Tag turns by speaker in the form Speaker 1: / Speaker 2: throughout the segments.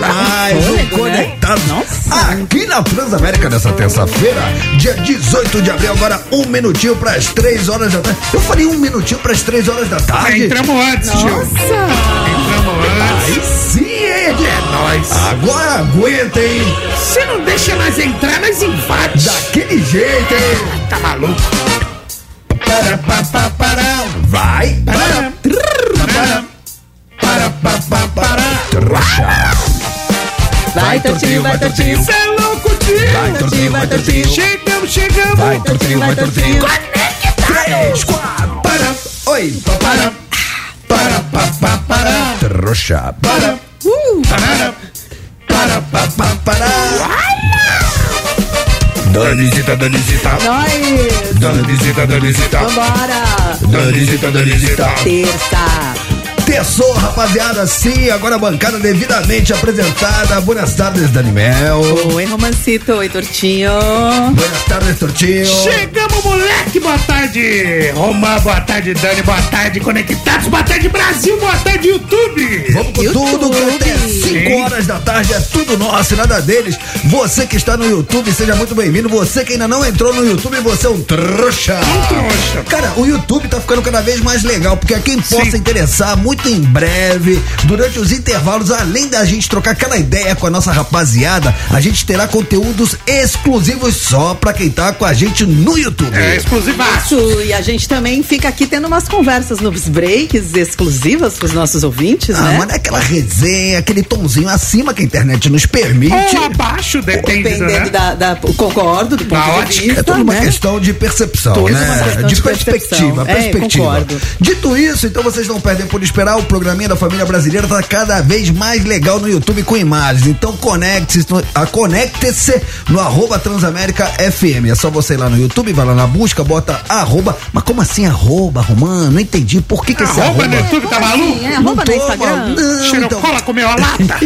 Speaker 1: mais
Speaker 2: fôlego,
Speaker 1: um Conectado.
Speaker 2: né? Nossa.
Speaker 1: Aqui na Transamérica nessa terça-feira, dia 18 de abril, agora um minutinho pras três horas da tarde. Eu falei um minutinho pras três horas da tarde.
Speaker 3: Entramos antes, Gil.
Speaker 2: Nossa.
Speaker 3: Entramos antes.
Speaker 1: Aí sim, hein?
Speaker 3: É nóis.
Speaker 1: Agora aguenta, hein?
Speaker 3: Você não deixa nós entrar, nós invade.
Speaker 1: Daquele jeito, hein?
Speaker 3: Tá maluco?
Speaker 1: Para, pa, pa, para. Vai. Para,
Speaker 3: Para,
Speaker 1: para, pa, pa, para. Trouxa.
Speaker 2: Vai, tortinho, vai, tortinho.
Speaker 3: Cê é louco, tio.
Speaker 2: Vai, tortinho, vai, tortinho.
Speaker 3: Chegamos, chegamos.
Speaker 2: Vai, tortinho, vai, tortinho.
Speaker 1: Três, quatro. Para. Oi. pa, Para. Para, pa, pa, para. Trouxa. Para.
Speaker 2: Uh,
Speaker 3: Para,
Speaker 1: Para, pa, pa, para.
Speaker 3: Dona Lisita, Dona Lisita.
Speaker 2: Nós.
Speaker 3: Dona Lisita, Dona Lisita.
Speaker 2: Vambora.
Speaker 3: Dona Lisita, Dona Lisita.
Speaker 2: Terça.
Speaker 1: Terçou, rapaziada. Sim, agora a bancada devidamente apresentada. Buenas tardes, Daniel.
Speaker 2: Oi, romancito. Oi, tortinho.
Speaker 1: Buenas tardes, Tortinho.
Speaker 3: Chegamos, moleque! Boa tarde, Romã, boa tarde, Dani, boa tarde, Conectados, boa tarde, Brasil, boa tarde, YouTube!
Speaker 1: Vamos com tudo, que até
Speaker 2: YouTube.
Speaker 1: 5
Speaker 3: Sim.
Speaker 1: horas da tarde é tudo nosso, e nada deles. Você que está no YouTube, seja muito bem-vindo. Você que ainda não entrou no YouTube, você é um trouxa.
Speaker 3: Um trouxa.
Speaker 1: Cara, o YouTube tá ficando cada vez mais legal, porque a quem possa
Speaker 3: Sim.
Speaker 1: interessar, muito em breve, durante os intervalos, além da gente trocar aquela ideia com a nossa rapaziada, a gente terá conteúdos exclusivos só pra quem tá com a gente no YouTube.
Speaker 3: É exclusivaço!
Speaker 2: Isso, e a gente também fica aqui tendo umas conversas nos breaks exclusivas pros nossos ouvintes,
Speaker 1: Ah,
Speaker 2: né?
Speaker 1: mas não é aquela resenha, aquele tomzinho acima que a internet nos permite.
Speaker 3: Ou abaixo, depende,
Speaker 2: Dependendo
Speaker 3: né? Tá
Speaker 2: da, da- Concordo, do ponto
Speaker 3: Da
Speaker 2: de
Speaker 3: ótica.
Speaker 2: vista.
Speaker 1: É tudo uma
Speaker 2: né?
Speaker 1: questão de percepção,
Speaker 2: Tudo
Speaker 1: né?
Speaker 2: uma questão
Speaker 1: de,
Speaker 2: de
Speaker 1: perspectiva,
Speaker 2: percepção. É,
Speaker 1: perspectiva.
Speaker 2: concordo.
Speaker 1: Dito isso, então vocês não perdem por esperar. O programinha da família brasileira tá cada vez mais legal no YouTube com imagens. Então conecte-se, no- a- conecte-se no arroba Transamérica FM. É só você ir lá no YouTube, vai lá na busca, bota arroba. Mas como assim arroba, Romano? Não entendi. Por que, que esse arroba?
Speaker 3: Arroba no YouTube, tá maluco?
Speaker 2: É, arroba no
Speaker 1: Não tô,
Speaker 2: Instagram.
Speaker 1: mano. Não, então.
Speaker 3: Xerocola comeu a lata?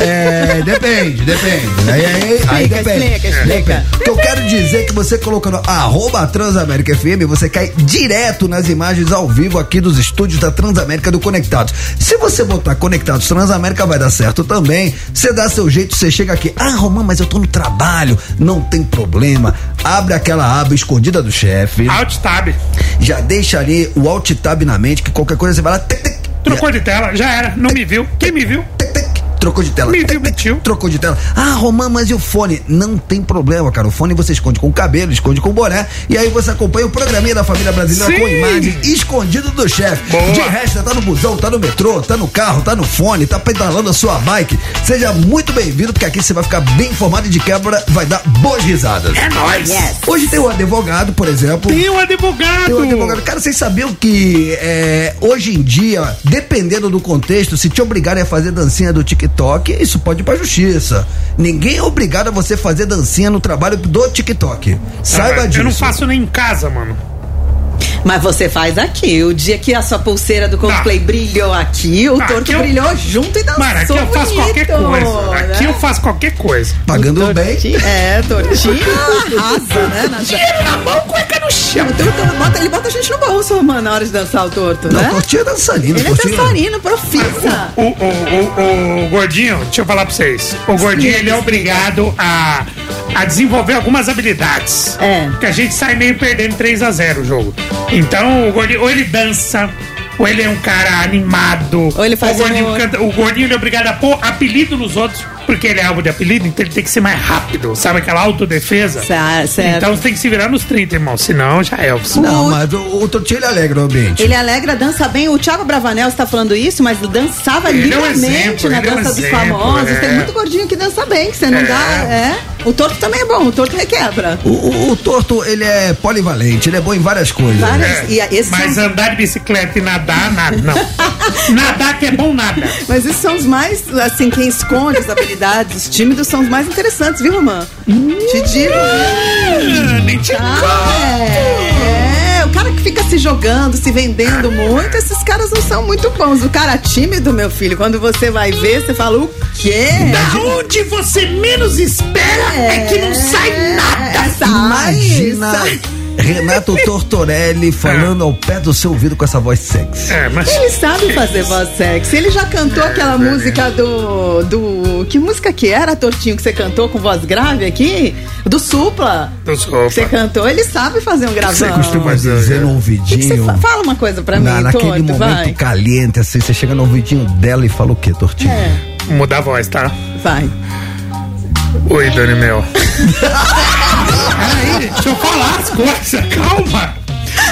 Speaker 1: É, depende, depende. Aí, aí, aí
Speaker 2: Explica,
Speaker 1: depende.
Speaker 3: É,
Speaker 2: explica, explica.
Speaker 1: O que eu quero dizer é que você colocando arroba Transamérica FM, você cai direto nas imagens ao vivo aqui dos estúdios da Transamérica do Conectados. Se você botar Conectados Transamérica, vai dar certo também. Você dá seu jeito, você chega aqui. Ah, Romã, mas eu tô no trabalho. Não tem problema. Abre aquela aba escondida do chefe.
Speaker 3: Alt Tab.
Speaker 1: Já deixa ali o alt tab na mente, que qualquer coisa você vai lá. Tic, tic,
Speaker 3: Trocou de tela, já era, não me viu. Quem me viu?
Speaker 1: Tec, tec. Trocou de tela.
Speaker 3: Me
Speaker 1: Tec,
Speaker 3: viu,
Speaker 1: tec.
Speaker 3: mentiu.
Speaker 1: Trocou de tela. Ah, Romã, mas e o fone? Não tem problema, cara. O fone você esconde com o cabelo, esconde com o boné. E aí você acompanha o programinha da família brasileira
Speaker 3: Sim.
Speaker 1: com imagem escondido do chefe.
Speaker 3: Boa.
Speaker 1: De resto, tá no busão, tá no metrô, tá no carro, tá no fone, tá pedalando a sua bike. Seja muito bem-vindo, porque aqui você vai ficar bem informado e de quebra vai dar boas risadas.
Speaker 3: É nóis!
Speaker 2: Yes.
Speaker 1: Hoje tem o advogado, por exemplo.
Speaker 3: Tem o advogado!
Speaker 1: um Tem um advogado. Cara, vocês sabiam que é, hoje em dia, dependendo do contexto, se te obrigarem a fazer dancinha do TikTok, isso pode ir pra justiça. Ninguém é obrigado a você fazer dancinha no trabalho do TikTok. Saiba disso.
Speaker 3: Eu não faço nem em casa, mano.
Speaker 2: Mas você faz aqui. O dia que a sua pulseira do Coldplay brilhou aqui, o
Speaker 3: Tá,
Speaker 2: torto
Speaker 3: aqui eu-
Speaker 2: brilhou junto e dançou
Speaker 3: Mano, aqui eu faço
Speaker 2: bonito,
Speaker 3: qualquer coisa.
Speaker 2: né?
Speaker 3: Aqui eu faço qualquer coisa.
Speaker 1: Pagando bem.
Speaker 2: Tortinho- É, tortinho arrasa, né? Na
Speaker 3: Dinheiro na mão, cueca no chão.
Speaker 2: Então, então, bota- ele bota a gente no bolso, mano, na hora de dançar o torto,
Speaker 1: Não,
Speaker 2: né?
Speaker 1: Tortinho é dançarino.
Speaker 2: Ele é
Speaker 1: Tortinho-
Speaker 2: dançarino, profissa.
Speaker 3: O, o- o- o gordinho, deixa eu falar pra vocês. O gordinho, ele é obrigado a, a desenvolver algumas habilidades.
Speaker 2: É.
Speaker 3: Porque a gente sai meio perdendo 3 a 0 o jogo. Então, o gordinho, ou ele dança, ou ele é um cara animado.
Speaker 2: Ou ele faz
Speaker 3: o gordinho
Speaker 2: humor.
Speaker 3: canta- O gordinho, ele é obrigado a pôr apelido nos outros, porque ele é alvo de apelido, então ele tem que ser mais rápido. Sabe aquela autodefesa?
Speaker 2: Cer- certo.
Speaker 3: Então, você tem que se virar nos 30, irmão. Senão, já é.
Speaker 1: Não, mas o, o Tortinho ele alegra o ambiente.
Speaker 2: Ele alegra, dança bem. O Thiago Bravanel está falando isso, mas dançava
Speaker 3: Ele é um
Speaker 2: livremente
Speaker 3: exemplo,
Speaker 2: na
Speaker 3: ele é um
Speaker 2: dança dos
Speaker 3: exemplo,
Speaker 2: famosos.
Speaker 3: é.
Speaker 2: Tem muito gordinho que dança bem, que você não
Speaker 3: É.
Speaker 2: dá. É. O torto também é bom, o torto requebra.
Speaker 1: O, o- o Torto, ele é polivalente, ele é bom em várias coisas.
Speaker 2: Várias-
Speaker 3: É.
Speaker 2: e a- esses
Speaker 3: Mas
Speaker 2: são-
Speaker 3: andar de bicicleta e nadar, nada, não. nadar que é bom, nada.
Speaker 2: Mas esses são os mais, assim, quem esconde as habilidades, os tímidos são os mais interessantes, viu, Romã? Te digo.
Speaker 3: Nem te
Speaker 2: Ah, é, é. O cara que fica se jogando, se vendendo muito, esses caras não são muito bons. O cara tímido, meu filho, quando você vai ver, você fala o quê?
Speaker 3: Da onde
Speaker 2: é
Speaker 3: você menos espera é, que não é sai nada.
Speaker 2: Sai,
Speaker 1: Imagina
Speaker 2: sai.
Speaker 1: Renato Tortorelli falando
Speaker 2: É.
Speaker 1: ao pé do seu ouvido com essa voz sexy.
Speaker 3: É, mas.
Speaker 2: Ele sabe fazer voz sexy. Ele já cantou aquela música do, do. Que música que era, Tortinho, que você cantou com voz grave aqui? Do Supla.
Speaker 3: Do Supla.
Speaker 2: Você cantou, ele sabe fazer um gravão.
Speaker 3: você costuma
Speaker 1: Mas dizer no
Speaker 2: é- Que que você
Speaker 1: ouvidinho.
Speaker 2: fa- fala uma coisa pra mim,
Speaker 1: na, naquele
Speaker 2: Torto,
Speaker 1: momento
Speaker 2: vai.
Speaker 1: caliente, assim, você chega no ouvidinho dela e fala o quê, Tortinho?
Speaker 2: É,
Speaker 3: Mudar a voz, tá?
Speaker 2: vai.
Speaker 3: Oi, Dani Mel. Peraí, deixa eu falar as coisas, calma.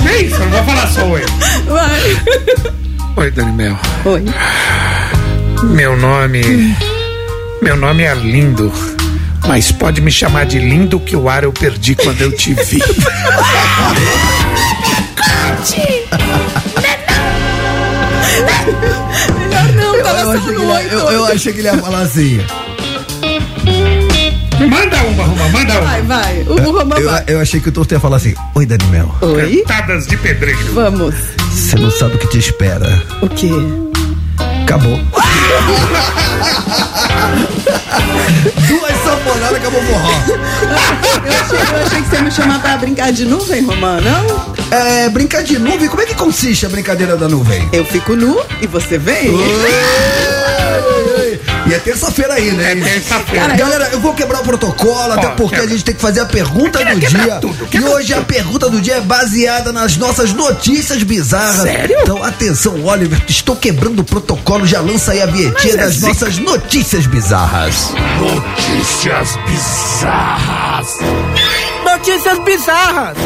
Speaker 3: É isso, eu não vou falar só oi.
Speaker 2: Vai.
Speaker 3: Oi, Dani Mel.
Speaker 2: Oi.
Speaker 3: Meu nome. Meu nome é Lindo. Mas pode me chamar de lindo que o ar eu perdi quando eu te vi.
Speaker 2: Melhor não,
Speaker 1: Eu,
Speaker 2: tava só
Speaker 1: achei que
Speaker 2: no
Speaker 1: ele,
Speaker 2: oito.
Speaker 1: eu- eu achei que ele ia falar assim.
Speaker 3: Manda uma, Roma, manda uma.
Speaker 2: Vai, vai. O, o Romão
Speaker 1: Eu,
Speaker 2: vai.
Speaker 1: eu achei que o Torto ia falar assim: Oi, Dani Mel,
Speaker 2: Oi.
Speaker 3: Cantadas de pedreiro.
Speaker 2: Vamos.
Speaker 1: você não sabe o que te espera.
Speaker 2: O quê?
Speaker 1: Acabou. Duas sanfonadas, acabou o forró.
Speaker 2: Eu achei, eu achei que você ia me chamar pra brincar de nuvem, Romã, não?
Speaker 1: É, brincar de nuvem, como é que consiste a brincadeira da nuvem?
Speaker 2: Eu fico nu e você vem.
Speaker 1: E é terça-feira aí, né?
Speaker 3: É terça-feira.
Speaker 1: Cara, Galera, eu vou quebrar o protocolo, até
Speaker 3: Ó,
Speaker 1: porque
Speaker 3: quebra.
Speaker 1: a gente tem que fazer a pergunta do
Speaker 3: quebra
Speaker 1: dia.
Speaker 3: tudo,
Speaker 1: e
Speaker 3: quebra
Speaker 1: hoje a pergunta do dia é baseada nas nossas notícias bizarras. Sério? Então, atenção, Oliver, estou quebrando o protocolo, já lança aí a vietinha das nossas notícias bizarras.
Speaker 3: Notícias bizarras.
Speaker 4: Notícias bizarras.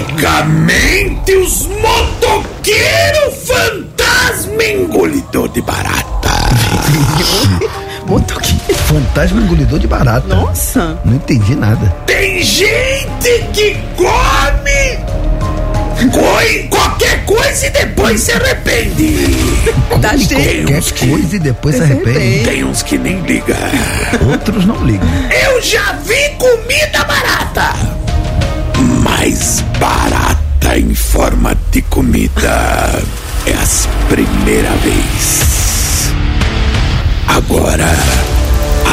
Speaker 5: Praticamente os motoqueiros fantasma engolidor de barata.
Speaker 2: Motoqueiro.
Speaker 1: Fantasma engolidor de barata.
Speaker 2: Nossa.
Speaker 1: Não entendi nada.
Speaker 5: Tem gente que come coi- qualquer coisa e depois se arrepende.
Speaker 2: Tá cheio.
Speaker 1: Qualquer coisa e depois se arrepende.
Speaker 5: Tem uns que nem liga.
Speaker 1: Outros não ligam.
Speaker 5: Eu já vi comida barata, mas barata em forma de comida é a primeira vez. Agora,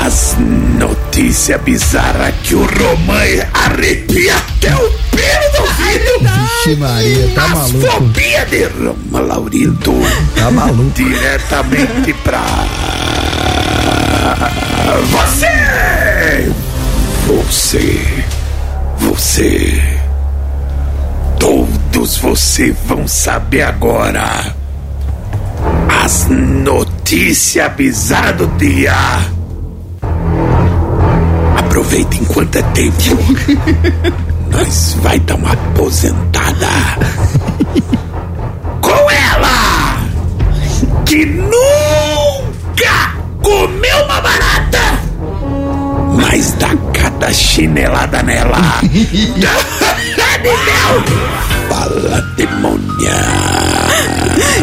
Speaker 5: as notícias bizarras que o Romã arrepia até o pelo do vidro.
Speaker 1: Vixe Maria, tá
Speaker 5: As
Speaker 1: maluco.
Speaker 5: fobia de Roma Laurindo
Speaker 1: Tá maluco.
Speaker 5: diretamente pra você! Você, você, todos vocês vão saber agora as notícias bizarras do dia. Aproveita enquanto é tempo. Nós vai dar uma aposentada. Com ela! que nunca comeu uma barata, mas dá cada chinelada nela. Daniel! Fala, demônia!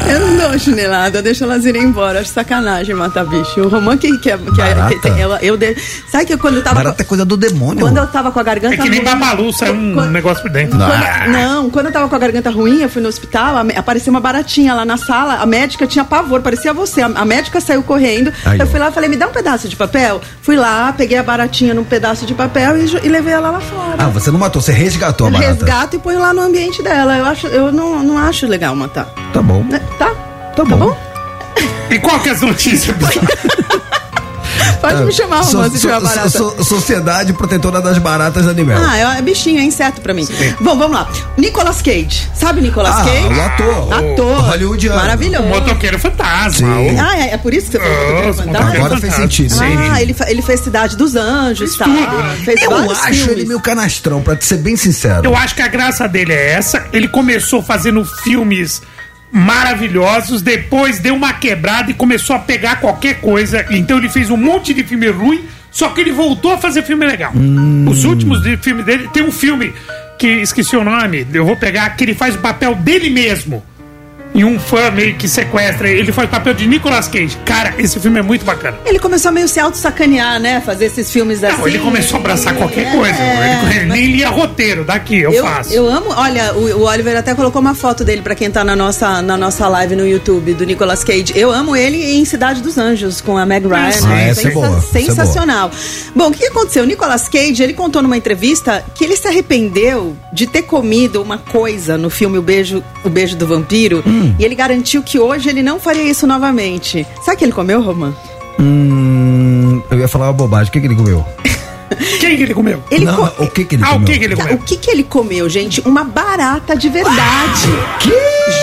Speaker 2: Eu não dou uma chinelada, eu deixo elas irem embora. Acho sacanagem matar bicho. O Romã que, que, é- que, é- que,
Speaker 1: Barata.
Speaker 2: tem- eu, eu de... Sabe que quando eu tava.
Speaker 1: Barata é
Speaker 2: com-
Speaker 1: coisa do demônio.
Speaker 2: Quando eu tava com a garganta.
Speaker 3: É que nem
Speaker 2: ruim-
Speaker 3: babalu, saiu um
Speaker 2: Quando-
Speaker 3: negócio por dentro.
Speaker 1: é.
Speaker 3: Ah.
Speaker 2: Quando- não, quando eu tava com a garganta ruim, eu fui no hospital, a me- apareceu uma baratinha lá na sala, a médica tinha pavor, parecia você. A, a médica saiu correndo.
Speaker 1: Aí,
Speaker 2: eu
Speaker 1: ó.
Speaker 2: fui lá e falei, me dá um pedaço de papel? Fui lá, peguei a baratinha num pedaço de papel e, jo- e levei ela lá fora.
Speaker 1: Ah, você não matou, você resgatou a
Speaker 2: Eu
Speaker 1: barata.
Speaker 2: Resgato e ponho lá no ambiente dela. Eu, acho, eu não, não acho legal matar.
Speaker 1: Tá bom.
Speaker 2: Né? Tá?
Speaker 1: Tá bom.
Speaker 3: E qual que é as notícias bizarras?
Speaker 2: Pode
Speaker 1: Tá.
Speaker 2: me chamar,
Speaker 1: Ah, So-
Speaker 2: Romance, se
Speaker 1: so-
Speaker 2: tiver barata.
Speaker 1: so- so- Sociedade Protetora das Baratas Animal.
Speaker 2: Ah, é- é bichinho, é inseto pra mim. Bom, vamos lá. Nicolas Cage. Sabe Nicolas
Speaker 1: Ah,
Speaker 2: Cage?
Speaker 1: o ator.
Speaker 2: Ator.
Speaker 1: Hollywoodiano.
Speaker 2: Maravilhoso.
Speaker 3: Motoqueiro fantasma.
Speaker 1: Sim.
Speaker 3: o-
Speaker 2: Ah, é, é por isso que você falou do Motoqueiro
Speaker 3: Os
Speaker 2: Fantasma?
Speaker 1: Agora fez sentido.
Speaker 2: Ah, ele, fa- ele fez Cidade dos Anjos, tá? Fez
Speaker 1: eu
Speaker 2: vários
Speaker 1: acho
Speaker 2: filmes.
Speaker 1: ele meio canastrão, pra te ser bem sincero.
Speaker 3: Eu acho que a graça dele é essa. Ele começou fazendo filmes maravilhosos, depois deu uma quebrada e começou a pegar qualquer coisa. Então ele fez um monte de filme ruim, só que ele voltou a fazer filme legal. Os últimos de- filmes dele. Tem um filme que esqueci o nome, eu vou pegar, que ele faz o papel dele mesmo. e um fã meio que sequestra. Ele faz o papel de Nicolas Cage. Cara, esse filme é muito bacana.
Speaker 2: Ele começou a meio se auto-sacanear, né? Fazer esses filmes assim. é,
Speaker 3: Não, ele começou a abraçar qualquer coisa. Ele, ele nem lia roteiro, daqui eu,
Speaker 2: Eu,
Speaker 3: faço.
Speaker 2: eu amo. Olha, o, o Oliver até colocou uma foto dele pra quem tá na nossa, na nossa live no YouTube, do Nicolas Cage. Eu amo ele em Cidade dos Anjos, com a Meg Ryan. né?
Speaker 1: sim. Ah, essa é
Speaker 2: Sensa-
Speaker 1: boa, essa é boa.
Speaker 2: Sensacional. Bom, o que que aconteceu? O Nicolas Cage, ele contou numa entrevista que ele se arrependeu de ter comido uma coisa no filme O Beijo, o Beijo do Vampiro.
Speaker 1: Hum.
Speaker 2: E ele garantiu que hoje ele não faria isso novamente. Sabe o que ele comeu, Roman?
Speaker 1: Hum, eu ia falar uma bobagem. O que, que ele comeu?
Speaker 3: Quem que ele comeu?
Speaker 2: Ele
Speaker 1: Não,
Speaker 2: co-
Speaker 1: não, o que, que ele
Speaker 3: ah,
Speaker 1: comeu?
Speaker 3: o que, que ele
Speaker 2: Tá,
Speaker 3: comeu?
Speaker 2: o que que ele comeu, gente? Uma barata de verdade. Juro,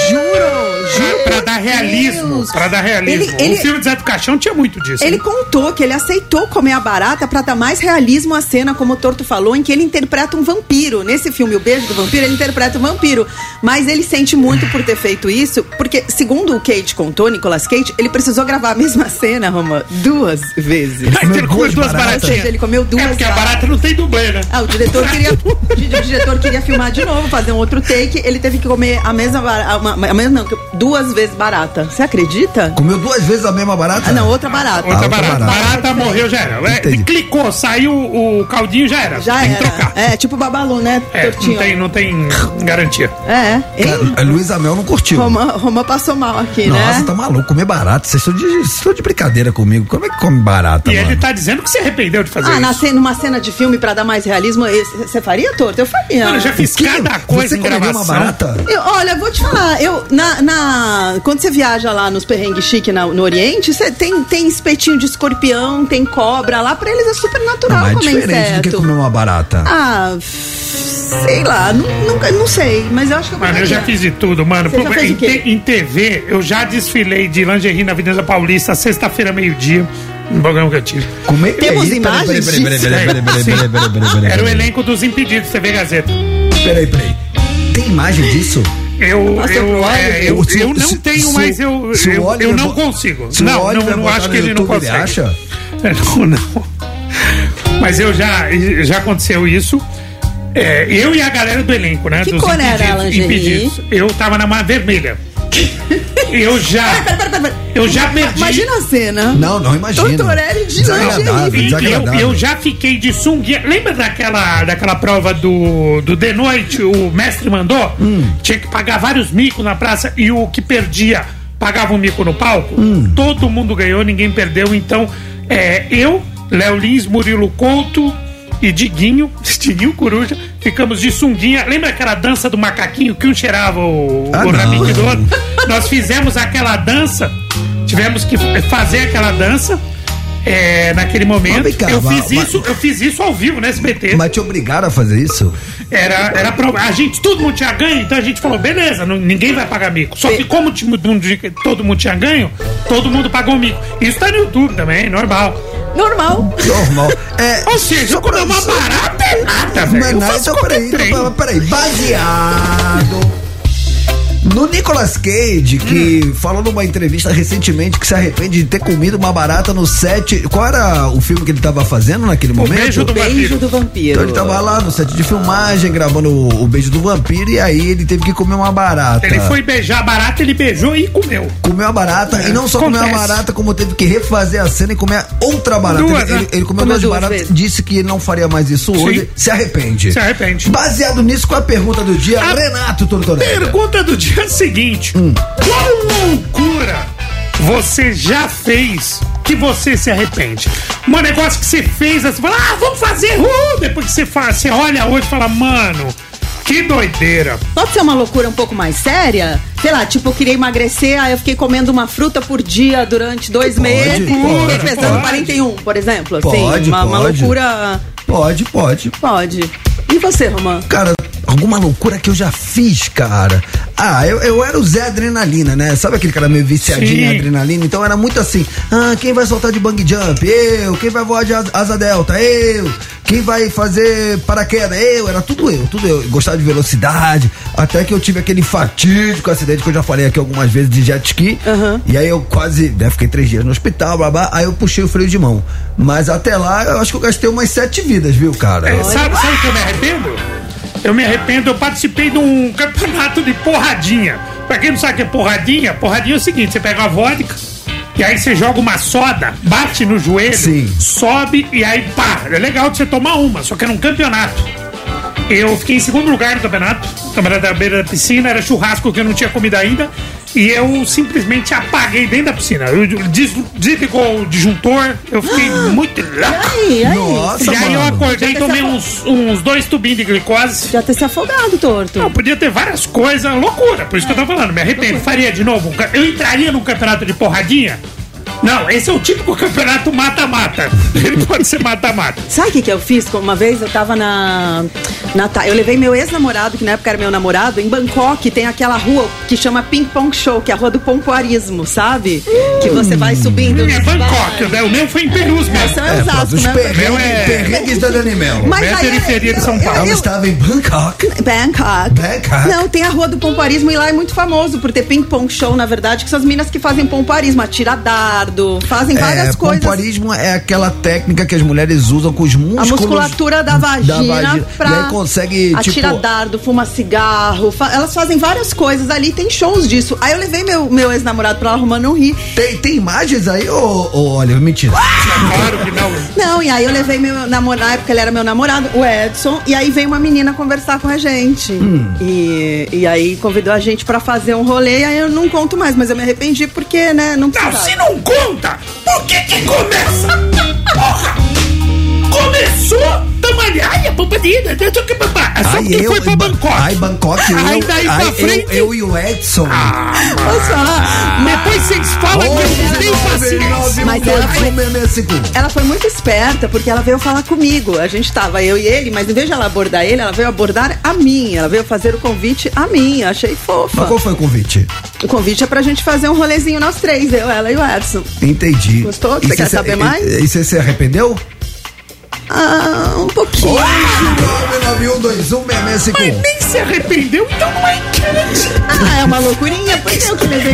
Speaker 2: juro.
Speaker 3: Pra, pra dar
Speaker 2: por
Speaker 3: realismo.
Speaker 2: Deus.
Speaker 3: Pra dar realismo.
Speaker 2: Ele- ele-
Speaker 3: O filme do Zé do Caixão tinha muito disso. né?
Speaker 2: Ele contou que ele aceitou comer a barata pra dar mais realismo à cena, como o Torto falou, em que ele interpreta um vampiro. Nesse filme, O Beijo do Vampiro, ele interpreta um vampiro. Mas ele sente muito por ter feito isso, porque, segundo o Kate contou, Nicolas Cage, ele precisou gravar a mesma cena, Roma, duas vezes.
Speaker 3: Aí ele
Speaker 1: Meu
Speaker 3: comeu
Speaker 1: Deus,
Speaker 3: duas
Speaker 1: barata.
Speaker 2: Ou
Speaker 3: baratinhas.
Speaker 2: seja, ele comeu duas
Speaker 3: É porque a
Speaker 2: baratas.
Speaker 3: barata não tem dublê, né?
Speaker 2: Ah, o diretor queria, o diretor queria filmar de novo, fazer um outro take. Ele teve que comer a mesma barata, a mesma, não, duas vezes barata. Você acredita?
Speaker 1: Comeu duas vezes a mesma barata?
Speaker 2: Ah, não, outra barata.
Speaker 3: Outra Tá
Speaker 1: outra
Speaker 3: barata.
Speaker 1: tá barata.
Speaker 3: Barata, morreu, já era. É,
Speaker 1: Entendi.
Speaker 3: clicou, saiu o caldinho, já era.
Speaker 2: Já
Speaker 3: tem que
Speaker 2: era.
Speaker 3: trocar.
Speaker 2: É, tipo babalu, né?
Speaker 3: É, não
Speaker 2: Tortinho.
Speaker 3: tem, não tem garantia.
Speaker 2: É, hein?
Speaker 1: Cara, a Luísa Mel não curtiu.
Speaker 2: Roma, Roma passou mal aqui,
Speaker 1: Nossa,
Speaker 2: né?
Speaker 1: tá maluco, comer barata. Vocês estão de, vocês estão de brincadeira comigo. Como é que come barata,
Speaker 3: e
Speaker 1: mano?
Speaker 3: ele tá dizendo que se arrependeu de fazer
Speaker 2: Ah,
Speaker 3: isso.
Speaker 2: na cena, numa cena de filme pra dar mais realismo, você faria, Torto? Eu faria.
Speaker 3: Mano, eu já fiz
Speaker 1: Que-
Speaker 3: cada
Speaker 2: tá
Speaker 3: coisa
Speaker 1: Você
Speaker 3: em
Speaker 1: comeria
Speaker 3: gravação.
Speaker 1: uma barata?
Speaker 2: Eu- olha, vou te falar, eu, na, na- quando você viaja lá nos perrengues chique na- no Oriente, você tem, tem espetinho de escorpião, tem cobra lá, pra eles é super
Speaker 1: Não,
Speaker 2: natural
Speaker 1: mas é
Speaker 2: comer
Speaker 1: diferente do que
Speaker 2: inseto.
Speaker 1: comer uma barata.
Speaker 2: Ah, f- sei lá, nu- nunca, não sei, mas eu acho que eu
Speaker 3: Mano, eu
Speaker 2: comeria.
Speaker 3: já fiz de tudo, mano.
Speaker 2: É. Você já fez
Speaker 3: em,
Speaker 2: o quê?
Speaker 3: te- em TV, eu já desfilei de lingerie na Avenida Paulista, sexta-feira, meio-dia. Um programa que eu tive.
Speaker 1: Comer
Speaker 2: Temos
Speaker 1: Peraí, peraí,
Speaker 2: imagens
Speaker 1: é peraí, peraí, peraí, peraí, peraí, peraí, peraí, peraí, peraí,
Speaker 3: Era o
Speaker 1: peraí.
Speaker 3: elenco dos impedidos, TV Gazeta.
Speaker 1: Peraí, peraí. Tem imagem disso?
Speaker 3: Eu,
Speaker 2: Nossa,
Speaker 3: eu,
Speaker 2: o
Speaker 3: é,
Speaker 2: Oliver-
Speaker 3: eu,
Speaker 1: Se-
Speaker 3: eu não
Speaker 1: se-
Speaker 3: tenho,
Speaker 1: se-
Speaker 3: mas eu,
Speaker 1: se o
Speaker 3: eu, eu
Speaker 1: Oliver
Speaker 3: não
Speaker 1: bo-
Speaker 3: consigo.
Speaker 1: se o
Speaker 3: Não, não,
Speaker 1: Oliver
Speaker 3: não
Speaker 1: botar
Speaker 3: acho
Speaker 1: no
Speaker 3: que ele não
Speaker 1: YouTube,
Speaker 3: consegue.
Speaker 1: ele acha?
Speaker 3: É, Não, não. Mas eu já, já aconteceu isso. É, eu e a galera do elenco, né?
Speaker 2: Que
Speaker 3: dos
Speaker 2: cor era a
Speaker 3: impedidos-
Speaker 2: lingerie?
Speaker 3: impedidos. Eu tava na mar vermelha. Eu já.
Speaker 2: Pera, pera, pera, pera.
Speaker 3: Eu já perdi.
Speaker 2: Imagina a cena.
Speaker 1: Não, não imagina.
Speaker 2: Tortorelli de
Speaker 1: Desagradável,
Speaker 3: E
Speaker 2: lingerie.
Speaker 3: eu,
Speaker 1: desagradável.
Speaker 3: eu já fiquei de sunguinha. Lembra daquela, daquela prova do, do de noite? O mestre mandou? Tinha que pagar vários micos na praça e o que perdia pagava um mico no palco. Todo mundo ganhou, ninguém perdeu. Então, é, eu, Léo Lins, Murilo Couto e Diguinho, Diguinho Coruja, ficamos de sunguinha. Lembra aquela dança do macaquinho que um cheirava o,
Speaker 1: Ah,
Speaker 3: o
Speaker 1: não.
Speaker 3: rabique do outro? Nós fizemos aquela dança, tivemos que fazer aquela dança. é, naquele momento,
Speaker 1: Mas vem cá,
Speaker 3: eu
Speaker 1: mas-
Speaker 3: fiz isso, eu fiz isso ao vivo né, no SBT.
Speaker 1: Mas te obrigaram a fazer isso?
Speaker 3: Era, era pro- a gente, todo mundo tinha ganho, então a gente falou, beleza, não- ninguém vai pagar mico. Só que como ti- todo mundo tinha- todo mundo tinha ganho, todo mundo pagou mico. Isso tá no YouTube também, normal.
Speaker 2: Normal.
Speaker 1: Normal. É,
Speaker 3: Ou seja,
Speaker 1: só
Speaker 3: quando é
Speaker 1: pra-
Speaker 3: uma
Speaker 1: só-
Speaker 3: barata é nada, velho.
Speaker 1: Não é
Speaker 3: Eu
Speaker 1: nada,
Speaker 3: faço
Speaker 1: então
Speaker 3: qualquer
Speaker 1: peraí, então,
Speaker 3: trem.
Speaker 1: pera- peraí. Baseado no Nicolas Cage, que
Speaker 3: Hum.
Speaker 1: falou numa entrevista recentemente que se arrepende de ter comido uma barata no set. Qual era o filme que ele tava fazendo naquele
Speaker 3: O
Speaker 1: momento?
Speaker 3: beijo do
Speaker 2: Beijo
Speaker 3: vampiro.
Speaker 2: do vampiro.
Speaker 1: Então ele tava lá no set de filmagem, gravando o, o Beijo do Vampiro, e aí ele teve que comer uma barata.
Speaker 3: Ele foi beijar a barata, ele beijou e comeu.
Speaker 1: Comeu a barata, e não só comeu a
Speaker 3: Acontece.
Speaker 1: barata, como teve que refazer a cena e comer outra barata.
Speaker 3: Duas,
Speaker 1: ele,
Speaker 3: né?
Speaker 1: ele- ele comeu
Speaker 2: Comeu
Speaker 1: duas,
Speaker 2: duas
Speaker 1: baratas,
Speaker 2: vezes.
Speaker 1: disse que ele não faria mais isso hoje, se arrepende.
Speaker 3: Se arrepende.
Speaker 1: Baseado nisso, com a pergunta do dia,
Speaker 3: A
Speaker 1: Renato Tortorelli.
Speaker 3: Pergunta do dia é a seguinte: Qual loucura você já fez que você se arrepende? Um negócio que você fez, você fala, ah, vamos fazer, uh! depois que você faz, você olha hoje e fala, mano, que doideira.
Speaker 2: Pode ser uma loucura um pouco mais séria? Sei lá, tipo, eu queria emagrecer, aí eu fiquei comendo uma fruta por dia durante dois
Speaker 1: Pode,
Speaker 2: meses.
Speaker 1: pode,
Speaker 2: fiquei pesando
Speaker 3: pode.
Speaker 2: 41, por exemplo.
Speaker 1: Pode,
Speaker 2: assim, uma, uma
Speaker 1: pode.
Speaker 2: loucura.
Speaker 1: Pode, pode.
Speaker 2: Pode. E você, Romã?
Speaker 1: Cara, alguma loucura que eu já fiz, cara. Ah, eu, eu era o Zé Adrenalina, né? Sabe aquele cara meio viciadinho em
Speaker 3: Sim.
Speaker 1: adrenalina? Então era muito assim: ah, quem vai soltar de bang jump? Eu. Quem vai voar de asa asa delta? Eu. Quem vai fazer paraquedas? Eu. Era tudo eu, tudo eu. Gostava de velocidade. Até que eu tive aquele fatídico acidente que eu já falei aqui algumas vezes de jet ski.
Speaker 2: Aham.
Speaker 1: E aí eu quase. Né, fiquei três dias no hospital, blá, blá. Aí eu puxei o freio de mão. Mas até lá eu acho que eu gastei umas sete vidas, viu, cara?
Speaker 3: É, sabe, sabe que eu me arrependo? Eu me arrependo, eu participei de um campeonato de porradinha. Pra quem não sabe o que é porradinha, porradinha é o seguinte: você pega uma vodka. E aí você joga uma soda, bate no joelho,
Speaker 1: Sim.
Speaker 3: sobe e aí pá. É legal de você tomar uma, só que era um campeonato. Eu fiquei em segundo lugar no campeonato, campeonato da beira da piscina, era churrasco que eu não tinha comido ainda. E eu simplesmente apaguei dentro da piscina. Eu des- desligou o disjuntor, eu fiquei muito louco.
Speaker 2: Aí, aí.
Speaker 1: Nossa,
Speaker 3: E aí eu
Speaker 1: mano.
Speaker 3: acordei e
Speaker 2: tá
Speaker 3: tomei uns, uns dois tubinhos de glicose.
Speaker 2: Já ter se afogado, torto.
Speaker 3: Não, podia ter várias coisas, loucura, por isso
Speaker 2: É.
Speaker 3: que eu tô falando, me arrependo. Faria de novo? um ca- Eu entraria num campeonato de porradinha? Não, esse é o típico campeonato mata-mata. Ele pode ser mata-mata.
Speaker 2: Sabe o que, que eu fiz? Uma vez eu tava na. na Tha- eu levei meu ex-namorado, que na época era meu namorado, em Bangkok tem aquela rua que chama Ping Pong Show, que é a rua do pompoarismo, sabe? Que você vai subindo.
Speaker 3: É Bangkok, né? o meu foi em Perus mesmo.
Speaker 2: São
Speaker 1: Hum. É, faz
Speaker 2: Osasco,
Speaker 1: os
Speaker 2: né?
Speaker 1: perrengues,
Speaker 3: Meu é-
Speaker 1: perrengues da Dani Mello.
Speaker 2: Mas
Speaker 3: Bem
Speaker 2: aí-
Speaker 3: periferia de São
Speaker 2: eu-
Speaker 3: Paulo.
Speaker 1: Ela
Speaker 2: eu-
Speaker 1: estava em Bangkok.
Speaker 2: Bangkok.
Speaker 1: Bangkok.
Speaker 2: Não, tem a Rua do Pompoarismo e lá é muito famoso por ter ping-pong show, na verdade, que são as minas que fazem pompoarismo, atira dardo, fazem várias
Speaker 1: é,
Speaker 2: coisas.
Speaker 1: pompoarismo é aquela técnica que as mulheres usam com os
Speaker 2: A
Speaker 1: músculos.
Speaker 2: musculatura da vagina, pra.
Speaker 1: E aí consegue,
Speaker 2: Atira
Speaker 1: tipo...
Speaker 2: dardo, fuma cigarro. fa- Elas fazem várias coisas ali, tem shows disso. Aí eu levei meu, meu ex-namorado pra lá arrumando um ri.
Speaker 1: Tem, tem imagens aí, ô, ô, olha, mentira.
Speaker 2: Ah,
Speaker 3: Claro que não.
Speaker 2: Não, e aí eu levei meu namorado, na época ele era meu namorado, o Edson, e aí veio uma menina conversar com a gente.
Speaker 1: Hum.
Speaker 2: E, e aí convidou a gente pra fazer um rolê, e aí eu não conto mais, mas eu me arrependi porque, né, não
Speaker 6: Não,
Speaker 2: precisava.
Speaker 6: se não conta, por que que começa? Porra! Começou! Tamo ali, ai, a pompadinha, deixa eu que babá. É só
Speaker 1: Ai,
Speaker 6: porque foi pra Bangkok.
Speaker 1: Ai, Bangkok, eu,
Speaker 6: Ai, daí pra
Speaker 1: ai, eu-
Speaker 6: frente.
Speaker 1: Eu, e o Edson.
Speaker 2: Ah, Posso falar?
Speaker 6: né? Depois vocês falam que eu não tenho paciência.
Speaker 2: Mas ela foi- Ela foi muito esperta porque ela veio falar comigo. A gente tava, eu e ele, mas em vez de ela abordar ele, ela veio abordar a mim. Ela veio fazer o convite a mim. Achei
Speaker 1: Mas
Speaker 2: fofa.
Speaker 1: qual foi o convite?
Speaker 2: O convite é pra gente fazer um rolezinho nós três, eu, ela e o Edson.
Speaker 1: Entendi.
Speaker 2: Gostou?
Speaker 1: E
Speaker 2: Você quer
Speaker 1: se-
Speaker 2: saber
Speaker 1: e-
Speaker 2: mais?
Speaker 1: E você se arrependeu?
Speaker 2: Ah, um pouquinho.
Speaker 1: 991216651.
Speaker 3: Nem se arrependeu, então não é crente.
Speaker 2: Ah, é uma loucurinha, pois eu que levei.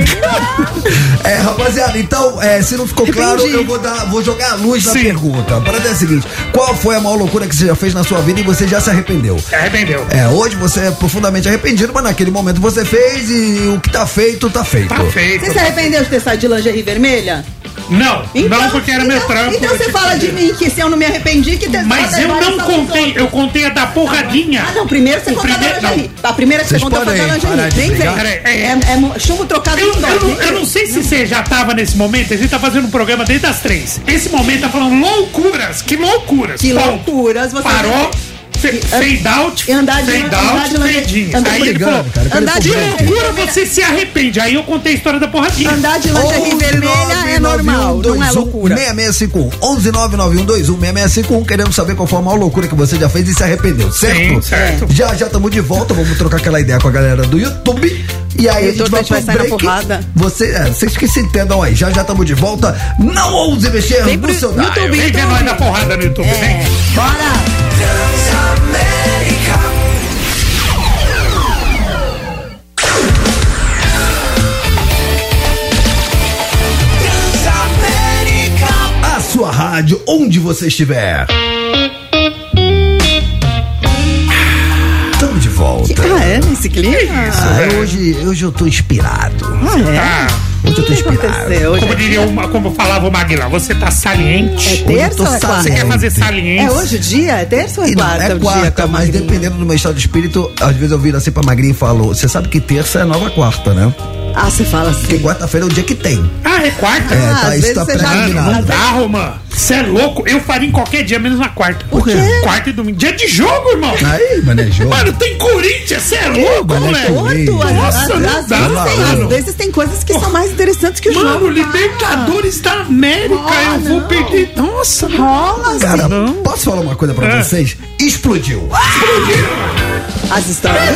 Speaker 1: É, rapaziada, então, é, se não ficou claro,
Speaker 2: Entendi.
Speaker 1: eu vou, dar, vou jogar a luz na
Speaker 3: Sim.
Speaker 1: pergunta. A parada é a seguinte: qual foi a maior loucura que você já fez na sua vida e você já se arrependeu?
Speaker 3: Arrependeu.
Speaker 1: É, hoje você é profundamente arrependido, mas naquele momento você fez e o que tá feito, tá feito.
Speaker 3: Tá feito.
Speaker 2: Você se arrependeu de ter saído de lingerie vermelha?
Speaker 3: Não, não porque era meu
Speaker 2: então-
Speaker 3: trampo.
Speaker 2: Então
Speaker 3: eu
Speaker 2: você
Speaker 3: te-
Speaker 2: fala de mim que se eu não me arrependi, que ter
Speaker 3: Mas eu não contei, eu contei a da porradinha.
Speaker 2: Ah, não, primeiro você
Speaker 3: O
Speaker 2: contou
Speaker 3: primeiro-
Speaker 2: da lingerie. A primeira que
Speaker 1: Vocês
Speaker 2: você contou foi da
Speaker 1: podem parar
Speaker 2: lingerie.
Speaker 1: de
Speaker 2: Nem vem.
Speaker 1: brigar?
Speaker 3: Peraí, é-
Speaker 2: É, é mo- chumbo trocado
Speaker 3: Eu,
Speaker 2: com dó.
Speaker 3: eu não-
Speaker 2: Nem
Speaker 3: eu não sei se você já tava nesse momento, a gente tá fazendo um programa desde as três. Esse momento tá falando loucuras, que loucuras.
Speaker 2: Que
Speaker 3: Ponto.
Speaker 2: loucuras, você-
Speaker 3: Parou, fe, fade out,
Speaker 2: andar de-
Speaker 3: fade
Speaker 2: andar
Speaker 3: out,
Speaker 2: de lanche-
Speaker 3: fade in.
Speaker 2: andar-
Speaker 3: Aí ele
Speaker 1: Brigando,
Speaker 3: falou,
Speaker 1: cara, eu quero
Speaker 2: Andar
Speaker 1: ir
Speaker 3: de
Speaker 1: pro break.
Speaker 3: loucura você se arrepende. Aí eu contei a história da porradinha.
Speaker 2: Andar de lingerie vermelha
Speaker 3: um
Speaker 2: é normal, não é loucura.
Speaker 1: 6651. 11991216651. Queremos saber qual foi a maior loucura que você já fez e se arrependeu, certo?
Speaker 3: Sim,
Speaker 2: É.
Speaker 3: certo.
Speaker 1: Já já estamos de volta, vamos trocar aquela ideia com a galera do YouTube. E aí
Speaker 2: E
Speaker 1: a gente
Speaker 2: todo
Speaker 1: vai
Speaker 2: mundo vai
Speaker 1: pro
Speaker 2: sair na
Speaker 1: break.
Speaker 2: porrada.
Speaker 1: Você, é, vocês que se entendam aí, já já estamos de volta. Não ouse mexer
Speaker 2: Vem
Speaker 1: no
Speaker 2: pro
Speaker 1: seu
Speaker 2: YouTube.
Speaker 1: dial.
Speaker 3: Vem ver nós na porrada no YouTube, né? vem.
Speaker 2: É, Bora!
Speaker 1: A sua rádio, onde você estiver. Estamos de volta.
Speaker 2: Ah, é? Nesse clima? Ah,
Speaker 1: Ah, hoje, hoje eu tô inspirado.
Speaker 3: Tá.
Speaker 1: Hoje eu tô
Speaker 2: é? O que
Speaker 1: inspirado.
Speaker 2: aconteceu? Hoje
Speaker 3: Como diria uma, como falava o Maguila, você tá saliente.
Speaker 2: é
Speaker 1: eu tô
Speaker 2: terça ou é
Speaker 1: saliente.
Speaker 2: quarta?
Speaker 3: Você quer fazer
Speaker 2: É,
Speaker 3: saliente?
Speaker 2: hoje o dia? É terça ou é
Speaker 1: E não,
Speaker 2: quarta?
Speaker 1: é
Speaker 2: o dia com
Speaker 1: quarta,
Speaker 2: a
Speaker 1: mas
Speaker 2: Magrinha?
Speaker 1: dependendo do meu estado de espírito, às vezes eu viro assim pra magrinha e falo: Você sabe que terça é nova quarta, né?
Speaker 2: Ah, você fala
Speaker 1: Porque
Speaker 2: assim.
Speaker 1: quarta-feira é o dia que tem.
Speaker 3: Ah, é quarta?
Speaker 1: É,
Speaker 2: às
Speaker 1: tá, isso
Speaker 2: vezes
Speaker 1: tá
Speaker 2: você já-
Speaker 3: Mano, não
Speaker 1: pré-combinado.
Speaker 3: dá, Romã. Você é louco? Eu faria em qualquer dia, menos na quarta.
Speaker 1: Por quê? Ah.
Speaker 3: Quarta e domingo. Dia de jogo, irmão.
Speaker 1: Aí, manejou.
Speaker 3: Mano, tem Corinthians, você é louco,
Speaker 1: Mano, é
Speaker 3: moleque.
Speaker 2: Torto, às-
Speaker 3: Nossa,
Speaker 2: às-
Speaker 3: não
Speaker 2: às
Speaker 3: dá,
Speaker 2: vezes tem-
Speaker 3: mano.
Speaker 2: às vezes tem coisas que são mais interessantes que o
Speaker 3: Mano,
Speaker 2: jogo.
Speaker 3: Libertadores da América,
Speaker 2: Ah,
Speaker 3: eu vou
Speaker 2: não.
Speaker 3: perder. Nossa,
Speaker 2: Rola assim.
Speaker 1: Cara, posso falar uma coisa pra
Speaker 3: É.
Speaker 1: vocês? Explodiu.
Speaker 2: As histórias.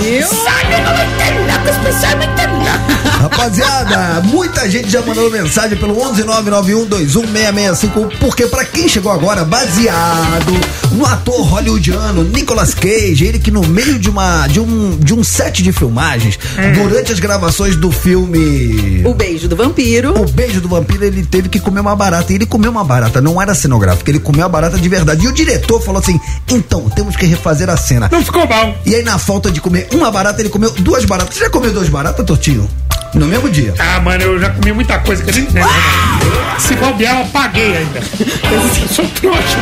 Speaker 2: Viu?
Speaker 6: Sabe, eu não entendo nada, as pessoas não entendem nada.
Speaker 1: rapaziada. Muita gente já mandou mensagem pelo 11991216651, porque pra quem chegou agora, baseado no ator hollywoodiano Nicolas Cage, ele que no meio de uma de um, de um set de filmagens, durante as gravações do filme
Speaker 2: O beijo do vampiro.
Speaker 1: o beijo do vampiro, ele teve que comer uma barata. E ele comeu uma barata, não era cenográfica, ele comeu a barata de verdade. E o diretor falou assim: então, temos que refazer a cena.
Speaker 3: Não ficou bom.
Speaker 1: E aí, na falta de comer uma barata, ele comeu duas baratas. Você já comeu duas baratas, Tortinho? No mesmo dia.
Speaker 3: Ah, mano, eu já comi muita coisa que eu nem lembro.
Speaker 1: Ah!
Speaker 3: mano. né? Se bobear, eu apaguei ainda. Eu sou trouxa.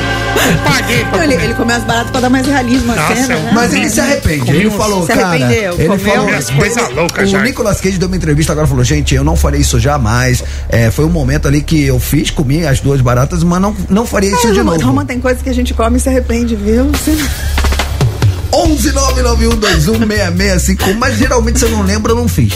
Speaker 3: Paguei pra
Speaker 2: Então, ele,
Speaker 3: comer.
Speaker 2: ele come as baratas pra dar mais realismo à
Speaker 3: Nossa,
Speaker 2: cena,
Speaker 3: eu-
Speaker 2: né?
Speaker 1: é um Mas ele se arrepende.
Speaker 3: Comi
Speaker 1: Ele
Speaker 3: uns-
Speaker 1: falou,
Speaker 2: Se
Speaker 1: cara.
Speaker 2: arrependeu,
Speaker 1: ele
Speaker 2: comeu
Speaker 1: falou.
Speaker 3: umas coisas
Speaker 1: dele-
Speaker 3: loucas
Speaker 1: o
Speaker 3: já.
Speaker 1: Nicolas Cage deu uma entrevista agora e falou: gente, eu não faria isso jamais. É, foi um momento ali que eu fiz, comi as duas baratas, mas não, não faria isso
Speaker 2: Ah,
Speaker 1: de
Speaker 2: Roma,
Speaker 1: novo.
Speaker 2: Roma tem coisa que a gente come e se arrepende, viu? Você-
Speaker 1: 11991216651, mas geralmente se eu não lembro, eu não fiz.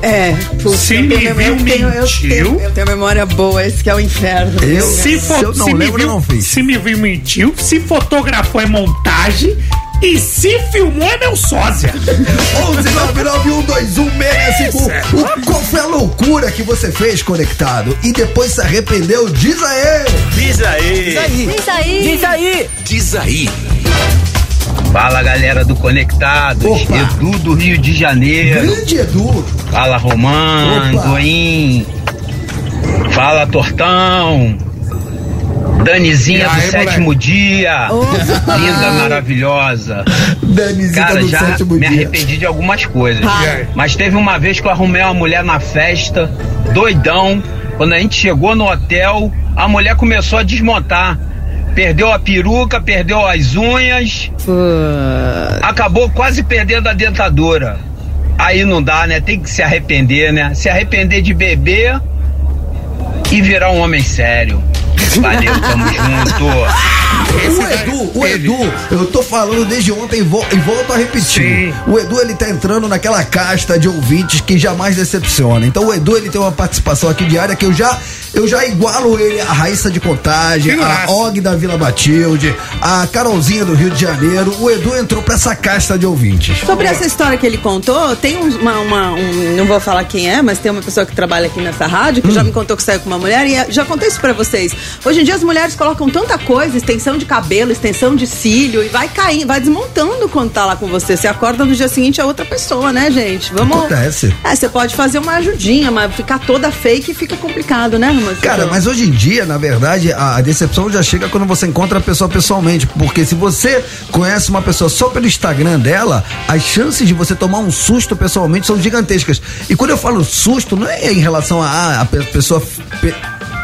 Speaker 2: É, putz,
Speaker 3: Se
Speaker 2: eu tenho
Speaker 3: me
Speaker 2: memória-
Speaker 3: viu,
Speaker 2: eu tenho- eu
Speaker 3: mentiu.
Speaker 2: tenho- Eu tenho memória boa, esse que é o inferno.
Speaker 1: Eu,
Speaker 3: Se, fo-
Speaker 1: eu não
Speaker 3: se me
Speaker 1: lembro,
Speaker 3: viu,
Speaker 1: eu não fiz.
Speaker 3: Se me viu, mentiu. Se fotografou, é montagem. E se filmou, é meu sósia.
Speaker 1: 11991216651. Qual foi a loucura que você fez conectado e depois se arrependeu? Diz a eu.
Speaker 7: Diz aí.
Speaker 8: Diz aí. Diz aí.
Speaker 7: Diz aí.
Speaker 5: Fala galera do Conectados,
Speaker 1: Opa.
Speaker 5: Edu do Rio de Janeiro,
Speaker 1: Grande Edu.
Speaker 5: fala Romã,
Speaker 1: Opa.
Speaker 5: Goim, fala Tortão, Danizinha
Speaker 3: E aí,
Speaker 5: do sétimo dia, linda, maravilhosa.
Speaker 1: Danizita
Speaker 5: Cara,
Speaker 1: do
Speaker 5: já
Speaker 1: sétimo
Speaker 5: me
Speaker 1: dia.
Speaker 5: arrependi de algumas coisas.
Speaker 3: E aí?
Speaker 5: Mas teve uma vez que eu arrumei uma mulher na festa, doidão. Quando a gente chegou no hotel, a mulher começou a desmontar. Perdeu a peruca, perdeu as unhas. Acabou quase perdendo a dentadura. Aí não dá, né? Tem que se arrepender, né? Se arrepender de beber e virar um homem sério. Valeu, tamo junto.
Speaker 1: O Edu, o Edu, eu tô falando desde ontem e, vo- e volto a repetir.
Speaker 3: Sim.
Speaker 1: O Edu, ele tá entrando naquela casta de ouvintes que jamais decepciona. Então o Edu, ele tem uma participação aqui diária que eu já eu já igualo ele a Raíssa de Contagem,
Speaker 3: Que
Speaker 1: a
Speaker 3: graça.
Speaker 1: Og da Vila Batilde, a Carolzinha do Rio de Janeiro. O Edu entrou pra essa casta de ouvintes.
Speaker 2: Sobre essa história que ele contou, tem um- uma, uma- um- não vou falar quem é, mas tem uma pessoa que trabalha aqui nessa rádio que
Speaker 1: Hum.
Speaker 2: já me contou que saiu com uma mulher e eh, já contei isso pra vocês. Hoje em dia as mulheres colocam tanta coisa, extensão de cabelo, extensão de cílio e vai caindo, vai desmontando quando tá lá com você. Você acorda no dia seguinte é outra pessoa, né, gente? Vamos.
Speaker 1: Acontece.
Speaker 2: É, você pode fazer uma ajudinha, mas ficar toda fake fica complicado, né, irmã?
Speaker 1: Cara, mas hoje em dia, na verdade, a a decepção já chega quando você encontra a pessoa pessoalmente. Porque se você conhece uma pessoa só pelo Instagram dela, as chances de você tomar um susto pessoalmente são gigantescas. E quando eu falo susto, não é em relação a, ah, a pe- pessoa. pe-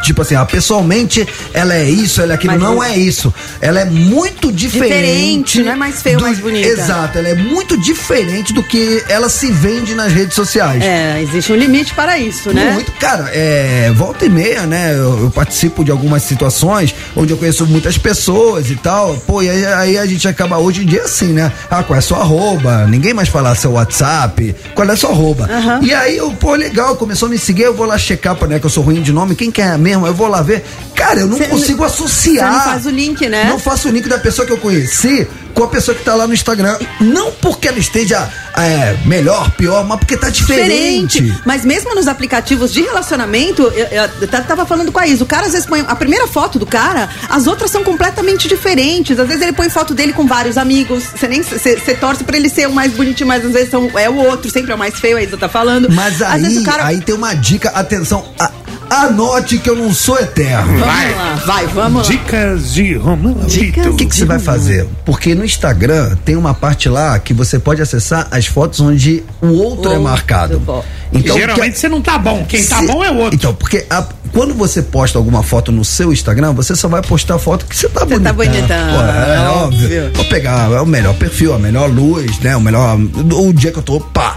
Speaker 1: Tipo assim, ah, pessoalmente ela é isso, ela é aquilo.
Speaker 2: Mas
Speaker 1: não
Speaker 2: o-
Speaker 1: é isso. Ela é muito diferente.
Speaker 2: Diferente, não é mais feio, mais bonita.
Speaker 1: Exato, ela é muito diferente do que ela se vende nas redes sociais.
Speaker 2: É, existe um limite para isso, né?
Speaker 1: Muito, cara, é, volta e meia, né? Eu, eu participo de algumas situações onde eu conheço muitas pessoas e tal. Pô, e aí, aí a gente acaba hoje em dia assim, né? Ah, qual é a sua arroba? Ninguém mais fala seu WhatsApp. Qual é a sua arroba?
Speaker 2: Aham.
Speaker 1: E aí eu, pô, legal, começou a me seguir, eu vou lá checar, pra, né? Que eu sou ruim de nome, quem quer mesmo? Eu vou lá ver. Cara, eu não
Speaker 2: Cê não-
Speaker 1: consigo associar.
Speaker 2: cê não faz o link, né?
Speaker 1: Não faço o link da pessoa que eu conheci com a pessoa que tá lá no Instagram. Não porque ela esteja é, melhor, pior, mas porque tá diferente.
Speaker 2: Mas mesmo nos aplicativos de relacionamento, eu, eu- eu ta- tava falando com a Isa, o cara às vezes põe a primeira foto do cara, as outras são completamente diferentes. Às vezes ele põe foto dele com vários amigos, você nem você você torce pra ele ser o mais bonitinho, mas às vezes são, é o outro, sempre é o mais feio, a Isa tá falando.
Speaker 1: Mas
Speaker 2: às vezes
Speaker 1: aí,
Speaker 2: o cara
Speaker 1: aí tem uma dica, atenção, a- anote que eu não sou eterno.
Speaker 2: Vamos
Speaker 3: Vai.
Speaker 2: lá, vai, vamos lá.
Speaker 3: Dicas de Romão
Speaker 2: Dicas
Speaker 1: O que, que você vai fazer? Porque no Instagram tem uma parte lá que você pode acessar as fotos onde o outro é
Speaker 2: Outro,
Speaker 1: marcado.
Speaker 2: bom.
Speaker 1: Então,
Speaker 3: Geralmente você não tá bom. Quem tá
Speaker 1: Se-
Speaker 3: bom é o outro.
Speaker 1: Então, porque a- quando você posta alguma foto no seu Instagram, você só vai postar a foto que você tá
Speaker 2: Você
Speaker 1: bonitão.
Speaker 2: tá bonitão,
Speaker 1: Pô, é
Speaker 2: óbvio.
Speaker 1: óbvio. Vou pegar é o melhor perfil, a melhor luz, né? O melhor. O dia que eu tô. Pá.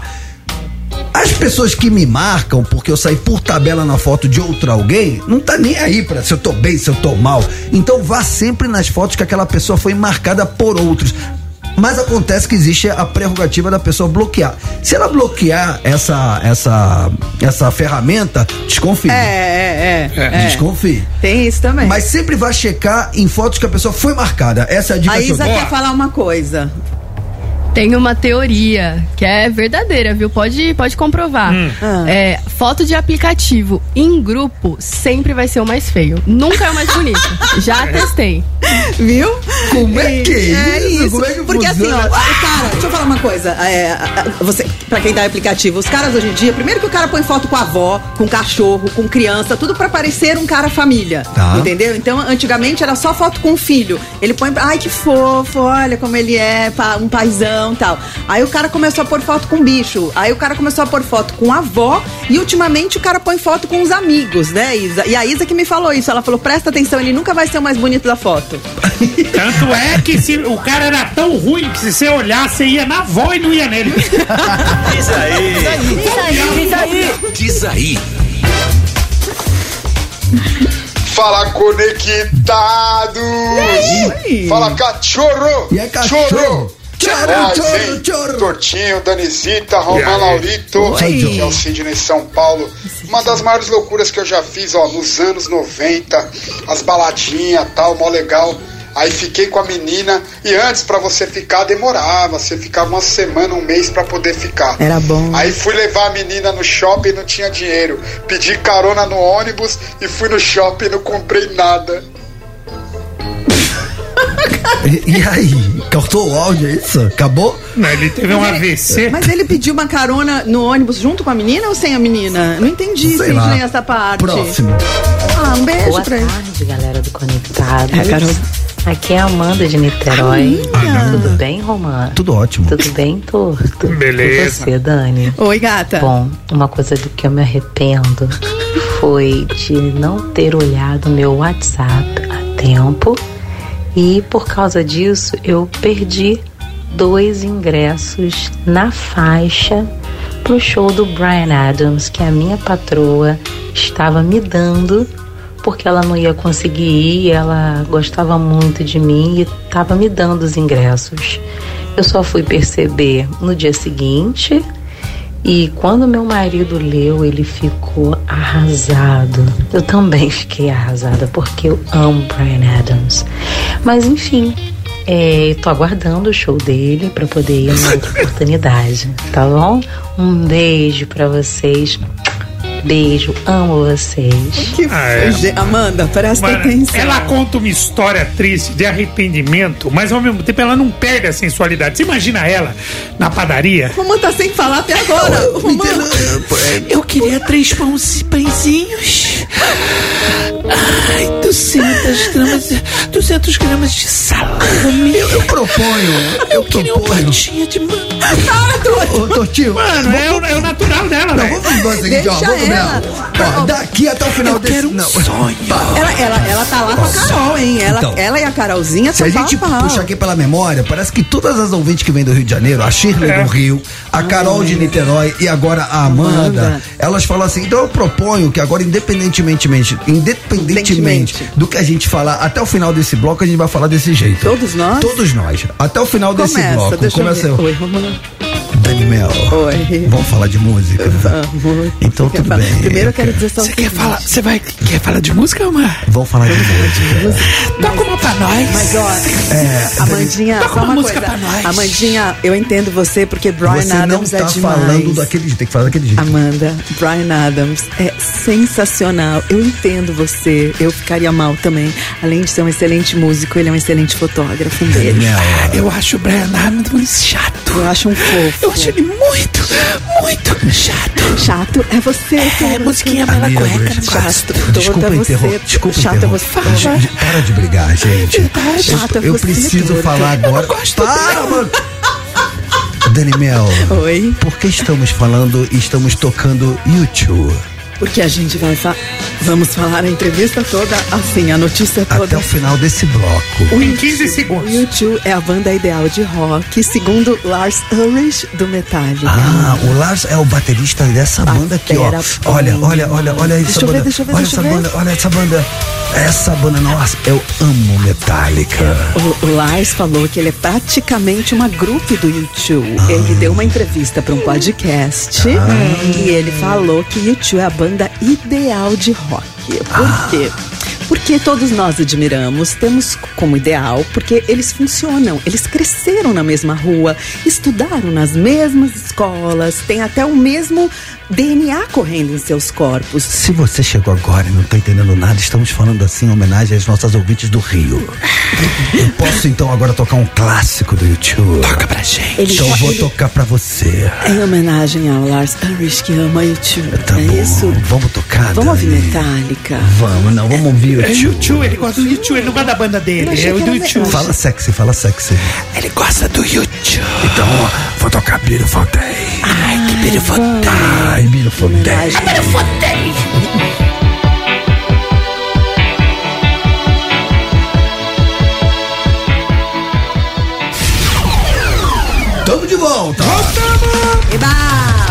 Speaker 1: As pessoas que me marcam porque eu saí por tabela na foto de outro alguém, não tá nem aí pra se eu tô bem, se eu tô mal. Então vá sempre nas fotos que aquela pessoa foi marcada por outros. Mas acontece que existe a prerrogativa da pessoa bloquear. Se ela bloquear essa essa essa ferramenta, desconfie.
Speaker 2: É, é, é. é.
Speaker 1: Desconfie.
Speaker 2: Tem isso também.
Speaker 1: Mas sempre vá checar em fotos que a pessoa foi marcada. Essa é a dica
Speaker 2: a
Speaker 1: que eu
Speaker 2: Isa
Speaker 1: dou.
Speaker 2: quer falar uma coisa.
Speaker 7: Tem uma teoria que é verdadeira, viu? Pode, pode comprovar.
Speaker 2: Ah.
Speaker 7: É, foto de aplicativo em grupo sempre vai ser o mais feio. Nunca é o mais bonito. Já testei.
Speaker 2: Viu?
Speaker 1: Como é que é
Speaker 2: É
Speaker 1: isso?
Speaker 2: isso.
Speaker 1: Como é que
Speaker 2: Porque assim, ó,
Speaker 1: funciona?
Speaker 2: cara, deixa eu falar uma coisa. É, a- a- você, pra quem dá aplicativo, os caras hoje em dia, primeiro que o cara põe foto com a avó, com cachorro, com criança, tudo pra parecer um cara família.
Speaker 1: Tá.
Speaker 2: Entendeu? Então, antigamente era só foto com o filho. Ele põe, ai que fofo, olha como ele é, pa- um paizão tal. Aí o cara começou a pôr foto com bicho. Aí o cara começou a pôr foto com a avó. E ultimamente o cara põe foto com os amigos, né, Isa? E a Isa que me falou isso. Ela falou: presta atenção, ele nunca vai ser o mais bonito da foto.
Speaker 3: Tanto é que se o cara era tão ruim que se você olhar, você ia na avó e não ia nele.
Speaker 9: Diz aí.
Speaker 8: Diz aí, diz aí.
Speaker 9: Diz aí.
Speaker 10: Fala conectados! Fala cachorro!
Speaker 1: E é cachorro.
Speaker 10: Chorro!
Speaker 1: Chorro,
Speaker 10: Ah,
Speaker 1: chorro,
Speaker 10: sim.
Speaker 1: chorro.
Speaker 10: Tortinho, Danisita, Romã Laurito,
Speaker 1: Oi.
Speaker 10: que é o Sidney São Paulo. Uma das maiores loucuras que eu já fiz, ó, nos anos 90, as baladinhas tal, mó legal. Aí fiquei com a menina e antes pra você ficar demorava, você ficava uma semana, um mês pra poder ficar.
Speaker 2: Era bom.
Speaker 10: Aí fui levar a menina no shopping e não tinha dinheiro. Pedi carona no ônibus e fui no shopping e não comprei nada.
Speaker 2: tá.
Speaker 1: E, e aí? Cortou o áudio, é isso? Acabou?
Speaker 3: Não, ele teve um AVC.
Speaker 2: Mas ele pediu uma carona no ônibus junto com a menina ou sem a menina? Não entendi,
Speaker 1: Sei lá.
Speaker 2: Sidney, essa parte.
Speaker 1: Próximo.
Speaker 2: Ah, um beijo
Speaker 11: Boa
Speaker 2: pra ele.
Speaker 11: tarde, galera do Conectados.
Speaker 2: É, Carol.
Speaker 11: Aqui é a Amanda de Niterói. Tudo bem, Romã?
Speaker 1: Tudo ótimo.
Speaker 11: Tudo bem, torto?
Speaker 3: Beleza.
Speaker 11: E você, Dani?
Speaker 2: Oi, gata.
Speaker 11: Bom, uma coisa do que eu me arrependo foi de não ter olhado meu WhatsApp a tempo. E por causa disso, eu perdi dois ingressos na faixa pro show do Brian Adams, que a minha patroa estava me dando, porque ela não ia conseguir ir, ela gostava muito de mim e estava me dando os ingressos. Eu só fui perceber no dia seguinte. E quando meu marido leu, ele ficou arrasado. Eu também fiquei arrasada, porque eu amo Brian Adams. Mas enfim, é, tô aguardando o show dele para poder ir em outra oportunidade, tá bom? Um beijo para vocês. Beijo, amo vocês.
Speaker 2: Que
Speaker 3: Ah, é.
Speaker 2: fuge- Amanda, presta
Speaker 3: Mano,
Speaker 2: atenção.
Speaker 3: ela conta uma história triste de arrependimento, mas ao mesmo tempo ela não perde a sensualidade. Você imagina ela na padaria?
Speaker 2: Como tá sem falar até agora? Romã.
Speaker 6: Eu queria três pães, pãezinhos. Ai, 200 gramas, 200 gramas de salame. Eu,
Speaker 1: Eu proponho, eu
Speaker 6: queria uma
Speaker 1: proponho.
Speaker 6: plantinha de manga.
Speaker 1: Ô, Tortinho,
Speaker 3: Mano, é o, é o natural dela,
Speaker 1: Não,
Speaker 3: velho.
Speaker 1: vamos fazer o seguinte, ó.
Speaker 2: Deixa
Speaker 1: Vamos
Speaker 2: ela.
Speaker 1: nela. Ó, daqui até o final
Speaker 6: Eu
Speaker 1: desse.
Speaker 6: quero um
Speaker 1: Não.
Speaker 6: sonho.
Speaker 2: Ela, ela, ela tá lá com a Carol, hein? Ela,
Speaker 1: Então.
Speaker 2: ela e a Carolzinha
Speaker 1: Se
Speaker 2: são
Speaker 1: a gente
Speaker 2: pau a pau.
Speaker 1: puxar aqui pela memória, parece que todas as ouvintes que vêm do Rio de Janeiro, a Shirley do Rio, a Carol de Niterói e agora a Amanda,
Speaker 2: Ah, é. Amanda.
Speaker 1: elas falam assim, então eu proponho que agora, independentemente, independentemente
Speaker 2: Independentemente.
Speaker 1: do que a gente falar, até o final desse bloco a gente vai falar desse jeito.
Speaker 2: Todos nós?
Speaker 1: Todos nós. Até o final desse
Speaker 2: Começa,
Speaker 1: bloco. é
Speaker 2: deixa eu
Speaker 1: Começa
Speaker 2: ver.
Speaker 1: eu.
Speaker 11: Oi, Romano.
Speaker 1: Dani Mel.
Speaker 2: Oi.
Speaker 1: Vamos falar de música?
Speaker 2: Vamos.
Speaker 1: Então
Speaker 2: Quer
Speaker 1: tudo
Speaker 2: falar?
Speaker 1: bem.
Speaker 2: Primeiro eu quero dizer só o
Speaker 6: Você quer
Speaker 2: seguinte.
Speaker 6: falar? Você vai quer falar de música, Omar?
Speaker 1: Vamos falar de música.
Speaker 6: Toca uma pra nós.
Speaker 2: Mas ó,
Speaker 1: É,
Speaker 2: Amandinha,
Speaker 6: Toca
Speaker 2: só
Speaker 6: uma
Speaker 2: uma,
Speaker 6: música
Speaker 2: coisa.
Speaker 6: pra nós.
Speaker 2: Amandinha, eu entendo você porque Brian
Speaker 1: Você não
Speaker 2: Adams
Speaker 1: tá
Speaker 2: é demais.
Speaker 1: falando daquele jeito, tem que falar daquele jeito.
Speaker 2: Amanda, Brian Adams é sensacional. Eu entendo você. Eu ficaria mal também. Além de ser um excelente músico, ele é um excelente fotógrafo. Um
Speaker 1: Dani
Speaker 2: beijo.
Speaker 6: É.
Speaker 1: Mel.
Speaker 6: Eu acho o Brian Adams muito chato.
Speaker 2: Eu acho um fofo.
Speaker 6: Eu acho ele muito, muito chato.
Speaker 2: Chato é você.
Speaker 6: É,
Speaker 2: cara.
Speaker 6: musiquinha bela
Speaker 1: Amigos,
Speaker 6: cueca. né?
Speaker 2: Chato.
Speaker 1: Desculpa
Speaker 2: Toda você.
Speaker 1: interromper. Desculpa
Speaker 2: Chata
Speaker 1: interromper.
Speaker 2: você.
Speaker 1: Gente, Para de brigar, gente. Eu,
Speaker 2: Chata
Speaker 1: eu
Speaker 2: você,
Speaker 1: preciso
Speaker 2: Arthur.
Speaker 1: falar agora. Para, mano. Dani Mel,
Speaker 2: Oi,
Speaker 1: por que estamos falando e estamos tocando YouTube?
Speaker 2: porque a gente vai falar. Vamos falar a entrevista toda, assim, a notícia
Speaker 1: Até
Speaker 2: toda.
Speaker 1: o final desse bloco.
Speaker 3: Em 15 segundos.
Speaker 2: U2 é a banda ideal de rock, segundo Lars Ulrich do Metallica.
Speaker 1: Ah, o Lars é o baterista dessa banda aqui, ó.
Speaker 2: fera, pô.
Speaker 1: Olha, olha, olha, olha essa
Speaker 2: Deixa eu ver,
Speaker 1: banda.
Speaker 2: deixa eu ver,
Speaker 1: olha
Speaker 2: deixa
Speaker 1: essa
Speaker 2: eu ver.
Speaker 1: banda, olha essa banda. Essa banda, nossa, eu amo Metallica.
Speaker 2: O, o Lars falou que ele é praticamente uma grupo do YouTube.
Speaker 1: Ah.
Speaker 2: Ele deu uma entrevista para um podcast
Speaker 1: Ah.
Speaker 2: e ele falou que YouTube é a banda ideal de rock. Por quê? Porque todos nós admiramos, temos como ideal, porque eles funcionam, eles cresceram na mesma rua, estudaram nas mesmas escolas, têm até o mesmo DNA correndo em seus corpos.
Speaker 1: Se você chegou agora e não tá entendendo nada, estamos falando assim em homenagem às nossas ouvintes do Rio. Eu posso então agora tocar um clássico do YouTube? Toca pra gente.
Speaker 2: Ele-
Speaker 1: então eu vou
Speaker 2: ele-
Speaker 1: tocar pra você.
Speaker 2: Em homenagem ao Lars Ulrich, que ama YouTube.
Speaker 1: Tá
Speaker 2: é
Speaker 1: bom.
Speaker 2: isso?
Speaker 1: Vamos tocar.
Speaker 2: Vamos
Speaker 1: Dani?
Speaker 2: ouvir né? Tá. Metallica.
Speaker 1: Vamos, não, vamos ouvir
Speaker 3: É
Speaker 1: o YouTube.
Speaker 3: YouTube, ele gosta do YouTube, ele não gosta da banda
Speaker 2: Eu
Speaker 3: dele.
Speaker 2: achei
Speaker 3: É o
Speaker 2: que
Speaker 3: do
Speaker 2: era
Speaker 3: YouTube.
Speaker 1: Fala sexy, fala sexy.
Speaker 3: ele gosta do YouTube.
Speaker 1: Então, vou tocar Beautiful Day. Ai, que Beautiful Day. Ai, Beautiful Day. Tamo de volta.
Speaker 2: Eba!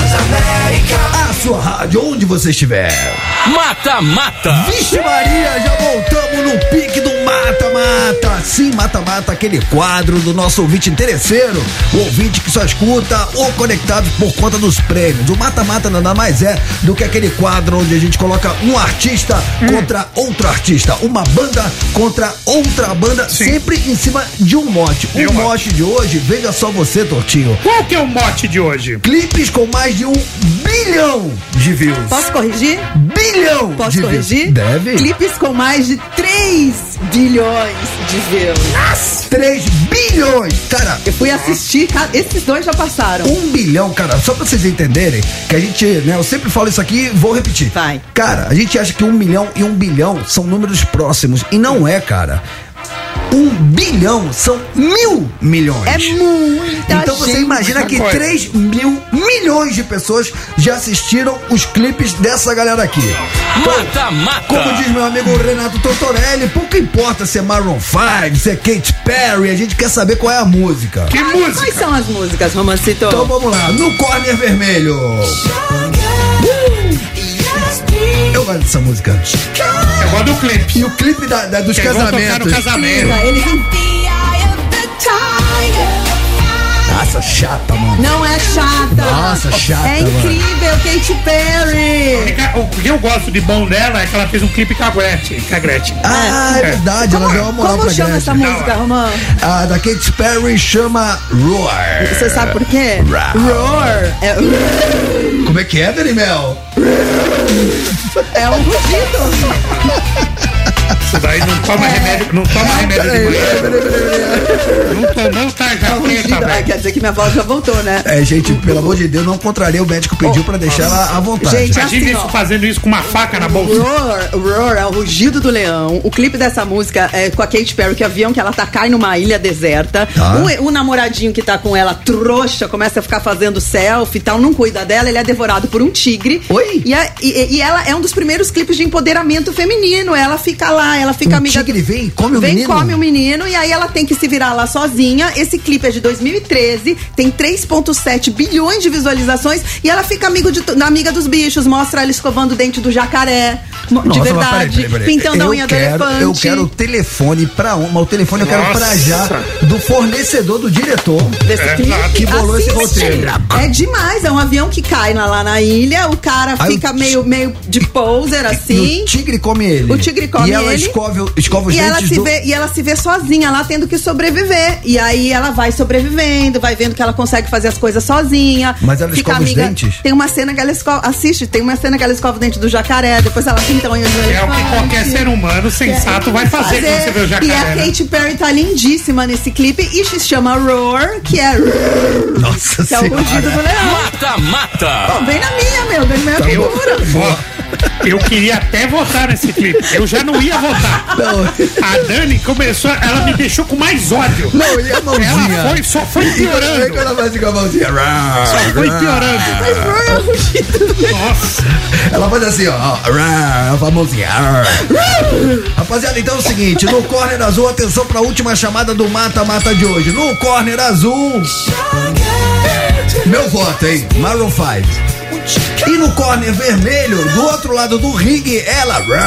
Speaker 1: A sua rádio, onde você estiver.
Speaker 9: Mata, mata.
Speaker 1: Vixe Maria, já voltamos no pique do mata-mata. Sim, mata-mata, aquele quadro do nosso ouvinte interesseiro. O ouvinte que só escuta o conectado por conta dos prêmios. O mata-mata nada mais é do que aquele quadro onde a gente coloca um artista contra outro artista. Uma banda contra outra banda, sempre em cima de um mote. O
Speaker 3: um
Speaker 1: mote. de hoje, veja só você, Tortinho.
Speaker 3: Qual que é o mote de hoje?
Speaker 1: Clipes com mais de um bilhão de views.
Speaker 2: Posso corrigir?
Speaker 1: Bilhão!
Speaker 2: Posso
Speaker 1: de views.
Speaker 2: corrigir?
Speaker 1: Deve.
Speaker 2: Clipes com mais de 3 bilhões de views.
Speaker 1: 3 bilhões! Cara,
Speaker 2: Eu fui assistir, ca- esses dois já passaram.
Speaker 1: um bilhão, cara, só pra vocês entenderem, que a gente, né, eu sempre falo isso aqui e vou repetir.
Speaker 2: Vai.
Speaker 1: Cara, a gente acha que um milhão e um bilhão são números próximos, e não é, cara. Um bilhão são mil milhões.
Speaker 2: É muita
Speaker 1: Então você
Speaker 2: gente.
Speaker 1: imagina que
Speaker 3: Agora.
Speaker 1: 3 mil milhões de pessoas já assistiram os clipes dessa galera aqui. Então,
Speaker 9: Mata,
Speaker 1: Como diz
Speaker 9: mata.
Speaker 1: meu amigo Renato Tortorelli, pouco importa se é Maroon 5, se é Kate Perry, a gente quer saber qual é a música.
Speaker 3: Que
Speaker 2: Quais
Speaker 3: música?
Speaker 2: são as músicas, Romancito?
Speaker 1: Então vamos lá, no corner vermelho. Eu gosto dessa música.
Speaker 3: Eu gosto do clipe.
Speaker 1: E o clipe da, da- dos
Speaker 3: Que vão tocar no
Speaker 1: casamentos.
Speaker 3: casamento.
Speaker 2: Tira, eles-
Speaker 1: Nossa, chata, mano.
Speaker 2: Não é chata.
Speaker 1: Nossa, chata,
Speaker 2: É incrível, Katy Perry.
Speaker 3: O que eu gosto de bom dela é que ela fez um clipe com a Gretchen. Com a Gretchen.
Speaker 1: Ah, é
Speaker 3: É.
Speaker 1: verdade, ela deu uma moral
Speaker 2: Como
Speaker 1: pra
Speaker 2: chama
Speaker 1: gente.
Speaker 2: essa música, Romã?
Speaker 1: A da Katy Perry chama Roar.
Speaker 2: Você sabe por quê?
Speaker 1: Roar.
Speaker 2: Roar. É,
Speaker 1: Como é que é, Dani Mel?
Speaker 2: é um rugido.
Speaker 3: Isso daí não toma remédio, não toma remédio de manhã. Não tomou, tá já
Speaker 2: rugido.
Speaker 3: tenta,
Speaker 2: Ah,
Speaker 3: velho.
Speaker 2: quer dizer que minha voz já voltou, né?
Speaker 1: É, gente, pelo amor de Deus, não contraria. O médico pediu pra deixar ela à vontade.
Speaker 2: Oh, Gente,
Speaker 3: Imagina
Speaker 2: assim, ó.
Speaker 3: isso fazendo isso com uma faca na bolsa.
Speaker 2: Roar, Roar é o rugido do leão. O clipe dessa música é com a Katy Perry, que é avião que ela tá cai numa ilha deserta.
Speaker 1: Tá.
Speaker 2: O, o namoradinho que tá com ela, trouxa, começa a ficar fazendo selfie e tal, não cuida dela, ele é devorado por um tigre.
Speaker 1: Oi?
Speaker 2: E, a- e- e ela é um dos primeiros clipes de empoderamento feminino. Ela fica lá, ela fica
Speaker 1: Um
Speaker 2: amiga.
Speaker 1: tigre vem e come o
Speaker 2: vem,
Speaker 1: menino?
Speaker 2: come o menino e aí ela tem que se virar lá sozinha. Esse clipe é de 2013, tem 3.7 bilhões de visualizações e ela fica amigo de, to- da amiga dos bichos, mostra ela escovando o dente do jacaré, mo- de
Speaker 1: Nossa, mas
Speaker 2: verdade,
Speaker 1: peraí, peraí, peraí.
Speaker 2: pintando a
Speaker 1: Eu
Speaker 2: unha
Speaker 1: quero-
Speaker 2: do elefante.
Speaker 1: Eu quero o telefone pra uma, o telefone eu quero pra
Speaker 3: Nossa.
Speaker 1: já do fornecedor do diretor.
Speaker 2: Desse
Speaker 3: É,
Speaker 2: clipe,
Speaker 3: exato.
Speaker 1: Que bolou esse
Speaker 2: assiste.
Speaker 1: roteiro.
Speaker 2: É demais, é um avião que cai na- lá na ilha, o cara
Speaker 1: Aí
Speaker 2: fica
Speaker 1: o-
Speaker 2: meio, meio de poser
Speaker 1: E
Speaker 2: assim.
Speaker 1: o tigre come ele.
Speaker 2: O tigre come
Speaker 1: E ela
Speaker 2: ele.
Speaker 1: escove, o- escova os
Speaker 2: e ela
Speaker 1: dentes
Speaker 2: se
Speaker 1: do...
Speaker 2: vê E ela se vê sozinha lá tendo que sobreviver. E aí ela vai sobrevivendo, vai vendo que ela consegue fazer as coisas sozinha.
Speaker 1: Mas ela escova os dentes?
Speaker 2: Tem uma cena que ela escova. Assiste, tem uma cena que ela escova o dente do jacaré, depois ela pinta a unha do
Speaker 3: É o que
Speaker 2: elefante. É.
Speaker 3: qualquer ser humano sensato vai fazer quando você vê o
Speaker 2: E a
Speaker 3: jacaré. né?
Speaker 2: Katy Perry tá lindíssima nesse clipe e se chama Roar, que é,
Speaker 1: Nossa
Speaker 2: que é o rugido do
Speaker 1: senhora.
Speaker 2: leão.
Speaker 9: Mata, mata.
Speaker 2: Pô, bem na minha, meu, bem
Speaker 1: Tá
Speaker 2: na minha
Speaker 3: Eu,
Speaker 2: figura.
Speaker 3: ó, eu queria até votar nesse clipe. Eu já não ia votar. A Dani começou, ela me deixou com mais ódio.
Speaker 1: Não, e a mãozinha?
Speaker 3: Ela foi, só foi
Speaker 1: Vem que
Speaker 3: piorando.
Speaker 1: ela faz assim com a mãozinha.
Speaker 3: Só foi piorando.
Speaker 2: Mas Roar é o rugido do leão.
Speaker 3: Nossa.
Speaker 1: Ela faz assim, ó. Ela faz a mãozinha. Rapaziada, então é o seguinte: no corner azul, atenção pra última chamada do mata-mata de hoje. No corner azul. Meu voto, hein? Maroon 5. E no corner vermelho, do outro lado do ringue, ela. Kate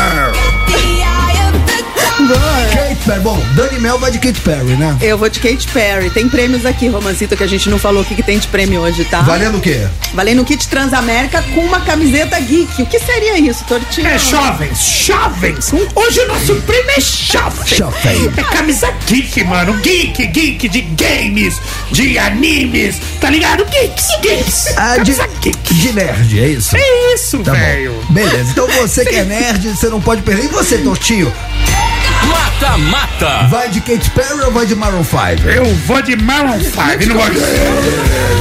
Speaker 1: Perry. Tá Bom, Dani Mel vai de Kate Perry, né?
Speaker 2: Eu vou de Kate Perry. Tem prêmios aqui, Romancito, que a gente não falou o que, que tem de prêmio hoje, tá?
Speaker 1: Valendo o quê?
Speaker 2: Valendo um kit Transamérica com uma camiseta geek. O que seria isso, Tortinho?
Speaker 3: É jovens, jovens. Hoje o nosso prêmio é jovem. É camisa geek, mano. Geek, geek de games, de animes, tá ligado? Geeks, geeks.
Speaker 1: Ah, de,
Speaker 3: Camisa geek.
Speaker 1: de nerd, é isso?
Speaker 3: É isso,
Speaker 1: Tá bom.
Speaker 3: velho.
Speaker 1: Beleza, então você que é nerd, você não pode perder. E você, Tortinho?
Speaker 9: Mata, mata.
Speaker 1: Vai de Kate Perry ou vai de Maroon 5?
Speaker 3: Eu vou de Maroon 5. Não vou...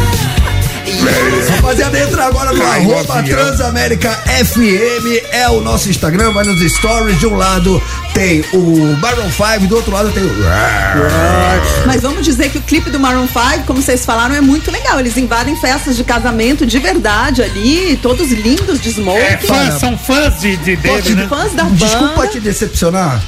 Speaker 1: Rapaziada, entra agora no arroba Transamérica FM, é o nosso Instagram, vai nos stories, de um lado tem o Maroon 5, do outro lado tem o...
Speaker 2: Mas vamos dizer que o clipe do Maroon 5, como vocês falaram, é muito legal. Eles invadem festas de casamento de verdade ali, todos lindos de smoke.
Speaker 3: É, fãs, são fãs de, de dele, né?
Speaker 2: Fãs da
Speaker 1: Desculpa
Speaker 2: banda.
Speaker 1: te decepcionar,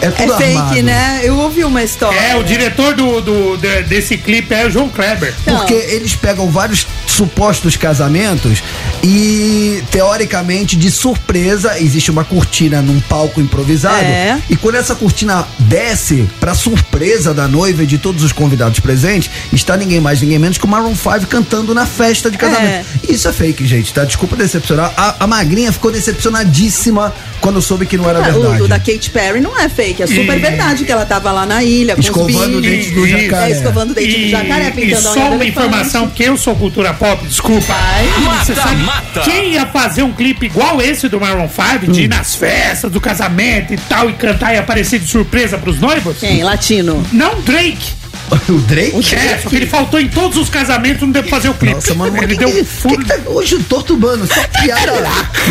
Speaker 1: é
Speaker 2: É
Speaker 1: tudo
Speaker 2: fake,
Speaker 1: armado.
Speaker 2: né? Eu ouvi uma história.
Speaker 3: É, o diretor do, do- de- desse clipe é o João Kleber.
Speaker 2: Então,
Speaker 1: Porque eles pegam vários supostos casamentos e, teoricamente, de surpresa, existe uma cortina num palco improvisado.
Speaker 2: É.
Speaker 1: E quando essa cortina desce, pra surpresa da noiva e de todos os convidados presentes, está ninguém mais, ninguém menos que o Maroon 5 cantando na festa de casamento. Isso é fake, gente, tá? Desculpa decepcionar. A, a magrinha ficou decepcionadíssima quando soube que não era
Speaker 2: é,
Speaker 1: verdade.
Speaker 2: o, o da Kate Perry não é fake, é super
Speaker 3: E-
Speaker 2: verdade que ela tava lá na ilha com
Speaker 1: Escovando o
Speaker 2: os bichos.
Speaker 1: dente do
Speaker 3: Isso.
Speaker 1: jacaré.
Speaker 2: É, escovando o dente do
Speaker 3: E,
Speaker 2: jacaré,
Speaker 3: e
Speaker 2: pintando a
Speaker 3: só
Speaker 2: unha do
Speaker 3: uma
Speaker 2: elefante.
Speaker 3: informação que eu sou cultura pop, desculpa. Você
Speaker 9: Mata,
Speaker 3: sabe
Speaker 9: mata.
Speaker 3: Quem ia fazer um clipe igual esse do Maroon 5, de ir nas festas, do casamento e tal, e cantar e aparecer de surpresa pros noivos?
Speaker 2: Quem? Latino.
Speaker 3: Não Drake.
Speaker 1: O Drake?
Speaker 3: É, porque ele faltou em todos os casamentos, não deu pra fazer o clipe.
Speaker 1: Nossa, mano, mas
Speaker 3: ele
Speaker 1: que
Speaker 3: deu
Speaker 1: que-
Speaker 3: um
Speaker 1: que
Speaker 3: furo.
Speaker 1: que tá- hoje o torto humano, só piada.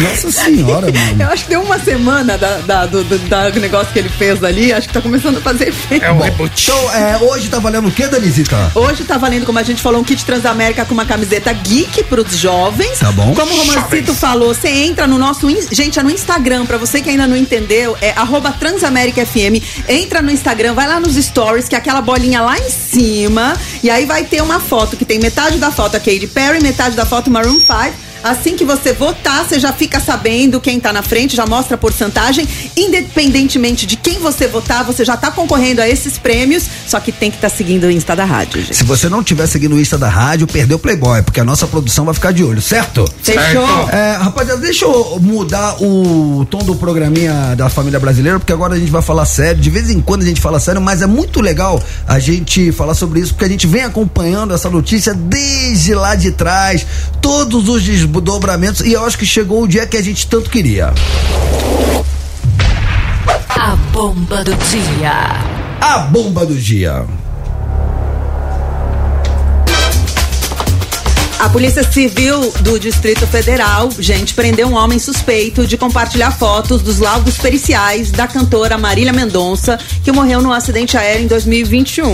Speaker 1: Nossa senhora, mano.
Speaker 2: Eu acho que deu uma semana da, da- do, do- da- do negócio que ele fez ali, acho que tá começando a fazer efeito.
Speaker 3: É um rebote.
Speaker 1: Então, é, hoje tá valendo o que, Danizita?
Speaker 2: Hoje tá valendo, como a gente falou, um kit Transamérica com uma camiseta geek pros jovens.
Speaker 1: Tá bom.
Speaker 2: Como o Romancito falou, você entra no nosso. in- Gente, é no Instagram. Pra você que ainda não entendeu, é arroba Transamérica FM. Entra no Instagram, vai lá nos stories, que é aquela bolinha lá em cima. E aí vai ter uma foto que tem metade da foto a Katy Perry, metade da foto Maroon 5. Assim que você votar, você já fica sabendo quem tá na frente, já mostra a porcentagem. Independentemente de quem você votar, você já tá concorrendo a esses prêmios. Só que tem que tá seguindo o Insta da rádio, gente.
Speaker 1: Se você não tiver seguindo o Insta da rádio, perdeu o Playboy, é porque a nossa produção vai ficar de olho, certo?
Speaker 2: Fechou?
Speaker 1: É, rapaziada, deixa eu mudar o tom do programinha da família brasileira, porque agora a gente vai falar sério. De vez em quando a gente fala sério, mas é muito legal a gente falar sobre isso, porque a gente vem acompanhando essa notícia desde lá de trás, todos os desdobramentos, e eu acho que chegou o dia que a gente tanto queria.
Speaker 8: A bomba do dia.
Speaker 1: A bomba do dia.
Speaker 2: A Polícia Civil do Distrito Federal, gente, prendeu um homem suspeito de compartilhar fotos dos laudos periciais da cantora Marília Mendonça, que morreu num acidente aéreo em 2021.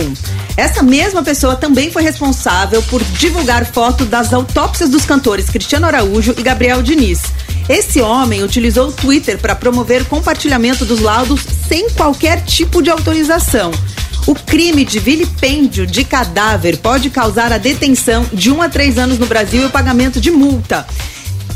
Speaker 2: Essa mesma pessoa também foi responsável por divulgar foto das autópsias dos cantores Cristiano Araújo e Gabriel Diniz. Esse homem utilizou o Twitter para promover o compartilhamento dos laudos sem qualquer tipo de autorização. O crime de vilipêndio de cadáver pode causar a detenção de 1 a 3 anos no Brasil e o pagamento de multa.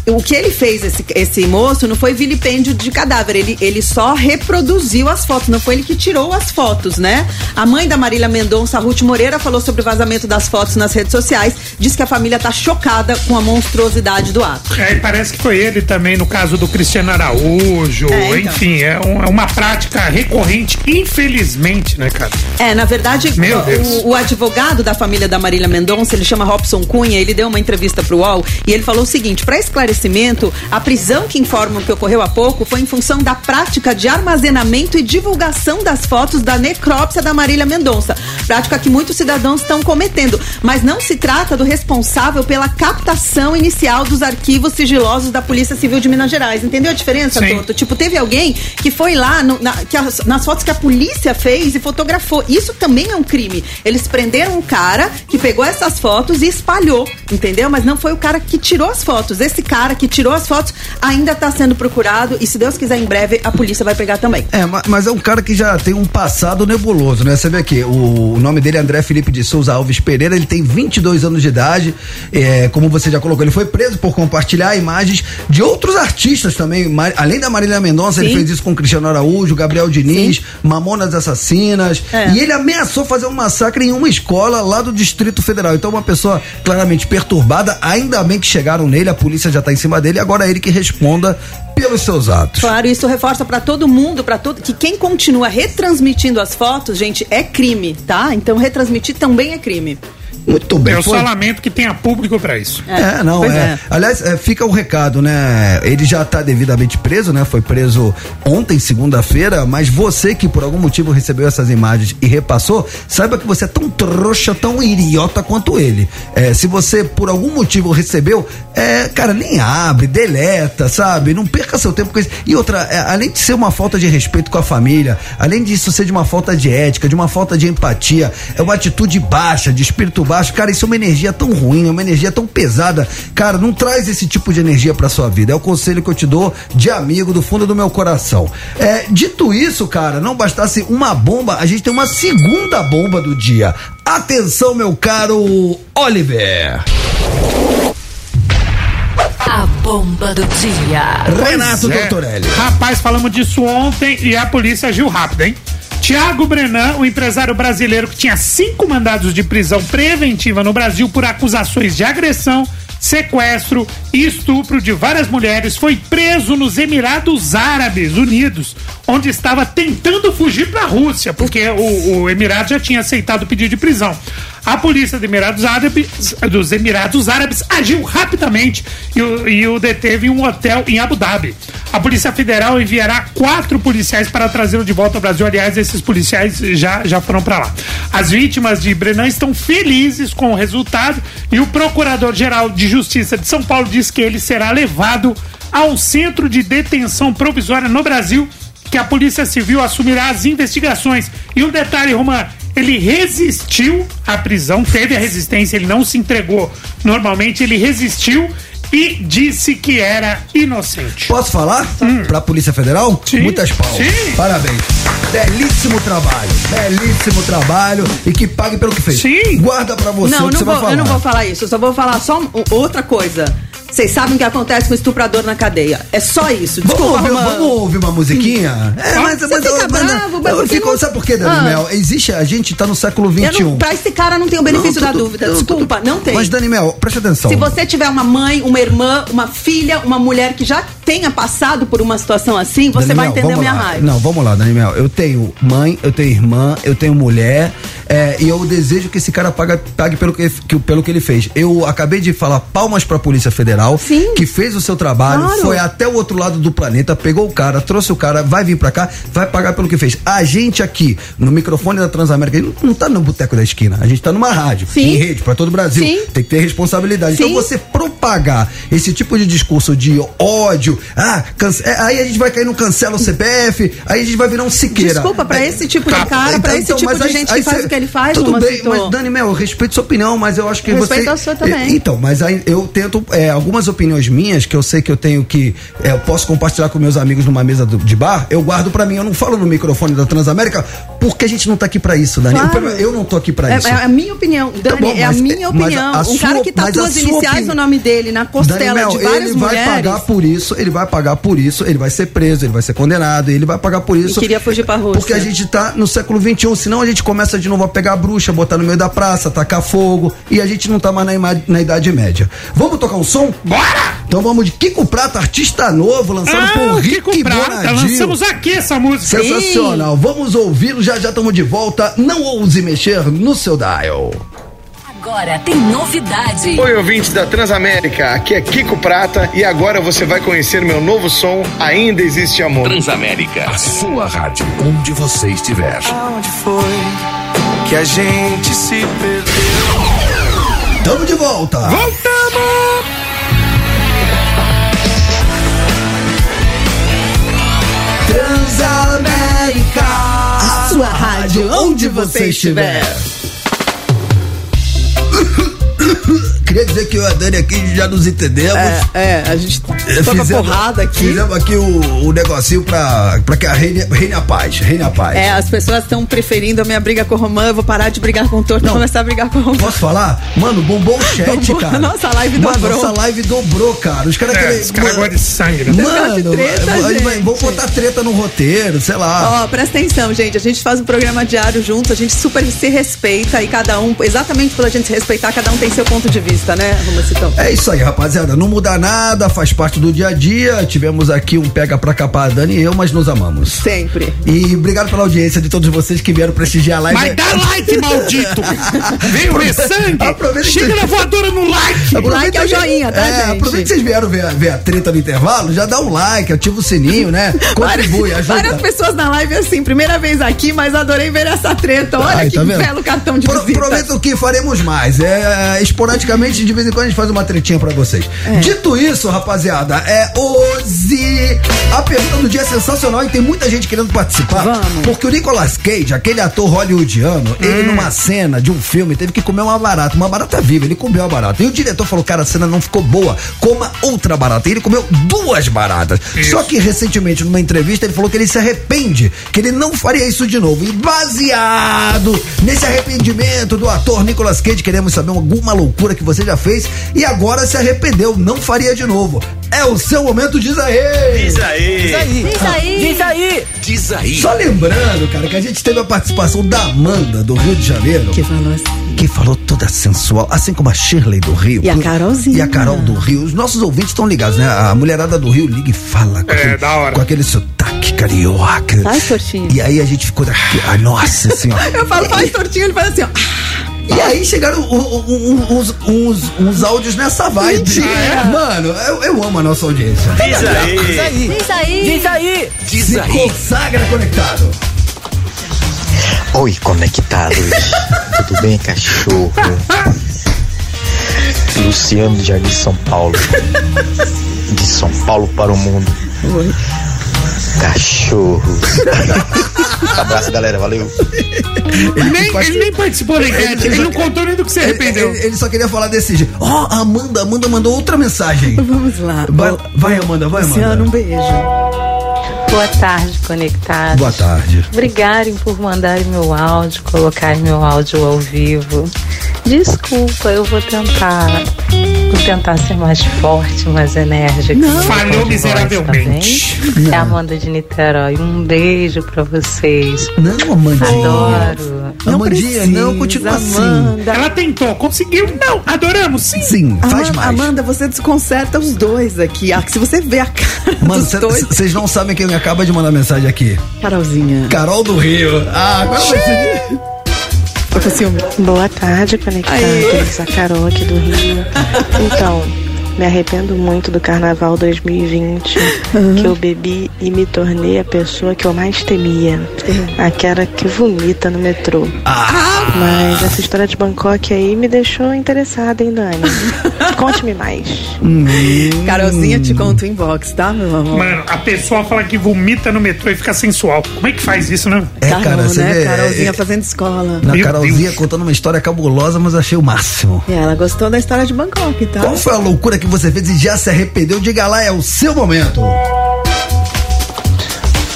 Speaker 2: O que ele fez, esse, esse moço, não foi vilipêndio de cadáver, ele, ele só reproduziu as fotos, não foi ele que tirou as fotos, né? A mãe da Marília Mendonça, Ruth Moreira, falou sobre o vazamento das fotos nas redes sociais, diz que a família está chocada com a monstruosidade do ato.
Speaker 3: É, e parece que foi ele também no caso do Cristiano Araújo.
Speaker 2: É, então.
Speaker 3: Enfim, é, um- é uma prática recorrente, infelizmente, né, cara?
Speaker 2: É, na verdade,
Speaker 3: Meu Deus.
Speaker 2: o, o advogado da família da Marília Mendonça, ele chama Robson Cunha, ele deu uma entrevista pro UOL e ele falou o seguinte: para esclarecimento, a prisão que informam que ocorreu há pouco foi em função da prática de armazenamento e divulgação das fotos da necrópsia da Marília Mendonça. Prática que muitos cidadãos estão cometendo, mas não se trata do responsável pela captação inicial dos arquivos sigilosos da Polícia Civil de Minas Gerais. Entendeu a diferença,
Speaker 3: Sim.
Speaker 2: Toto? Tipo, teve alguém que foi lá no- na- que as- nas fotos que a polícia fez e fotografou. Isso também é um crime. Eles prenderam um cara que pegou essas fotos e espalhou, entendeu? Mas não foi o cara que tirou as fotos. Esse cara cara que tirou as fotos ainda tá sendo procurado e se Deus quiser em breve a polícia vai pegar também.
Speaker 1: É, ma- mas é um cara que já tem um passado nebuloso, né? Você vê aqui, o, o nome dele é André Felipe de Souza Alves Pereira, ele tem 22 anos de idade, é, como você já colocou, ele foi preso por compartilhar imagens de outros artistas também, ma- além da Marília Mendonça, ele
Speaker 12: Sim.
Speaker 1: fez isso com Cristiano Araújo, Gabriel Diniz, Mamonas Assassinas,
Speaker 12: É.
Speaker 1: e ele ameaçou fazer um massacre em uma escola lá do Distrito Federal. Então, uma pessoa claramente perturbada, ainda bem que chegaram nele, a polícia já tá em cima dele, agora é ele que responda pelos seus atos.
Speaker 2: Claro, isso reforça pra todo mundo, para todo que quem continua retransmitindo as fotos, gente, é crime, tá? Então retransmitir também é crime.
Speaker 1: Muito bem.
Speaker 3: Eu
Speaker 1: foi-
Speaker 3: só lamento que tenha público pra isso.
Speaker 1: É, não,
Speaker 3: Pois
Speaker 1: é.
Speaker 3: é.
Speaker 1: Aliás, é, fica o recado, né? Ele já tá devidamente preso, né? Foi preso ontem, segunda-feira, mas você que por algum motivo recebeu essas imagens e repassou, saiba que você é tão trouxa, tão idiota quanto ele. É, se você por algum motivo recebeu, é, cara, nem abre, deleta, sabe? Não perca seu tempo com isso. E outra, é, além de ser uma falta de respeito com a família, além disso ser de uma falta de ética, de uma falta de empatia, é uma atitude baixa, de espírito baixo. Cara, isso é uma energia tão ruim, é uma energia tão pesada. Cara, não traz esse tipo de energia pra sua vida. É o conselho que eu te dou de amigo do fundo do meu coração. É, dito isso, cara, não bastasse uma bomba, a gente tem uma segunda bomba do dia. Atenção, meu caro Oliver.
Speaker 8: A bomba do dia.
Speaker 3: Pois é. Rapaz, falamos disso ontem e a polícia agiu rápido, hein? Tiago Brenan, o empresário brasileiro que tinha cinco mandados de prisão preventiva no Brasil por acusações de agressão, sequestro e estupro de várias mulheres, foi preso nos Emirados Árabes Unidos, onde estava tentando fugir para a Rússia, porque o, o Emirado já tinha aceitado o pedido de prisão. A polícia dos Emirados Árabes, dos Emirados Árabes agiu rapidamente e o, e o deteve em um hotel em Abu Dhabi. A Polícia Federal enviará quatro policiais para trazê-lo de volta ao Brasil. Aliás, esses policiais já, já foram para lá. As vítimas de Brenan estão felizes com o resultado e o Procurador-Geral de Justiça de São Paulo diz que ele será levado a um centro de detenção provisória no Brasil que a Polícia Civil assumirá as investigações. E um detalhe, Roman, ele resistiu à prisão, teve a resistência, ele não se entregou. Normalmente ele resistiu e disse que era inocente.
Speaker 1: Posso falar? Pra Polícia Federal? Muitas palmas. Parabéns. Belíssimo trabalho. Belíssimo trabalho. E que pague pelo que fez. Sim. Guarda pra você é
Speaker 2: não,
Speaker 1: o que
Speaker 2: não
Speaker 1: você
Speaker 2: vou,
Speaker 1: vai falar.
Speaker 2: eu não vou falar isso. Eu só vou falar só um- outra coisa. Vocês sabem o que acontece com estuprador na cadeia? É só isso.
Speaker 1: Vamos
Speaker 2: Desculpa,
Speaker 1: ouvir,
Speaker 2: Romano.
Speaker 1: vamos ouvir uma musiquinha? É,
Speaker 2: Hum. Você fica bravo,
Speaker 1: eu
Speaker 2: bravo,
Speaker 1: fico-
Speaker 2: tem um-
Speaker 1: sabe por quê, Dani
Speaker 2: Ah.
Speaker 1: Mel? Existe, a gente tá no século
Speaker 2: Eu
Speaker 1: XXI.
Speaker 2: não, pra esse cara não tem o benefício
Speaker 1: Não,
Speaker 2: da
Speaker 1: tudo-
Speaker 2: dúvida.
Speaker 1: não,
Speaker 2: Desculpa, não tem.
Speaker 1: Mas, então. Dani Mel, preste atenção.
Speaker 2: Se você tiver uma mãe, uma irmã, uma filha, uma mulher que já tenha passado por uma situação assim, você
Speaker 1: Dani
Speaker 2: vai
Speaker 1: Mel,
Speaker 2: entender a
Speaker 1: vamos
Speaker 2: minha
Speaker 1: lá.
Speaker 2: raiva.
Speaker 1: Não, vamos lá, Dani Mel. Eu tenho mãe, eu tenho irmã, eu tenho mulher. é, e eu desejo que esse cara paga- pague pelo que, que- pelo que ele fez. Eu acabei de falar palmas pra Polícia Federal, que fez o seu trabalho,
Speaker 12: Claro.
Speaker 1: foi até o outro lado do planeta, pegou o cara, trouxe o cara, vai vir pra cá, vai pagar pelo que fez. A gente aqui, no microfone da Transamérica, a gente não tá no boteco da esquina, a gente tá numa rádio, em rede, pra todo o Brasil. Tem que ter responsabilidade. Então você propagar esse tipo de discurso de ódio, ah, cance- é, aí a gente vai cair no cancela o CPF, aí a gente vai virar um Siqueira.
Speaker 2: Desculpa, pra esse tipo de
Speaker 1: Tá,
Speaker 2: cara, pra esse tipo
Speaker 1: mas
Speaker 2: de gente que faz
Speaker 1: cê-
Speaker 2: o que ele faz,
Speaker 1: Tudo
Speaker 2: Luma
Speaker 1: bem,
Speaker 2: citou.
Speaker 1: mas Dani Mel, eu respeito sua opinião, mas eu acho que você...
Speaker 2: Respeito a sua também.
Speaker 1: E- Então, mas aí eu tento, é, algumas opiniões minhas que eu sei que eu tenho que, é, eu posso compartilhar com meus amigos numa mesa do- de bar, eu guardo pra mim, eu não falo no microfone da Transamérica, porque a gente não tá aqui pra isso, Dani.
Speaker 2: Claro.
Speaker 1: O problema- Eu não tô aqui pra
Speaker 2: É,
Speaker 1: isso.
Speaker 2: é a minha opinião, Dani,
Speaker 1: Tá bom,
Speaker 2: é a
Speaker 1: mas-
Speaker 2: minha
Speaker 1: mas
Speaker 2: opinião.
Speaker 1: a
Speaker 2: um cara
Speaker 1: sua-
Speaker 2: que
Speaker 1: mas
Speaker 2: tatua
Speaker 1: a
Speaker 2: as
Speaker 1: sua
Speaker 2: iniciais
Speaker 1: opini-
Speaker 2: no nome dele na costela
Speaker 1: Daniel,
Speaker 2: de várias
Speaker 1: ele vai
Speaker 2: mulheres.
Speaker 1: pagar por isso, ele vai pagar por isso, ele vai ser preso, ele vai ser condenado, ele vai pagar por isso.
Speaker 2: queria fugir pra Rússia.
Speaker 1: Porque a gente tá no século XXI, senão a gente começa de novo a pegar a bruxa, botar no meio da praça, tacar fogo, e a gente não tá mais na, ima- na Idade Média. Vamos tocar um som?
Speaker 3: Bora!
Speaker 1: Então vamos de Kiko Prata, artista novo, lançado por Rick
Speaker 3: Ah, Kiko Prata,
Speaker 1: Bonadio.
Speaker 3: lançamos aqui essa música.
Speaker 1: Sensacional. Vamos ouvi-lo, já já estamos de volta. Não ouse mexer no seu dial.
Speaker 8: Agora tem novidade.
Speaker 13: Oi, ouvinte da Transamérica, aqui é Kiko Prata e agora você vai conhecer meu novo som, Ainda Existe Amor.
Speaker 9: Transamérica, a sua rádio, onde você estiver.
Speaker 14: Onde foi que a gente se perdeu?
Speaker 1: Tamo de volta!
Speaker 14: Voltamos!
Speaker 1: Transamérica, a
Speaker 2: sua rádio onde
Speaker 1: você estiver. queria dizer que eu e a Dani aqui já nos entendemos.
Speaker 2: É, é a gente toca porrada aqui.
Speaker 1: Fizemos aqui o, o negocinho pra, pra que a reine, reine a paz, reine a paz.
Speaker 2: É, as pessoas estão preferindo a minha briga com o Romã, eu vou parar de brigar com o Torto e começar a brigar com o Romã.
Speaker 1: Posso falar? Mano, bombou o chat,
Speaker 2: Bombou,
Speaker 1: cara.
Speaker 2: nossa live
Speaker 1: Mano,
Speaker 2: dobrou.
Speaker 1: Nossa live dobrou, cara. Os caras
Speaker 3: É,
Speaker 1: querem-
Speaker 3: os caras
Speaker 1: mano-
Speaker 3: gostam de sangue, né?
Speaker 1: Mano,
Speaker 2: Gosta de treta,
Speaker 1: a gente vai-
Speaker 2: gente.
Speaker 1: vou botar treta no roteiro, sei lá.
Speaker 2: Ó, presta atenção, gente. A gente faz um programa diário junto, a gente super se respeita e cada um, exatamente pela gente se respeitar, cada um tem seu ponto de vista, né, Romacitão?
Speaker 1: É isso aí, rapaziada. Não muda nada, faz parte do dia a dia. Tivemos aqui um pega pra capar a Dani e eu, mas nos amamos.
Speaker 2: Sempre.
Speaker 1: E obrigado pela audiência de todos vocês que vieram prestigiar a live.
Speaker 3: Mas dá like, maldito! Veio ver sangue!
Speaker 1: né? Aproveita
Speaker 3: Chega
Speaker 1: que-
Speaker 3: na voadora no like!
Speaker 2: O like é o joinha, tá, gente?
Speaker 1: Aproveita que vocês vieram ver, a- ver a treta no intervalo, já dá um like, ativa o sininho, né? Contribui, ajuda.
Speaker 2: Várias pessoas na live assim, primeira vez aqui, mas adorei ver essa treta. Olha
Speaker 1: Ai,
Speaker 2: que
Speaker 1: tá vendo?
Speaker 2: belo cartão de
Speaker 1: Pro-
Speaker 2: visita.
Speaker 1: prometo que faremos mais. É, esporadicamente, de vez em quando, a gente faz uma tretinha pra vocês.
Speaker 2: É.
Speaker 1: Dito isso, rapaziada, é hoje. A pergunta do dia é sensacional e tem muita gente querendo participar.
Speaker 2: Vamos. Hum.
Speaker 1: Porque o Nicolas Cage, aquele ator hollywoodiano, ele numa cena de um filme teve que comer uma barata, uma barata viva. Ele comeu a barata. E o diretor falou: cara, a cena não ficou boa, coma outra barata. E ele comeu duas baratas. Só que recentemente, numa entrevista, ele falou que ele se arrepende, que ele não faria isso de novo. E baseado nesse arrependimento do ator Nicolas Cage, queremos saber alguma loucura que você já fez e agora se arrependeu, não faria de novo. É o seu momento, diz é aí! Tá
Speaker 14: Diz aí. Diz aí. Diz aí. Diz aí. Diz aí.
Speaker 1: Só lembrando, cara, que a gente teve a participação da Amanda do Rio de Janeiro. Que
Speaker 2: falou assim.
Speaker 1: Que falou toda sensual, assim como a Shirley do Rio.
Speaker 2: E a Carolzinha.
Speaker 1: E a Carol do Rio. Os nossos ouvintes estão ligados, né? A mulherada do Rio liga e fala com,
Speaker 3: É,
Speaker 1: aquele,
Speaker 3: da hora.
Speaker 1: com aquele sotaque carioca.
Speaker 2: Faz tortinho.
Speaker 1: E aí a gente ficou daqui. Ai, nossa senhora.
Speaker 2: Eu falo, faz tortinho, ele faz assim, ó.
Speaker 1: E aí chegaram u- u- u- uns, uns, uns áudios nessa vibe. É, Mano, eu, eu amo a nossa audiência.
Speaker 14: Diz aí. Diz aí.
Speaker 8: Diz aí. Diz aí.
Speaker 14: Diz
Speaker 1: Se
Speaker 14: aí.
Speaker 1: consagra conectado.
Speaker 12: Oi, é conectados. tá, Tudo bem, cachorro? Luciano de Jardim São Paulo. De São Paulo para o mundo. Cachorros. Abraço, galera. Valeu.
Speaker 3: Ele nem, ele nem participou da enquete, ele não contou nem do que se
Speaker 1: Ele,
Speaker 3: arrependeu.
Speaker 1: ele- ele só queria falar desse jeito. Ó, a Amanda, Amanda mandou outra mensagem.
Speaker 2: Ah, Vamos lá.
Speaker 1: Vai, vai, Amanda, vai,
Speaker 2: Luciano,
Speaker 1: Amanda.
Speaker 2: um beijo.
Speaker 11: Boa tarde, conectados.
Speaker 1: Boa tarde.
Speaker 11: Obrigarem por mandarem meu áudio, colocarem meu áudio ao vivo. Desculpa, eu vou tentar. Vou tentar ser mais forte, mais enérgica.
Speaker 3: Não.
Speaker 11: Com
Speaker 3: Falhou
Speaker 11: voz,
Speaker 3: miseravelmente.
Speaker 11: tá bem? É a Amanda de Niterói. Um beijo pra vocês.
Speaker 1: Não, Amandinha.
Speaker 11: Adoro.
Speaker 1: Amandinha, não, continua assim.
Speaker 2: Amanda.
Speaker 3: Ela tentou, conseguiu. Não, adoramos, sim.
Speaker 1: Sim, faz
Speaker 2: Amanda,
Speaker 1: mais.
Speaker 2: Amanda, você desconcerta os dois aqui. Ah, Se você vê a cara
Speaker 1: Mano,
Speaker 2: dos dois.
Speaker 1: vocês não sabem quem me acaba de mandar mensagem aqui.
Speaker 2: Carolzinha.
Speaker 1: Carol do Rio. Ah, agora vai ser.
Speaker 2: Tô com ciúme.
Speaker 15: Boa tarde, conectados. A Carol aqui do Rio. Então, me arrependo muito do carnaval 2020, que eu bebi e me tornei a pessoa que eu mais temia. Aquela que vomita no metrô.
Speaker 1: Ah,
Speaker 2: Ah,
Speaker 15: Mas essa história de Bangkok aí me deixou interessada, hein, Dani? Conte-me mais.
Speaker 2: Carolzinha, te conta o inbox, tá, meu amor?
Speaker 3: Mano, a pessoa fala que vomita no metrô e fica sensual. Como é que faz isso, né?
Speaker 1: É,
Speaker 2: Carol,
Speaker 1: cara, você
Speaker 2: né?
Speaker 1: vê. é,
Speaker 2: Carolzinha
Speaker 1: é,
Speaker 2: fazendo escola.
Speaker 1: na
Speaker 3: Meu
Speaker 1: Carolzinha
Speaker 3: Deus.
Speaker 1: contando uma história cabulosa, mas achei o máximo.
Speaker 2: E ela gostou da história de Bangkok, tá?
Speaker 1: Qual foi a loucura que você fez e já se arrependeu? Diga lá, é o seu momento.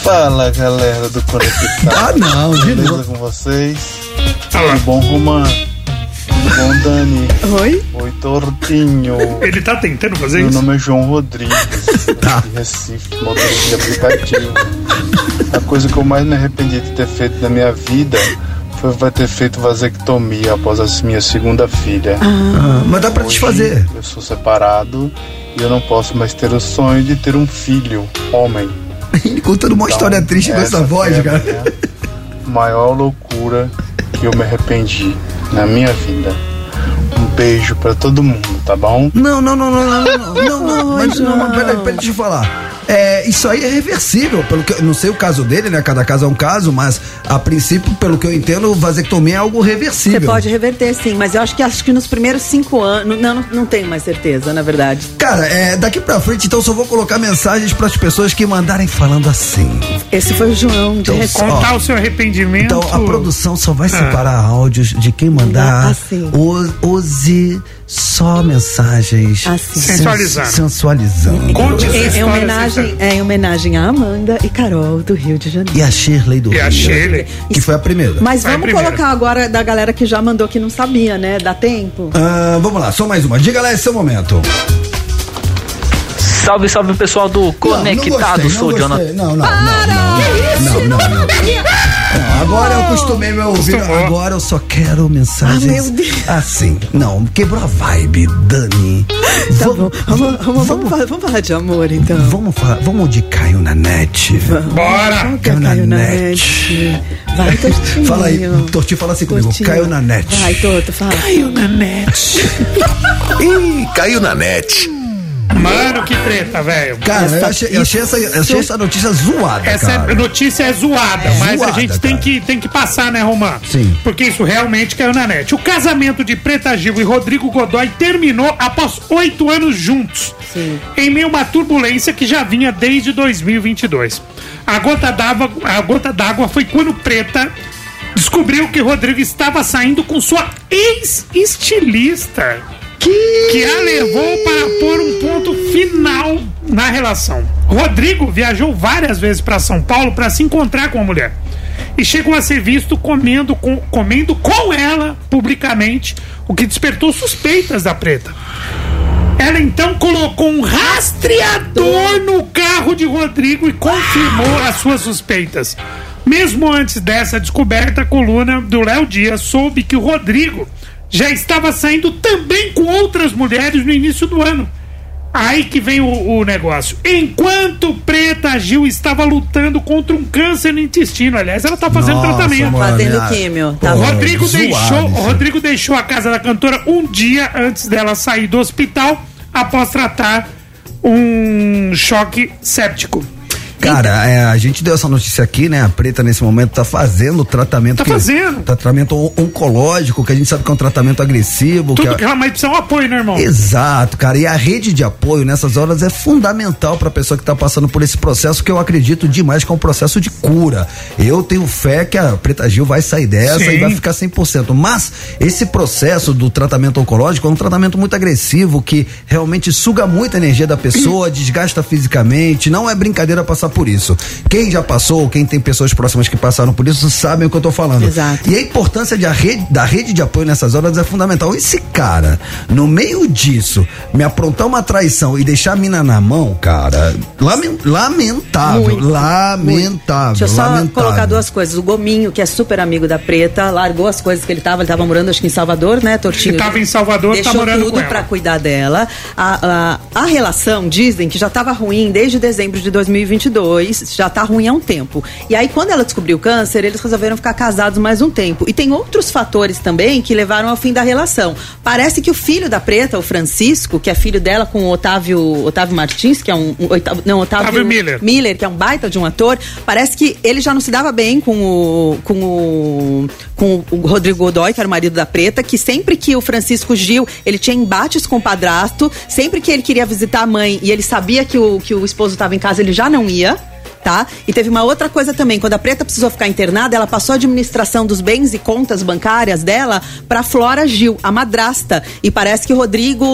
Speaker 16: Fala galera do Conectado.
Speaker 1: Ah, não, de
Speaker 16: Beleza
Speaker 1: novo.
Speaker 16: com vocês?
Speaker 3: Fala.
Speaker 16: Tudo bom, Romã? Tudo bom, Dani?
Speaker 2: Oi?
Speaker 16: Oi, Tortinho.
Speaker 3: Ele tá tentando fazer
Speaker 16: Meu
Speaker 3: isso?
Speaker 16: nome é João Rodrigues,
Speaker 1: Tá.
Speaker 16: de Recife, motorista de aplicativo. A coisa que eu mais me arrependi de ter feito na minha vida foi vai ter feito vasectomia após a minha segunda filha.
Speaker 1: Ah, mas dá pra
Speaker 16: Hoje
Speaker 1: desfazer.
Speaker 16: Eu sou separado e eu não posso mais ter o sonho de ter um filho, homem.
Speaker 1: Ele contando uma história triste com essa voz,
Speaker 16: foi
Speaker 3: é
Speaker 16: a
Speaker 1: cara.
Speaker 16: minha Maior loucura que eu me arrependi na minha vida. Um beijo pra todo mundo, tá bom?
Speaker 1: Não, não, não, não, não, não, não, não, não, mas não, mas peraí, peraí, deixa eu falar. é, isso aí é reversível. Pelo que, eu- não sei o caso dele, né? Cada caso é um caso, mas a princípio, pelo que eu entendo, vasectomia é algo reversível.
Speaker 2: Você pode reverter, sim, mas eu acho que acho que nos primeiros cinco anos. Não, não, não tenho mais certeza, na verdade.
Speaker 1: Cara, é, daqui pra frente, então, só vou colocar mensagens pras pessoas que mandarem falando assim.
Speaker 2: Esse foi o João de
Speaker 1: Então, só-
Speaker 3: Contar o seu arrependimento.
Speaker 1: Então, a produção só
Speaker 3: É.
Speaker 1: vai separar áudios de quem mandar.
Speaker 3: assim.
Speaker 1: o- Use só mensagens
Speaker 2: Assim.
Speaker 1: sen-
Speaker 2: Sensualizando.
Speaker 1: sensualizando.
Speaker 2: É, é homenagem, é em homenagem a Amanda e Carol do Rio de Janeiro.
Speaker 1: E a Shirley do
Speaker 3: E a
Speaker 1: Rio,
Speaker 3: Shirley.
Speaker 1: Que foi a primeira.
Speaker 2: Mas vamos colocar agora da galera que já mandou que não sabia, né? Dá tempo?
Speaker 1: Ah, vamos lá, só mais uma. Diga lá, esse é o momento.
Speaker 17: Salve, salve pessoal do
Speaker 1: não, não
Speaker 17: Conectado,
Speaker 1: gostei,
Speaker 17: sou o
Speaker 1: não
Speaker 17: Jonathan.
Speaker 1: gostei. Não, não, não, não, não, não, não. Não, Agora eu acostumei meu ouvido. Agora eu só quero mensagens
Speaker 2: Ah, meu Deus.
Speaker 1: assim. Não, quebrou a vibe, Dani.
Speaker 2: Tá bom. Vamos, vamos, vamos falar, vamos falar de amor, então.
Speaker 1: Vamos falar. Vamos de Caio na net.
Speaker 3: Bora!
Speaker 1: Caiu na net.
Speaker 2: Vai, Tortinho.
Speaker 1: Fala aí, Tortinho, fala assim comigo.
Speaker 2: Tortinho.
Speaker 1: Caiu na net.
Speaker 2: Vai, Toto, fala.
Speaker 3: Caiu na net.
Speaker 1: Ih, caiu na net.
Speaker 3: Mano, que treta, velho.
Speaker 1: Cara, eu achei, eu achei essa, eu achei essa notícia zoada,
Speaker 3: Essa
Speaker 1: cara.
Speaker 3: notícia é zoada,
Speaker 1: É
Speaker 3: mas
Speaker 1: zoada,
Speaker 3: a gente tem que, tem que passar, né, Romã?
Speaker 1: Sim.
Speaker 3: Porque isso realmente caiu na net. O casamento de Preta Gil e Rodrigo Godoy terminou após oito anos juntos. Sim. Em meio a uma turbulência que já vinha desde 2022. A gota d'água a gota d'água foi quando Preta descobriu que Rodrigo estava saindo com sua ex-estilista. Que... a levou para pôr um ponto final na relação. Rodrigo viajou várias vezes para São Paulo para se encontrar com a mulher. E chegou a ser visto comendo com, comendo com ela publicamente, o que despertou suspeitas da preta. Ela então colocou um rastreador no carro de Rodrigo e confirmou as suas suspeitas. Mesmo antes dessa descoberta, a coluna do Léo Dias soube que o Rodrigo já estava saindo também com outras mulheres no início do ano. Aí que vem o, o negócio. Enquanto Preta Gil estava lutando contra um câncer no intestino, aliás, ela tá fazendo
Speaker 2: Nossa,
Speaker 3: tratamento.
Speaker 2: mano, Fazendo minha- químio, tá
Speaker 3: o
Speaker 2: bom.
Speaker 3: Rodrigo
Speaker 2: Zoado
Speaker 3: deixou,
Speaker 2: isso
Speaker 3: o Rodrigo deixou a casa da cantora um dia antes dela sair do hospital após tratar um choque séptico.
Speaker 1: Cara, é, a gente deu essa notícia aqui, né? A Preta, nesse momento, tá fazendo tratamento.
Speaker 3: Tá
Speaker 1: que- é
Speaker 3: fazendo.
Speaker 1: Tratamento on- oncológico, que a gente sabe que é um tratamento agressivo.
Speaker 3: Tudo
Speaker 1: é-
Speaker 3: que ela mais precisa é um apoio, né, irmão?
Speaker 1: Exato, cara. E a rede de apoio nessas horas é fundamental pra pessoa que tá passando por esse processo, que eu acredito demais que é um processo de cura. Eu tenho fé que a Preta Gil vai sair dessa
Speaker 3: Sim.
Speaker 1: e vai ficar 100%. Mas esse processo do tratamento oncológico é um tratamento muito agressivo que realmente suga muita energia da pessoa, desgasta fisicamente. Não é brincadeira passar por isso. Quem já passou, quem tem pessoas próximas que passaram por isso, sabem o que eu tô falando. Exato. E a importância de a rede- da rede de apoio nessas horas é fundamental. Esse cara, no meio disso, me aprontar uma traição e deixar a mina na mão, cara, lamen- lamentável.
Speaker 2: Muito,
Speaker 1: lamentável.
Speaker 2: Deixa eu só
Speaker 1: lamentável.
Speaker 2: colocar duas coisas. O Gominho, que é super amigo da Preta, largou as coisas que ele tava. Ele tava morando, acho que em Salvador, né, Tortinho?
Speaker 3: Ele tava em Salvador, tá
Speaker 2: Deixou
Speaker 3: morando
Speaker 2: tudo
Speaker 3: com ela.
Speaker 2: pra cuidar dela. A, a, a relação, dizem, que já tava ruim desde dezembro de 2022. Já tá ruim há um tempo. E aí, quando ela descobriu o câncer, eles resolveram ficar casados mais um tempo. E tem outros fatores também que levaram ao fim da relação. Parece que o filho da Preta, o Francisco, que é filho dela com o Otávio, Otávio Martins, que é um... um oitavo, não, Otávio...
Speaker 3: Otávio Miller.
Speaker 2: Miller, que é um baita de um ator, parece que ele já não se dava bem com o, com o, com o Rodrigo Godoy, que era o marido da Preta, que sempre que o Francisco Gil, ele tinha embates com o padrasto, sempre que ele queria visitar a mãe e ele sabia que o, que o esposo estava em casa, ele já não ia tá? E teve uma outra coisa também, quando a Preta precisou ficar internada, ela passou a administração dos bens e contas bancárias dela para Flora Gil, a madrasta. E parece que o Rodrigo,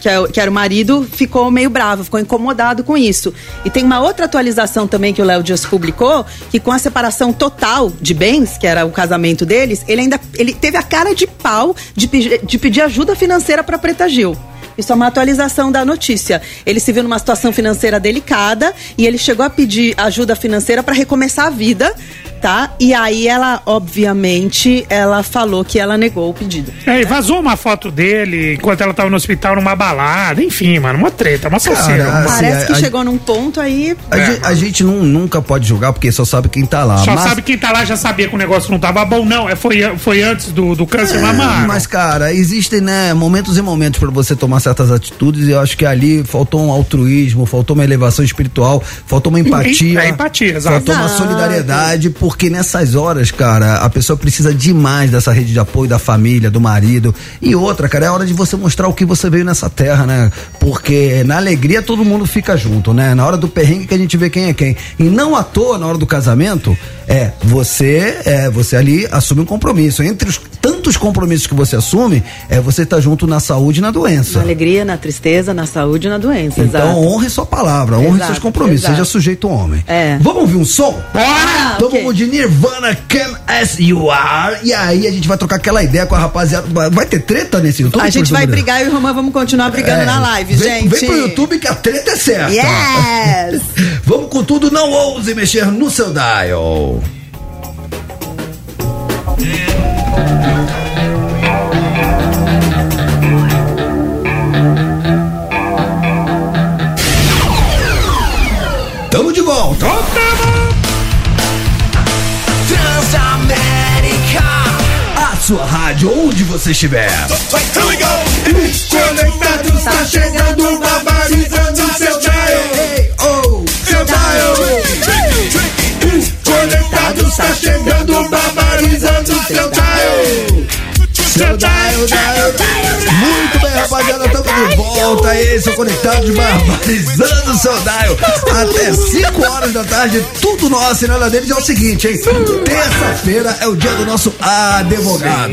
Speaker 2: que, é o- que era o marido, ficou meio bravo, ficou incomodado com isso. E tem uma outra atualização também que o Léo Dias publicou, que com a separação total de bens, que era o casamento deles, ele ainda ele teve a cara de pau de, pe- de pedir ajuda financeira para Preta Gil. Isso é uma atualização da notícia. Ele se viu numa situação financeira delicada e ele chegou a pedir ajuda financeira para recomeçar a vida. tá? E aí ela, obviamente, ela falou que ela negou o pedido.
Speaker 3: É, e vazou uma foto dele enquanto ela tava no hospital numa balada, enfim, mano, uma treta, uma salseira.
Speaker 1: Cara, assim,
Speaker 2: Parece que
Speaker 1: a- a-
Speaker 2: chegou num ponto aí.
Speaker 1: A, gente, a gente não- nunca pode julgar porque só sabe quem tá lá.
Speaker 3: Só
Speaker 1: mas,
Speaker 3: sabe quem tá lá já sabia que o negócio não tava bom, não. É, foi, foi antes do, do câncer, mas, mano. é
Speaker 1: mas, cara, existem, né, momentos e momentos pra você tomar certas atitudes e eu acho que ali faltou um altruísmo, faltou uma elevação espiritual, faltou uma empatia.
Speaker 3: É empatia, exato.
Speaker 1: Faltou uma
Speaker 3: Exato.
Speaker 1: solidariedade, porque nessas horas, cara, a pessoa precisa demais dessa rede de apoio da família, do marido. E outra, cara, é hora de você mostrar o que você veio nessa terra, né? Porque na alegria todo mundo fica junto, né? Na hora do perrengue que a gente vê quem é quem. E não à toa, na hora do casamento, é você, é você ali assume um compromisso. Entre os tantos compromissos que você assume, é você estar junto na saúde e na doença.
Speaker 17: Na alegria, na tristeza, na saúde e na doença.
Speaker 1: Então
Speaker 17: exato.
Speaker 1: honre sua palavra, honre
Speaker 17: Exato,
Speaker 1: seus compromissos,
Speaker 17: exato.
Speaker 1: seja sujeito homem.
Speaker 17: É.
Speaker 1: Vamos ouvir um som? Bora!
Speaker 2: Ah,
Speaker 1: Então vamos de Nirvana Come As You Are. E aí a gente vai trocar aquela ideia com a rapaziada. Vai- Vai ter treta nesse YouTube?
Speaker 2: a gente vai
Speaker 1: Portugal?
Speaker 2: brigar e o Romã vamos continuar brigando
Speaker 1: É,
Speaker 2: na live,
Speaker 1: vem-
Speaker 2: gente.
Speaker 1: Vem pro YouTube que a treta é certa.
Speaker 2: Yes!
Speaker 1: Vamos com tudo, não ouse mexer no seu dial. Tamo de volta.
Speaker 14: Transamérica.
Speaker 1: A sua rádio, onde você estiver.
Speaker 14: Here we go. Conectados, tá chegando, barbarizando o seu
Speaker 1: oh,
Speaker 14: dial. Seu dial. Conectados, tá chegando, barbarizando o seu dial. Seu dial, dial, dial.
Speaker 1: Muito bem, rapaziada, estamos de volta. Esse é o Conectados Barbarizando o seu Dial. Até 5 horas da tarde, tudo nosso. E nada deles é o seguinte, hein? Terça-feira é o dia do nosso advogado,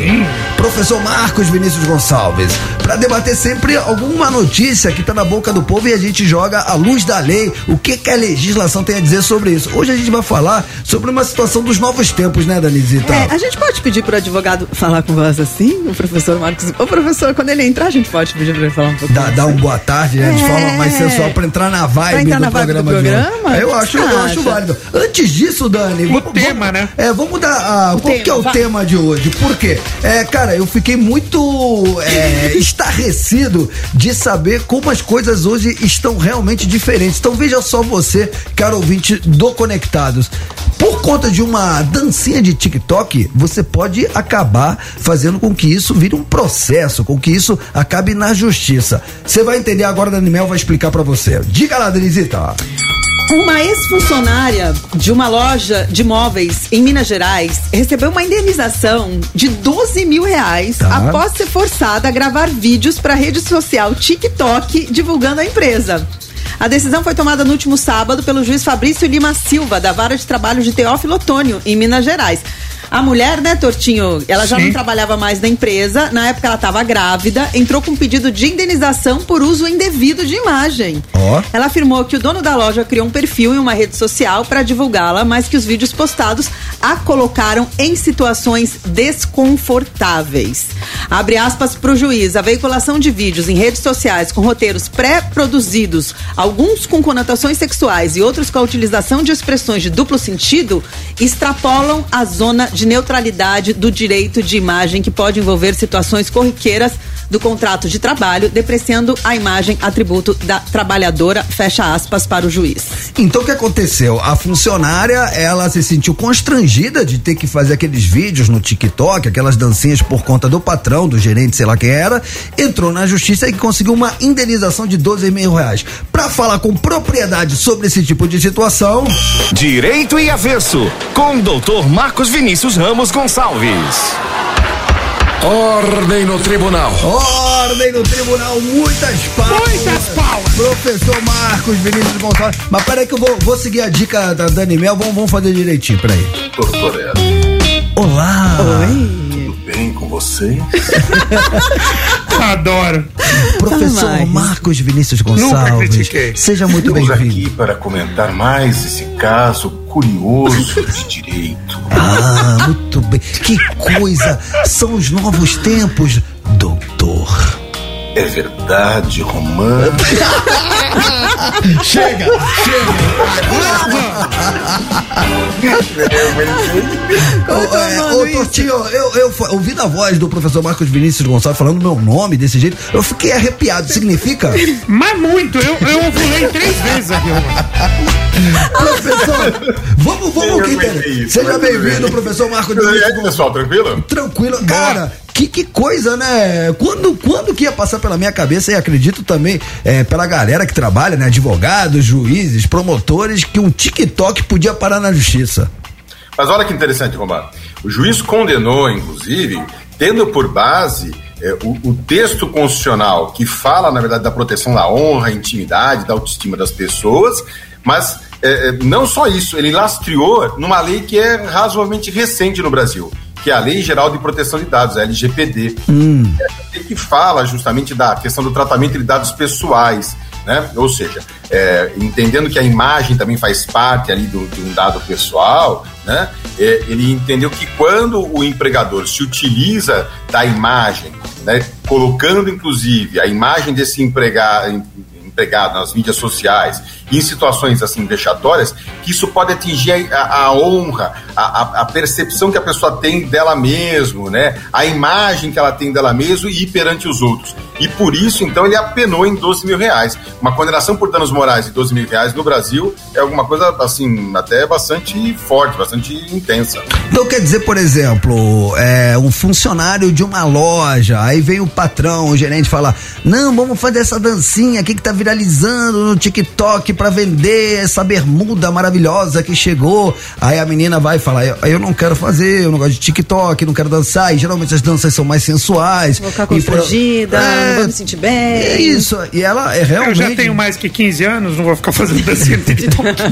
Speaker 1: professor Marcos Vinícius Gonçalves, para debater sempre alguma notícia que tá na boca do povo e a gente joga à luz da lei o que, que a legislação tem a dizer sobre isso. Hoje a gente vai falar sobre uma situação dos novos tempos, né, Danizita?
Speaker 2: É, a gente pode pedir pro advogado falar com voz assim, o professor Marcos. Ô, professor, quando ele entrar, a gente pode pedir pra ele falar um pouco.
Speaker 1: Dá, dá um boa tarde, né? De
Speaker 2: É.
Speaker 1: forma mais sensual pra entrar na vibe
Speaker 2: Pra entrar
Speaker 1: do
Speaker 2: na vibe do
Speaker 1: programa. de hoje.
Speaker 2: programa?
Speaker 1: Eu acho, eu
Speaker 2: Ah,
Speaker 1: acho
Speaker 2: acha.
Speaker 1: válido. Antes disso, Dani. O tema, né? É, vamos dar. ah, qual que é o tema de hoje? Por quê? É, cara, eu fiquei muito é, estarrecido de saber como as coisas hoje estão realmente diferentes. Então veja só você, caro ouvinte do Conectados. Por conta de uma dancinha de TikTok, você pode acabar fazendo com que isso vire um processo, com que isso acabe na justiça. Você vai entender agora, Dani Mel vai explicar pra você. Diga lá, Denizita.
Speaker 2: Uma ex-funcionária de uma loja de móveis em Minas Gerais recebeu uma indenização de 12 mil reais
Speaker 1: Tá.
Speaker 2: após ser forçada a gravar vídeos para a rede social TikTok divulgando a empresa. A decisão foi tomada no último sábado pelo juiz Fabrício Lima Silva, da Vara de Trabalho de Teófilo Otônio, em Minas Gerais. A mulher, né, Tortinho, ela já
Speaker 18: Sim.
Speaker 2: não trabalhava mais na empresa, na época ela estava grávida, entrou com um pedido de indenização por uso indevido de imagem.
Speaker 1: Ó.
Speaker 2: Ela afirmou que o dono da loja criou um perfil em uma rede social para divulgá-la, mas que os vídeos postados a colocaram em situações desconfortáveis. Abre aspas para o juiz. A veiculação de vídeos em redes sociais com roteiros pré-produzidos, alguns com conotações sexuais e outros com a utilização de expressões de duplo sentido, extrapolam a zona de neutralidade do direito de imagem, que pode envolver situações corriqueiras do contrato de trabalho, depreciando a imagem atributo da trabalhadora, fecha aspas para o juiz.
Speaker 1: Então o que aconteceu? A funcionária, ela se sentiu constrangida de ter que fazer aqueles vídeos no TikTok, aquelas dancinhas por conta do patrão, do gerente, sei lá quem era, entrou na justiça e conseguiu uma indenização de 12 mil reais. Pra falar com propriedade sobre esse tipo de situação.
Speaker 19: Direito e Avesso, com o doutor Marcos Vinícius Ramos Gonçalves.
Speaker 9: Ordem no tribunal.
Speaker 1: Ordem no tribunal, muitas palmas. Muitas palmas. Professor Marcos Vinícius Gonçalves. Mas peraí que eu vou, vou seguir a dica da Dani Mel, vamos, vamos fazer direitinho, peraí.
Speaker 20: Corporela,
Speaker 1: Olá. Oi.
Speaker 20: tudo bem com você?
Speaker 3: Adoro.
Speaker 1: Professor Marcos Vinícius Gonçalves. Seja muito
Speaker 20: Estamos
Speaker 1: bem-vindo.
Speaker 20: aqui para comentar mais esse caso curioso de direito.
Speaker 1: Ah, muito bem. Que coisa! São os novos tempos, doutor.
Speaker 20: É verdade, Romã?
Speaker 14: Chega!
Speaker 1: Ô, é, ô Tortinho, eu, eu fa- ouvi na voz do professor Marcos Vinícius Gonçalves falando meu nome desse jeito, eu fiquei arrepiado. Significa?
Speaker 3: Mas muito, eu, eu ovulei três vezes aqui,
Speaker 1: Professor, vamos, vamos,
Speaker 20: Eu
Speaker 1: quem tem-
Speaker 20: aguentei isso,
Speaker 1: Seja
Speaker 20: mas tudo
Speaker 1: bem-vindo,
Speaker 20: bem.
Speaker 1: professor Marcos
Speaker 20: Tudo bem,
Speaker 1: Vinícius.
Speaker 20: pessoal, tranquilo?
Speaker 1: Tranquilo, cara. Que, que coisa, né? Quando, quando que ia passar pela minha cabeça, e acredito também é, pela galera que trabalha, né? Advogados, juízes, promotores, que um TikTok podia parar na justiça.
Speaker 20: Mas olha que interessante, Romar. O juiz condenou, inclusive, tendo por base eh, o, o texto constitucional que fala, na verdade, da proteção da honra, intimidade, da autoestima das pessoas, mas eh, eh, não só isso, ele lastreou numa lei que é razoavelmente recente no Brasil, que é a Lei Geral de Proteção de Dados, a LGPD. Essa lei É, que fala justamente da questão do tratamento de dados pessoais, né? Ou seja, é, entendendo que a imagem também faz parte ali do- de um dado pessoal, né? É, ele entendeu que quando o empregador se utiliza da imagem, né? Colocando inclusive a imagem desse empregado empregado nas mídias sociais, em situações assim vexatórias, que isso pode atingir a, a honra, a, a- a percepção que a pessoa tem dela mesmo, né? A imagem que ela tem dela mesma e perante os outros. E por isso, então, ele apenou em 12 mil reais. Uma condenação por danos morais de 12 mil reais no Brasil é alguma coisa, assim, até bastante forte, bastante intensa.
Speaker 1: Então quer dizer, por exemplo, é, um funcionário de uma loja, aí vem o patrão, o gerente fala, não, vamos fazer essa dancinha aqui que tá viralizando no TikTok pra vender essa bermuda maravilhosa que chegou. Aí a menina vai falar, eu, eu não quero fazer, eu não gosto de TikTok, não quero dançar. E geralmente as danças são mais sensuais.
Speaker 17: Vou ficar
Speaker 1: E foram-
Speaker 17: constrangida, não vou
Speaker 1: É,
Speaker 17: me sentir bem.
Speaker 1: é isso, e ela é realmente...
Speaker 3: Eu já tenho mais que 15 anos, não vou ficar fazendo dancinha no TikTok.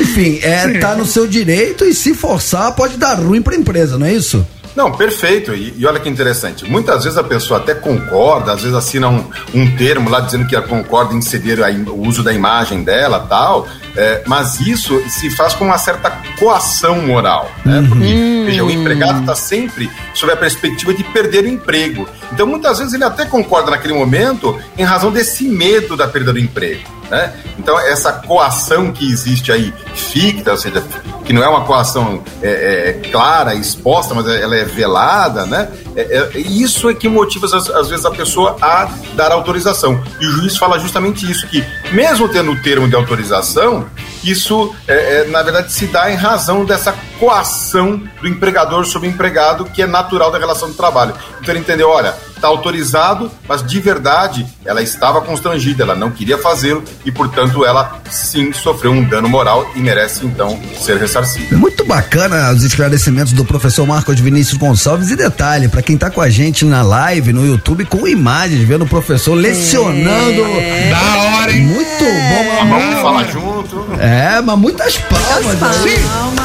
Speaker 1: Enfim, é, tá no seu direito e se forçar pode dar ruim pra empresa, não é isso?
Speaker 20: Não, perfeito. E, e olha que interessante. Muitas vezes a pessoa até concorda, às vezes assina um, um termo lá dizendo que ela concorda em ceder a im- o uso da imagem dela tal, é, mas isso se faz com uma certa coação moral. Né? Porque, veja, o empregado está sempre sob a perspectiva de perder o emprego. Então, muitas vezes ele até concorda naquele momento em razão desse medo da perda do emprego. Né? Então, essa coação que existe aí, ficta, ou seja, que não é uma coação é, é, clara, exposta, mas ela é velada, né? É, é, isso é que motiva, às, às vezes, a pessoa a dar autorização. E o juiz fala justamente isso, que mesmo tendo o termo de autorização, isso, é, é, na verdade, se dá em razão dessa coação do empregador sobre o empregado, que é natural da relação de trabalho. Então, ele entendeu, olha, está autorizado, mas de verdade ela estava constrangida, ela não queria fazê-lo e, portanto, ela sim sofreu um dano moral e merece então ser ressarcida.
Speaker 1: Muito bacana os esclarecimentos do professor Marcos Vinícius Gonçalves. E detalhe, pra quem tá com a gente na live, no YouTube, com imagens, vendo o professor lecionando.
Speaker 3: Da hora, hein?
Speaker 1: Muito bom,
Speaker 20: Vamos falar junto.
Speaker 1: É, mas muitas palmas. né?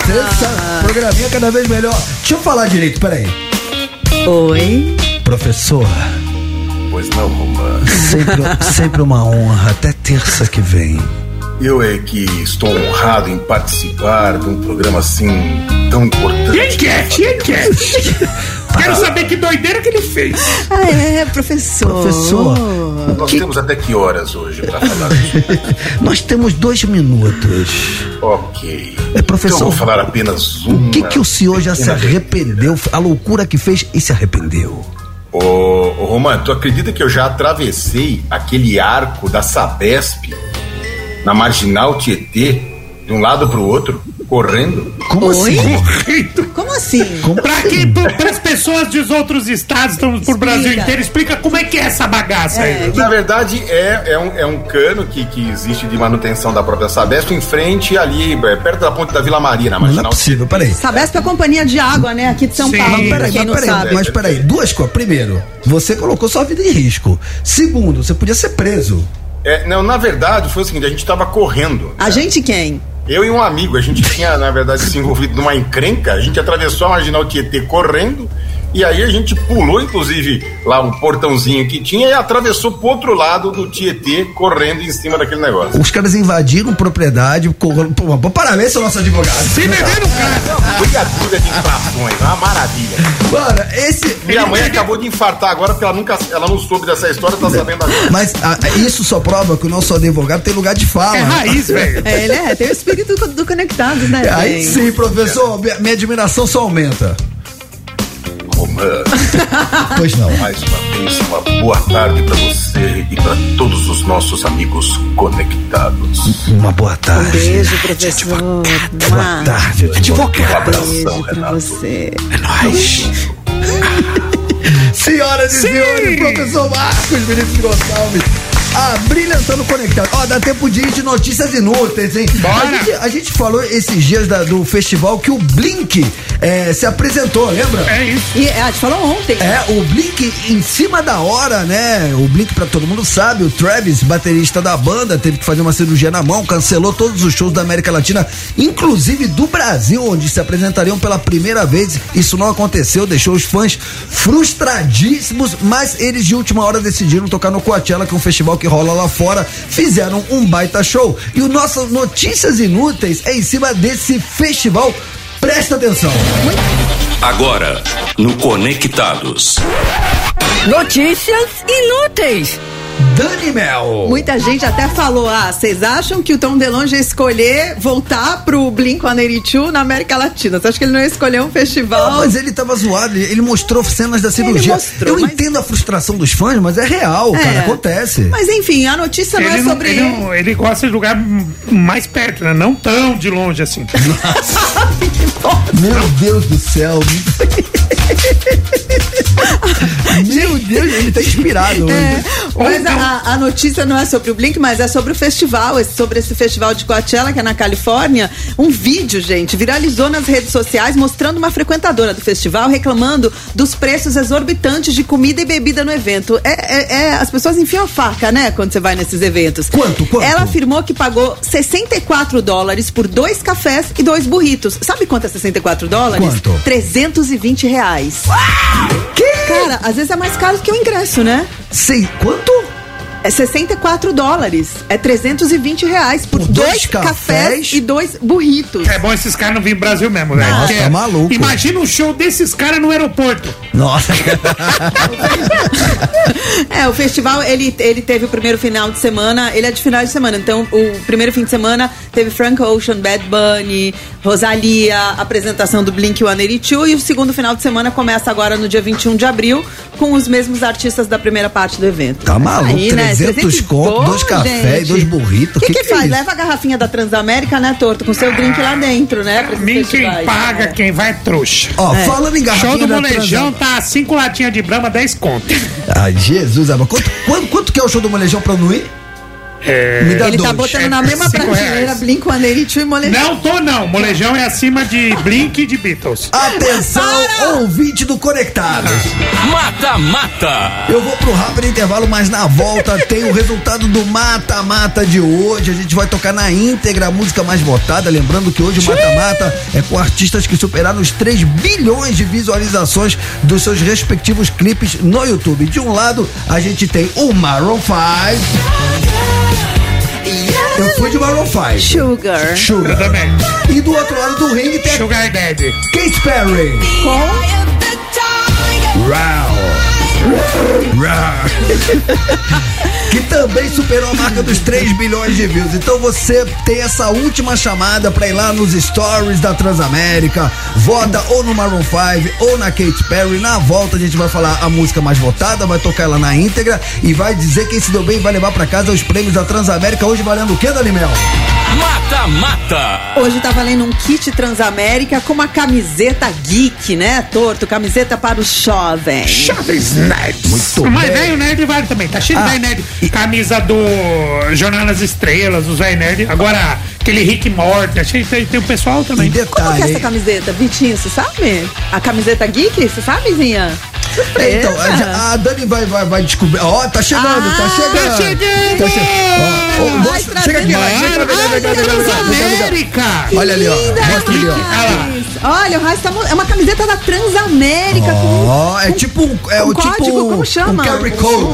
Speaker 1: Sensa- Programinha cada vez melhor. Deixa eu falar direito, peraí.
Speaker 17: Oi.
Speaker 1: Professor,
Speaker 20: Pois não, Romã.
Speaker 1: sempre, sempre uma honra. Até terça que vem.
Speaker 20: Eu é que estou honrado em participar de um programa assim tão importante.
Speaker 3: E a enquete, e a enquete? Quero saber que doideira que ele fez.
Speaker 17: Ah, é, professor.
Speaker 1: Professor,
Speaker 20: Nós temos até que horas hoje para falar disso?
Speaker 1: nós temos dois minutos.
Speaker 20: ok.
Speaker 1: É, professor.
Speaker 20: Então eu vou falar apenas uma.
Speaker 1: O que, que o senhor já se
Speaker 20: pequena
Speaker 1: arrependeu? A loucura que fez e se arrependeu.
Speaker 20: Ô, ô Romano, tu acredita que eu já atravessei aquele arco da Sabesp na marginal Tietê, de um lado pro outro, correndo?
Speaker 1: Como
Speaker 17: Oi? assim?
Speaker 3: Correndo.
Speaker 17: Como assim?
Speaker 3: Pra que para as pessoas dos outros estados, estamos por Brasil inteiro, explica como é que é essa bagaça aí.
Speaker 20: Na verdade, é, é, um, é um cano que, que existe de manutenção da própria Sabesp em frente ali, é, perto da ponte da Vila Maria, na
Speaker 1: Não é
Speaker 20: marginal.
Speaker 1: possível, peraí.
Speaker 2: Sabesp é a companhia de água, né? Aqui de São
Speaker 20: Sim,
Speaker 2: Paulo,
Speaker 1: Mas
Speaker 2: pra
Speaker 1: peraí,
Speaker 2: quem
Speaker 1: mas
Speaker 2: não
Speaker 1: peraí,
Speaker 2: sabe.
Speaker 1: mas peraí, duas coisas. Primeiro, você colocou sua vida em risco. Segundo, você podia ser preso.
Speaker 20: É, não, na verdade, foi o seguinte, a gente tava correndo.
Speaker 2: A gente quem?
Speaker 20: Eu e um amigo, a gente tinha, na verdade, se envolvido numa encrenca, a gente atravessou a marginal Tietê correndo, E aí a gente pulou, inclusive, lá um portãozinho que tinha e atravessou pro outro lado do Tietê, correndo em cima daquele negócio.
Speaker 1: Os caras invadiram propriedade. cor- Pô, pô, parabéns ao nosso advogado.
Speaker 20: Se
Speaker 3: é
Speaker 20: meteram, cara! Brigadura de infrações, uma maravilha.
Speaker 1: Mano, esse.
Speaker 20: Minha mãe acabou de infartar agora porque ela nunca. Ela não soube dessa história, tá sabendo agora.
Speaker 1: Mas ah, isso só prova que o nosso advogado tem lugar de
Speaker 3: É
Speaker 1: fala.
Speaker 2: É, ele é, tem o espírito do, do Conectados, né?
Speaker 1: Aí
Speaker 2: Tem.
Speaker 1: sim, professor, minha, minha admiração só aumenta. Pois não.
Speaker 20: Mais uma vez, uma boa tarde pra você e pra todos os nossos amigos conectados.
Speaker 1: Uma boa tarde.
Speaker 17: Um beijo, professor. Uma
Speaker 1: tarde,
Speaker 20: advogado. Um
Speaker 17: beijo
Speaker 20: abração,
Speaker 17: pra você.
Speaker 1: É nóis. Senhoras e senhores, professor Marcos Vinícius Gonçalves. Ah, brilhantando conectado. Ó, dá tempo de ir de notícias inúteis, hein? A gente, a gente falou esses dias da- do festival que o Blink eh, se apresentou, lembra?
Speaker 3: É isso.
Speaker 2: E, é, a gente falou ontem.
Speaker 1: É, o Blink em cima da hora, né? O Blink, pra todo mundo sabe, o Travis, baterista da banda, teve que fazer uma cirurgia na mão, cancelou todos os shows da América Latina, inclusive do Brasil, onde se apresentariam pela primeira vez. Isso não aconteceu, deixou os fãs frustradíssimos, mas eles de última hora decidiram tocar no Coachella, que é um festival que rola lá fora. Fizeram um baita show. E o nosso Notícias Inúteis é em cima desse festival. Presta atenção.
Speaker 18: Agora, no Conectados.
Speaker 2: Notícias inúteis.
Speaker 1: Dani Mel.
Speaker 2: Muita gente até falou: ah, vocês acham que o Tom DeLonge ia escolher voltar pro Blink 182 na América Latina? Você acha que ele não ia escolher um festival?
Speaker 1: Não, Ah, mas ele tava zoado, ele- ele mostrou cenas da cirurgia.
Speaker 2: mostrou,
Speaker 1: Eu
Speaker 2: mas-
Speaker 1: entendo a frustração dos fãs, mas é real,
Speaker 2: É.
Speaker 1: cara, acontece.
Speaker 2: Mas enfim, a notícia não
Speaker 3: Ele,
Speaker 2: é
Speaker 3: não-
Speaker 2: sobre.
Speaker 3: ele não- ele gosta de lugar m- mais perto, né? Não tão de longe assim.
Speaker 1: Meu Deus do céu. Meu Deus, ele tá inspirado hoje.
Speaker 2: É, mas a, a notícia não é sobre o Blink, mas é sobre o festival, esse- sobre esse festival de Coachella que é na Califórnia. Um vídeo, gente, viralizou nas redes sociais mostrando uma frequentadora do festival reclamando dos preços exorbitantes de comida e bebida no evento. É, é- é- as pessoas enfiam a faca, né, quando você vai nesses eventos. Quanto, quanto? Ela afirmou que pagou 64 dólares por dois cafés e dois burritos. Sabe quanto é 64 dólares?
Speaker 1: Quanto?
Speaker 2: 320 reais. Cara, às vezes é mais caro que o ingresso, né?
Speaker 1: Sei, quanto?
Speaker 2: É 64 dólares. É 320 reais por, dois, cafés, e dois burritos.
Speaker 3: É bom esses caras não virem pro Brasil mesmo, velho.
Speaker 1: Nossa,
Speaker 3: Porque
Speaker 1: tá maluco.
Speaker 3: Imagina um show desses caras no aeroporto.
Speaker 1: Nossa.
Speaker 2: É, o festival, ele, ele teve o primeiro final de semana, ele é de final de semana, então o primeiro fim de semana teve Frank Ocean, Bad Bunny, Rosalia, apresentação do Blink-182 e o segundo final de semana começa agora no dia 21 de abril com os mesmos artistas da primeira parte do evento.
Speaker 1: Tá maluco,
Speaker 2: Aí, né,
Speaker 1: 300 conto, dois
Speaker 2: gente.
Speaker 1: cafés, dois burritos.
Speaker 2: O que, que,
Speaker 1: é
Speaker 2: faz?
Speaker 1: isso?
Speaker 2: Leva a garrafinha da Transamérica, né, torto? Com seu drink lá dentro, né? Pra mim,
Speaker 3: Quem paga, quem vai é trouxa.
Speaker 1: Ó, É. falando em garrafinha
Speaker 3: Show do
Speaker 1: da
Speaker 3: molejão tá cinco latinhas de brama, 10 conto.
Speaker 1: Ah, Jesus, Aba, quanto, quanto, quanto que é o show do Molejão pra eu não ir? Me dá
Speaker 2: Ele tá
Speaker 1: dois.
Speaker 2: botando na mesma
Speaker 3: é cinco
Speaker 2: prateleira
Speaker 3: reais.
Speaker 2: Blink, Anerichu e Molejão.
Speaker 3: Não tô não, molejão é acima de Blink e de Beatles.
Speaker 1: Atenção, ouvinte do Conectados.
Speaker 18: Mata, mata.
Speaker 1: Eu vou pro rápido intervalo, mas na volta tem o resultado do mata-mata de hoje. A gente vai tocar na íntegra a música mais votada. Lembrando que hoje o mata-mata é com artistas que superaram os 3 bilhões de visualizações dos seus respectivos clipes no YouTube. De um lado, a gente tem o Maroon 5. Eu fui de Maroon 5.
Speaker 2: Sugar.
Speaker 1: Sugar.
Speaker 3: Eu também.
Speaker 1: E do outro lado do ringue tem
Speaker 3: Sugar Daddy.
Speaker 1: Kate Perry. Rau. Rau. que também superou a marca dos 3 bilhões de views. Então você tem essa última chamada pra ir lá nos stories da Transamérica, vota ou no Maroon 5 ou na Katy Perry. Na volta a gente vai falar a música mais votada, vai tocar ela na íntegra e vai dizer quem se deu bem e vai levar pra casa os prêmios da Transamérica hoje valendo o quê, Dani Mel?
Speaker 18: Mata, mata.
Speaker 2: Hoje tá valendo um kit Transamérica com uma camiseta geek, né, torto? Camiseta para os jovens.
Speaker 3: Jovens nerds.
Speaker 1: Muito
Speaker 3: Mas velho nerd vale também, tá cheio de velho nerd. Camisa do Jornal nas Estrelas, os velho nerd. Agora, aquele Rick Morty, achei que tem tem o pessoal também.
Speaker 2: Como que é essa camiseta, Vitinho? Você sabe? A camiseta geek? Você sabe, Zinha?
Speaker 1: É, Então, a, já- a Dani vai, vai, vai Tá
Speaker 2: Ah,
Speaker 1: descobrir. Ó, tá chegando, tá chegando. Tá chegando. Ó, ó, moça, chega aqui, vai, chega aqui, vai,
Speaker 2: verdade, é
Speaker 3: Transamérica!
Speaker 1: Olha ali, ó.
Speaker 2: Linda,
Speaker 1: Mostra ali, ó.
Speaker 2: Raiz. Olha, o Raiz tá. mo- É uma camiseta da Transamérica com.
Speaker 1: Ó, é tipo um. É
Speaker 2: um
Speaker 1: o tipo.
Speaker 2: código, como chama?
Speaker 1: Um carry code.
Speaker 2: Um- um
Speaker 1: Um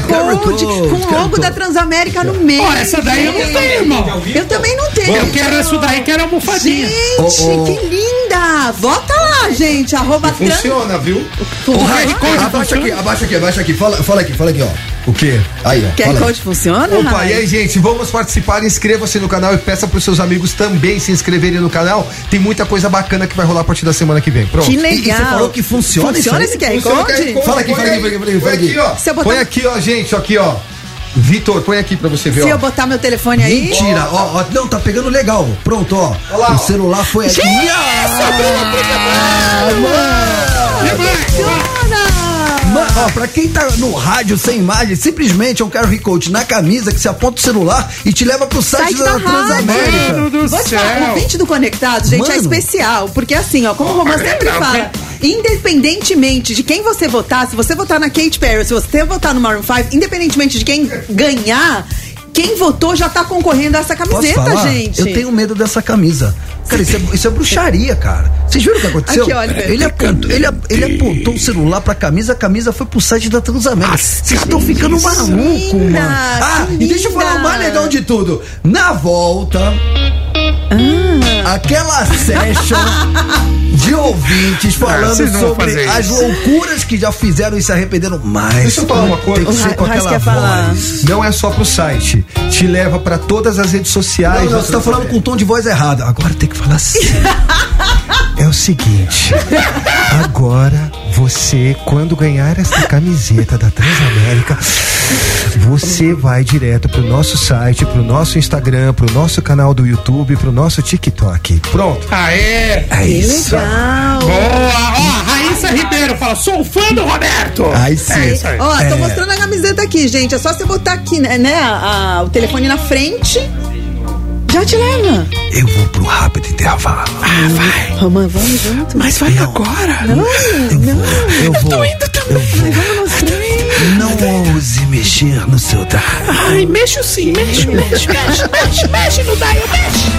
Speaker 2: QR Code com o logo da Transamérica no meio.
Speaker 3: Ó, essa daí eu não tenho, irmão.
Speaker 2: Eu também não tenho.
Speaker 3: Eu quero essa daí, quero almofadinha.
Speaker 2: Gente,
Speaker 3: Ô, ô.
Speaker 2: que linda! Vota lá, gente. Arroba trans-
Speaker 1: Funciona,
Speaker 2: Uhum.
Speaker 1: viu?
Speaker 2: O
Speaker 1: Ra-
Speaker 2: Uhum.
Speaker 1: abaixa aqui, abaixa aqui, abaixa aqui. Fala, fala aqui, fala aqui, ó. O quê? Aí, ó.
Speaker 2: QR
Speaker 1: fala aí.
Speaker 2: Code funciona? né?
Speaker 21: Opa,
Speaker 2: Raí?
Speaker 21: e aí, gente? Vamos participar. Inscreva-se no canal e peça para os seus amigos também se inscreverem no canal. Tem muita coisa bacana que vai rolar a partir da semana que vem. Pronto.
Speaker 2: Que legal. Funciona esse QR
Speaker 21: Funciona o
Speaker 2: Code?
Speaker 21: Fala aqui, fala aqui, fala aqui, fala aqui. Põe aqui, ó.
Speaker 2: Se eu botar-
Speaker 21: Põe aqui, ó, gente, aqui, ó. Vitor, põe aqui para você ver,
Speaker 2: Se eu
Speaker 21: ó.
Speaker 2: botar meu telefone aí.
Speaker 1: Mentira, ó, ó, não, tá pegando legal. Pronto, ó. o celular foi aqui.
Speaker 2: Gente,
Speaker 1: Mano, ó, pra quem tá no rádio sem imagem, simplesmente é um QR Code na camisa que se aponta o celular e te leva pro site,
Speaker 2: site da
Speaker 1: Transamérica.
Speaker 2: rádio. Vou te falar, o ouvinte do Conectado, gente, é
Speaker 1: Mano.
Speaker 2: especial. Porque assim, ó, como o Romã sempre fala, independentemente de quem você votar, se você votar na Kate Perry, se você votar no Maroon 5, independentemente de quem ganhar, quem votou já tá concorrendo a essa
Speaker 1: Posso
Speaker 2: camiseta,
Speaker 1: falar?
Speaker 2: gente.
Speaker 1: Eu tenho um medo dessa camisa. Cara, isso é, isso é bruxaria, cara. Vocês viram o que aconteceu?
Speaker 2: Aqui, olha.
Speaker 1: ele, apontou, ele, ap- ele apontou o celular pra camisa, a camisa foi pro site da Transamérica. Vocês estão ficando maluco, mano. Ah, e deixa eu falar o mais legal de tudo. Na volta, Ah. aquela session de ouvintes
Speaker 21: Ah,
Speaker 1: falando
Speaker 21: vocês não vão
Speaker 1: sobre
Speaker 21: fazer
Speaker 1: as
Speaker 21: isso.
Speaker 1: loucuras que já fizeram e se arrependeram mais.
Speaker 21: Deixa eu falar uma coisa.
Speaker 1: Tem que ser com aquela voz.
Speaker 21: Não é só pro site. Te leva pra todas as redes sociais.
Speaker 1: Não, não, você tá falando com o tom de voz errado. Agora tem que falar assim.
Speaker 21: É o seguinte. Agora você, quando ganhar essa camiseta da Transamérica, você vai direto pro nosso site, pro nosso Instagram, pro nosso canal do YouTube, pro nosso TikTok. Pronto.
Speaker 3: Aê!
Speaker 21: É isso.
Speaker 3: Boa! Ó, Raíssa Ribeiro fala, sou fã do Roberto!
Speaker 21: Aí sim.
Speaker 3: É isso aí.
Speaker 2: Ó, tô mostrando a camiseta aqui, gente. É só você botar aqui, né, né, a- a- o telefone na frente. Já te leva.
Speaker 1: Eu vou pro rápido intervalo.
Speaker 2: Ah, vai. Romã, vamos junto. Mas vai agora. Não, não.
Speaker 1: Eu vou. Eu vou. Não ouse mexer no seu dar.
Speaker 6: Ai, mexo sim, mexo, mexo, mexo, mexo, mexo, não dá, eu mexo.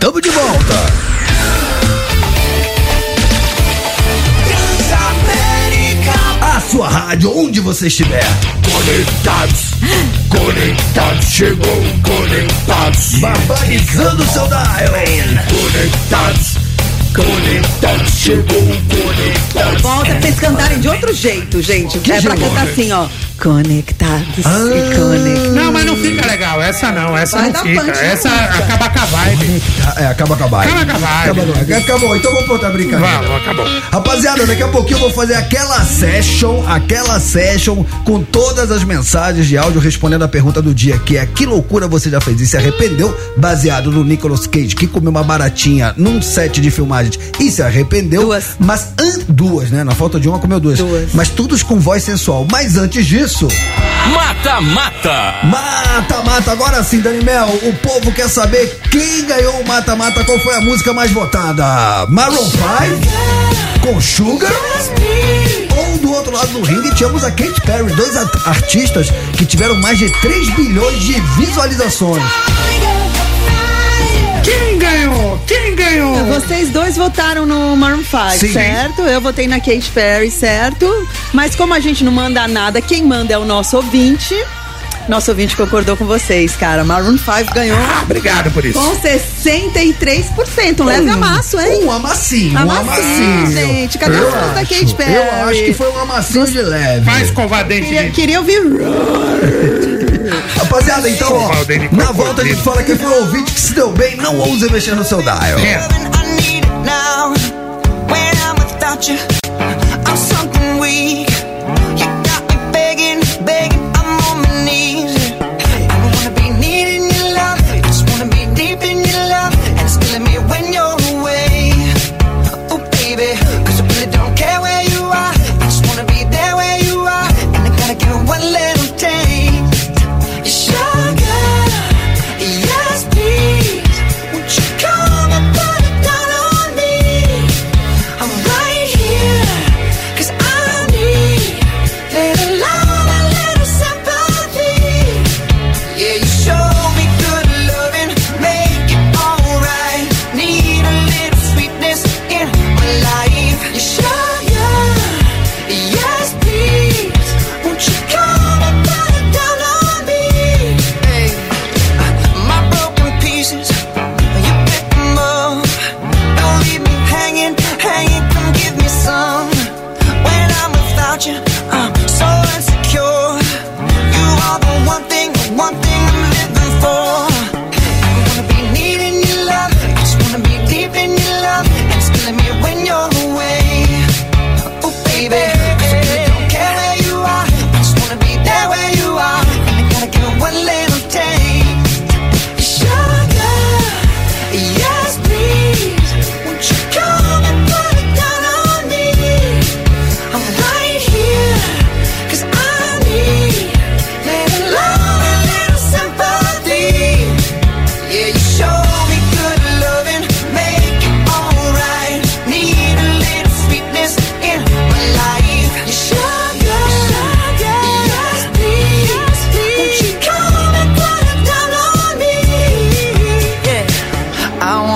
Speaker 1: Tamo de volta. A sua rádio, onde você estiver. Conectados. Conectados. Chegou conectados. Barbarizando o seu dial. Conectados. Conectados. Chegou conectados.
Speaker 2: Volta pra vocês cantarem de outro jeito, gente. é pra
Speaker 1: jeito? Ah.
Speaker 2: cantar assim, ó. Conectados e conectados.
Speaker 3: Não, mas não fica legal. Essa não, essa
Speaker 2: Vai
Speaker 3: não
Speaker 2: dar
Speaker 3: fica.
Speaker 2: punch, né?
Speaker 3: essa
Speaker 2: não fica.
Speaker 3: acaba com a vibe.
Speaker 1: Ah, É, acaba com a vibe.
Speaker 3: Acaba com a vibe.
Speaker 1: Acaba com a vibe. Acabou, então vamos botar a brincadeira.
Speaker 3: Vamos, acabou.
Speaker 1: Rapaziada, daqui a pouquinho eu vou fazer aquela session, aquela session com todas as mensagens de áudio respondendo a pergunta do dia, que é que loucura você já fez e se arrependeu, baseado no Nicolas Cage, que comeu uma baratinha num set de filmagens e se arrependeu. Duas. Mas an- duas, né? Na falta de uma comeu duas. Duas. Mas todos com voz sensual. Mas antes disso,
Speaker 18: Mata, mata.
Speaker 1: Mata, mata, agora sim, Dani Mel. O povo quer saber quem ganhou o mata, mata. Qual foi a música mais votada? Maroon 5 com Sugar? Ou do outro lado do ringue tínhamos a Katy Perry, dois at- artistas que tiveram mais de 3 bilhões de visualizações.
Speaker 3: Quem ganhou? Quem ganhou?
Speaker 2: Vocês dois votaram no Maroon 5,
Speaker 1: Sim.
Speaker 2: certo? Eu votei na Kate Perry, certo? Mas como a gente não manda nada, quem manda é o nosso ouvinte. Nosso ouvinte concordou com vocês, cara. Maroon 5 ganhou.
Speaker 3: Ah, Obrigado por isso.
Speaker 2: Com 63%. Um leve amasso, hein?
Speaker 1: Um amassinho, um amassinho.
Speaker 2: gente. Cadê
Speaker 1: Eu
Speaker 2: o da
Speaker 1: acho,
Speaker 2: Kate Perry?
Speaker 1: eu acho que foi um amassinho de leve.
Speaker 3: Vai escovar dente.
Speaker 2: Queria, queria ouvir.
Speaker 1: Rapaziada, então, ó, na volta a gente fala que foi o ouvinte que se deu bem, não ouse mexer no seu dial.
Speaker 14: now when I'm without you. I'm something weak. You got me begging, begging. I'm on my knees. I don't wanna be needing your love. I just wanna be deep in your love. And it's killing me when you're away. Oh, baby, 'cause I really don't care where you are. I just wanna be there where you are. And I gotta get one little taste. Sugar, yes, please. Won't you come and put it down on me? I'm right here, cause I need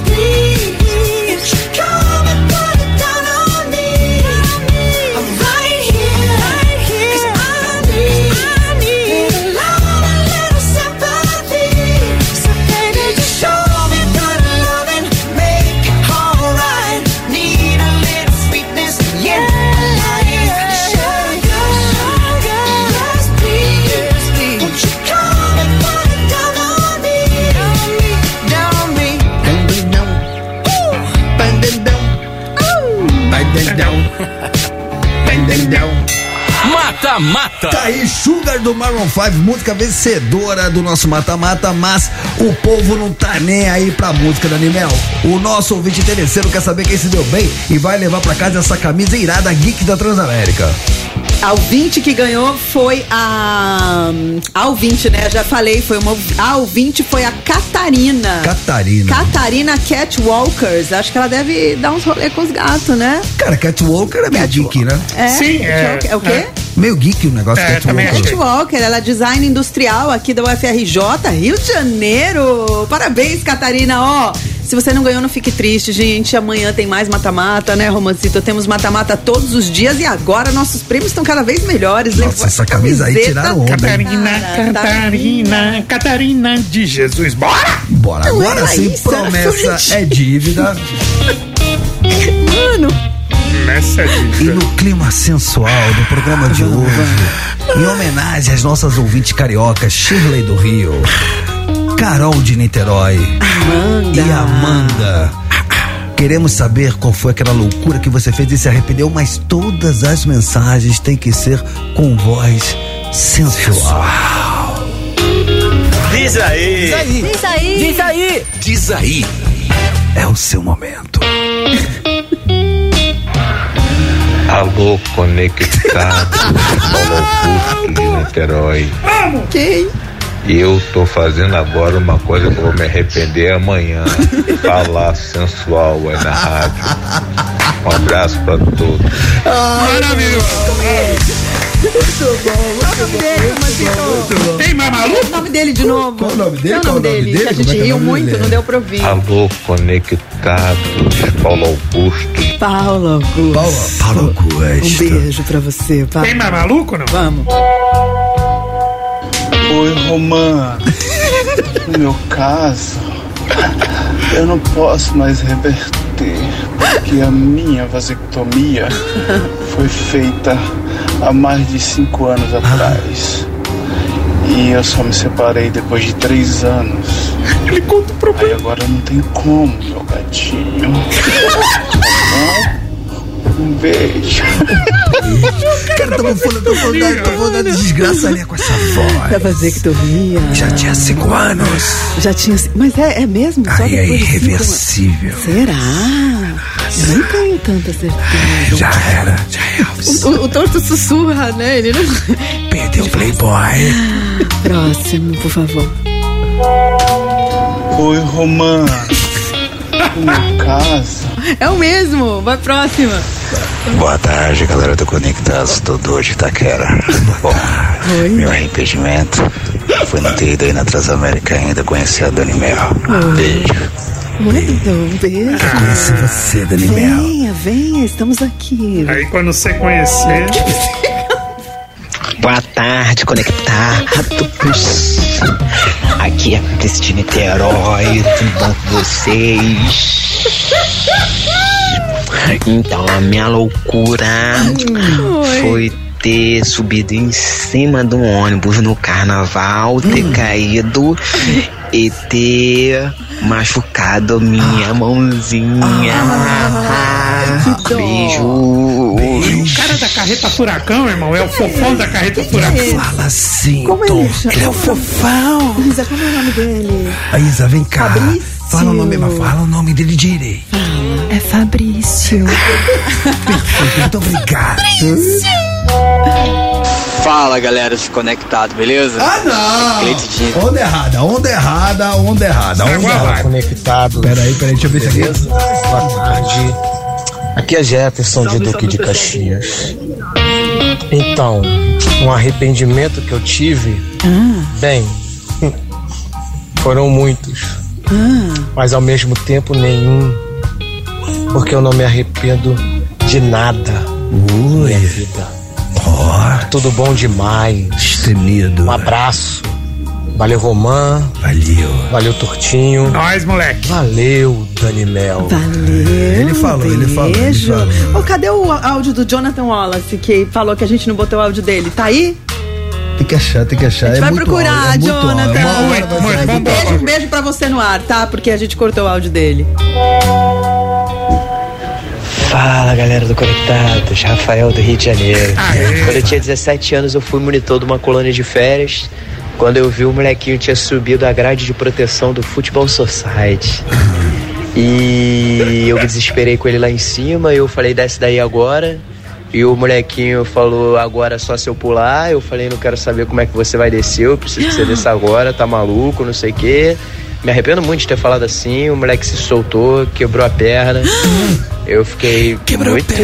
Speaker 14: please. Come and put it down on me. I'm right here. 'Cause I need, I need a lot of little sympathy. So baby, just show me good loving. Make it all right. Need a little sweetness in my life. Sugar, sugar. Yes, please. Won't you come and put it down on me? Down on me. Down on me.
Speaker 18: Mata, mata.
Speaker 1: Tá aí Sugar do Maroon 5, música vencedora do nosso mata-mata, mas o povo não tá nem aí pra música da Animel. O nosso ouvinte terceiro quer saber quem se deu bem e vai levar pra casa essa camisa irada geek da Transamérica.
Speaker 2: A ouvinte que ganhou foi a. A ouvinte, né? Já falei, foi uma. A ouvinte foi a Catarina.
Speaker 3: Ah.
Speaker 1: Catarina.
Speaker 2: Catarina Catwalkers. Acho que ela deve dar uns rolê com os gatos, né?
Speaker 1: Cara, Catwalker é meio geek, né?
Speaker 2: É, Sim, é, Catwalker- é o quê? é.
Speaker 1: Meio geek o negócio
Speaker 2: É,
Speaker 1: Catwalker.
Speaker 2: Catwalker, ela é design industrial aqui da UFRJ, Rio de Janeiro. Parabéns, Catarina, ó. Se você não ganhou, não fique triste, gente. Amanhã tem mais mata-mata, né, Romancito? Temos mata-mata todos os dias e agora nossos prêmios estão cada vez melhores. Levou
Speaker 1: Nossa, essa camisa aí
Speaker 2: camiseta.
Speaker 1: tiraram onda. hein?
Speaker 3: Catarina,
Speaker 2: Cara,
Speaker 3: Catarina, Catarina de Jesus. Bora!
Speaker 1: Bora,
Speaker 3: Não
Speaker 1: agora
Speaker 3: era
Speaker 1: sim,
Speaker 3: isso, era
Speaker 1: promessa
Speaker 3: sorridinho.
Speaker 1: é dívida.
Speaker 2: Mano.
Speaker 3: Nessa
Speaker 1: E no clima sensual do programa de hoje, em homenagem às nossas ouvintes cariocas, Shirley do Rio, Carol de Niterói e Amanda. Queremos saber qual foi aquela loucura que você fez e se arrependeu, mas todas as mensagens têm que ser com voz sensual.
Speaker 18: Diz aí.
Speaker 6: Diz aí.
Speaker 18: Diz aí.
Speaker 6: Diz aí.
Speaker 18: Diz aí.
Speaker 1: É o seu momento.
Speaker 12: Alô, conectado. Paulo Augusto de Niterói.
Speaker 6: Vamos!
Speaker 2: Quem?
Speaker 12: Eu tô fazendo agora uma coisa que eu vou me arrepender amanhã. Falar sensual aí na rádio. Um abraço pra todos.
Speaker 3: Maravilhoso.
Speaker 2: Muito bom, muito bom. Muito bom.
Speaker 3: Tem mais maluco?
Speaker 2: O nome dele de novo. Qual
Speaker 1: o nome dele?
Speaker 2: Qual o nome dele? é Que a gente riu muito, não deu pra ouvir.
Speaker 22: Ah,
Speaker 12: Alô, conectados. Paulo Augusto.
Speaker 2: Paulo Augusto.
Speaker 1: Paulo Augusto.
Speaker 2: Um beijo pra você, Paulo.
Speaker 12: Tem mais
Speaker 3: maluco, não?
Speaker 2: Vamos.
Speaker 16: Oi, Romã. No meu caso, eu não posso mais reverter, porque a minha vasectomia foi feita há mais de cinco anos atrás. E eu só me separei depois de três anos. Ele conta o problema. Aí agora não tem como, meu gatinho. Então, Um beijo.
Speaker 1: Cara, tô com vontade, tô com vontade, tô com vontade de desgraça ali com essa voz.
Speaker 2: Pra fazer que dormia.
Speaker 1: Já tinha cinco anos.
Speaker 2: Já tinha. c- Mas é, é mesmo? Só
Speaker 1: Aí é
Speaker 2: depois de cinco anos?
Speaker 1: irreversível.
Speaker 2: Será? Nem tenho tanta certeza.
Speaker 1: Já era.
Speaker 2: O, o, o torto sussurra, né? Ele não.
Speaker 1: Perdeu o um Playboy.
Speaker 2: Próximo, por favor.
Speaker 16: Oi, Romã. No meu caso,
Speaker 2: É o mesmo. Vai próxima.
Speaker 23: Boa tarde, galera do Conectados, Dodô de Itaquera. Bom, meu arrependimento foi não ter ido aí na Transamérica ainda conhecer a Dani Mel.
Speaker 2: Oi.
Speaker 23: Beijo.
Speaker 2: Muito um beijo.
Speaker 1: Conhecer você, Dani Mel.
Speaker 2: Venha, venha, estamos aqui.
Speaker 3: Aí quando você conhecer.
Speaker 22: Boa tarde, conectados. Aqui é a Cristina Niterói, tudo bom com vocês? Então, a minha loucura
Speaker 6: Oi.
Speaker 22: foi ter subido em cima de um ônibus no carnaval, ter caído e ter machucado minha mãozinha. Beijo.
Speaker 3: O cara da carreta furacão, irmão, é o fofão da carreta furacão.
Speaker 1: Fala assim, Tom. Ele é o fofão.
Speaker 2: Isa, como é o nome dele?
Speaker 1: Aí, Isa, vem cá. Fala o nome, mas fala o nome dele direito.
Speaker 7: É Fabrício.
Speaker 1: Muito obrigado.
Speaker 5: Fala galera desconectado, beleza?
Speaker 1: Ah, não!
Speaker 5: Cleiton Dias.
Speaker 1: Onda errada, onda errada, onda errada, onda errada.
Speaker 24: conectado.
Speaker 1: Peraí, peraí, deixa eu ver isso aqui.
Speaker 24: Boa tarde. Aqui é Jefferson de Duque de Caxias. Então, um arrependimento que eu tive, bem, foram muitos, mas ao mesmo tempo nenhum, porque eu não me arrependo de nada na minha vida. É Tudo bom demais.
Speaker 1: Destemido.
Speaker 24: Um abraço. Valeu, Romã.
Speaker 1: Valeu.
Speaker 24: Valeu, Tortinho.
Speaker 3: Nós, moleque.
Speaker 24: Valeu, Dani Mel.
Speaker 2: Valeu.
Speaker 24: Ele falou,
Speaker 1: é
Speaker 24: ele falou, ele
Speaker 2: beijo.
Speaker 24: falou.
Speaker 2: Ô, cadê o áudio do Jonathan Wallace que falou que a gente não botou o áudio dele? Tá aí?
Speaker 1: Tem que achar, tem que achar.
Speaker 2: A gente
Speaker 1: é
Speaker 2: vai
Speaker 1: muito
Speaker 2: procurar,
Speaker 1: hora, é muito hora.
Speaker 2: Jonathan.
Speaker 1: Uma hora vai ser
Speaker 2: Um
Speaker 1: muito
Speaker 2: beijo,
Speaker 1: hora.
Speaker 2: um beijo pra você no ar, tá? Porque a gente cortou o áudio dele.
Speaker 5: Fala galera do Conectados, Rafael do Rio de Janeiro. Quando eu tinha 17 anos, eu fui monitor de uma colônia de férias. Quando eu vi o molequinho tinha subido a grade de proteção do Futebol Society. E eu me desesperei com ele lá em cima, eu falei, desce daí agora. E o molequinho falou, agora é só se eu pular. Eu falei, não quero saber como é que você vai descer, eu preciso que você desça agora, tá maluco, não sei o quê. Me arrependo muito de ter falado assim, o moleque se soltou, quebrou a perna. Eu fiquei muito,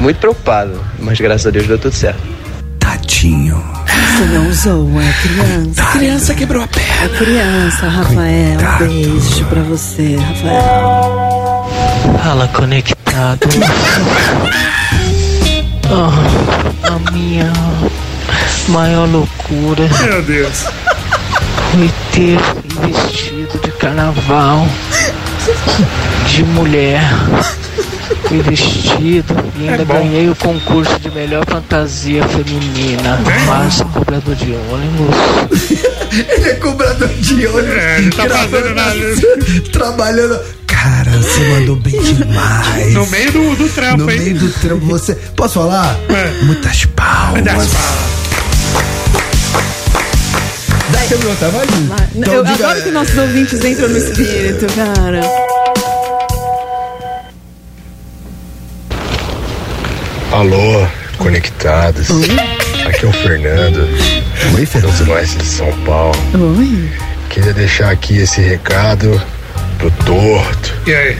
Speaker 5: muito preocupado, mas graças a Deus deu tudo certo.
Speaker 1: Tadinho.
Speaker 2: Você não usou, é criança.
Speaker 1: Tá,
Speaker 5: Criança
Speaker 1: então.
Speaker 5: quebrou a
Speaker 2: perna. É criança, Rafael. Beijo pra você, Rafael.
Speaker 5: Fala conectado.
Speaker 25: Ah, a minha maior loucura.
Speaker 3: Meu Deus.
Speaker 25: Foi ter me vestido de carnaval de mulher. Fui vestido e
Speaker 3: É
Speaker 25: ainda ganhei o concurso de melhor fantasia feminina.
Speaker 3: É?
Speaker 25: Márcio cobrador de ônibus.
Speaker 1: Ele é cobrador de ônibus.
Speaker 25: É, ele tá
Speaker 1: gravando na- Trabalhando. Cara, você mandou bem demais.
Speaker 3: No meio do, do trampo,
Speaker 1: No
Speaker 3: hein?
Speaker 1: meio do trampo, você. Posso falar? Muitas palmas.
Speaker 3: Muitas
Speaker 1: Deixa eu perguntar, vai. Ju. Então
Speaker 2: Ah, eu
Speaker 1: diga-
Speaker 2: adoro que nossos ouvintes entram no espírito, cara.
Speaker 26: Alô, conectados. Aqui é o Fernando. Oi, Fernando. Oeste de São Paulo.
Speaker 2: Oi.
Speaker 26: Queria deixar aqui esse recado pro Torto,
Speaker 3: E aí?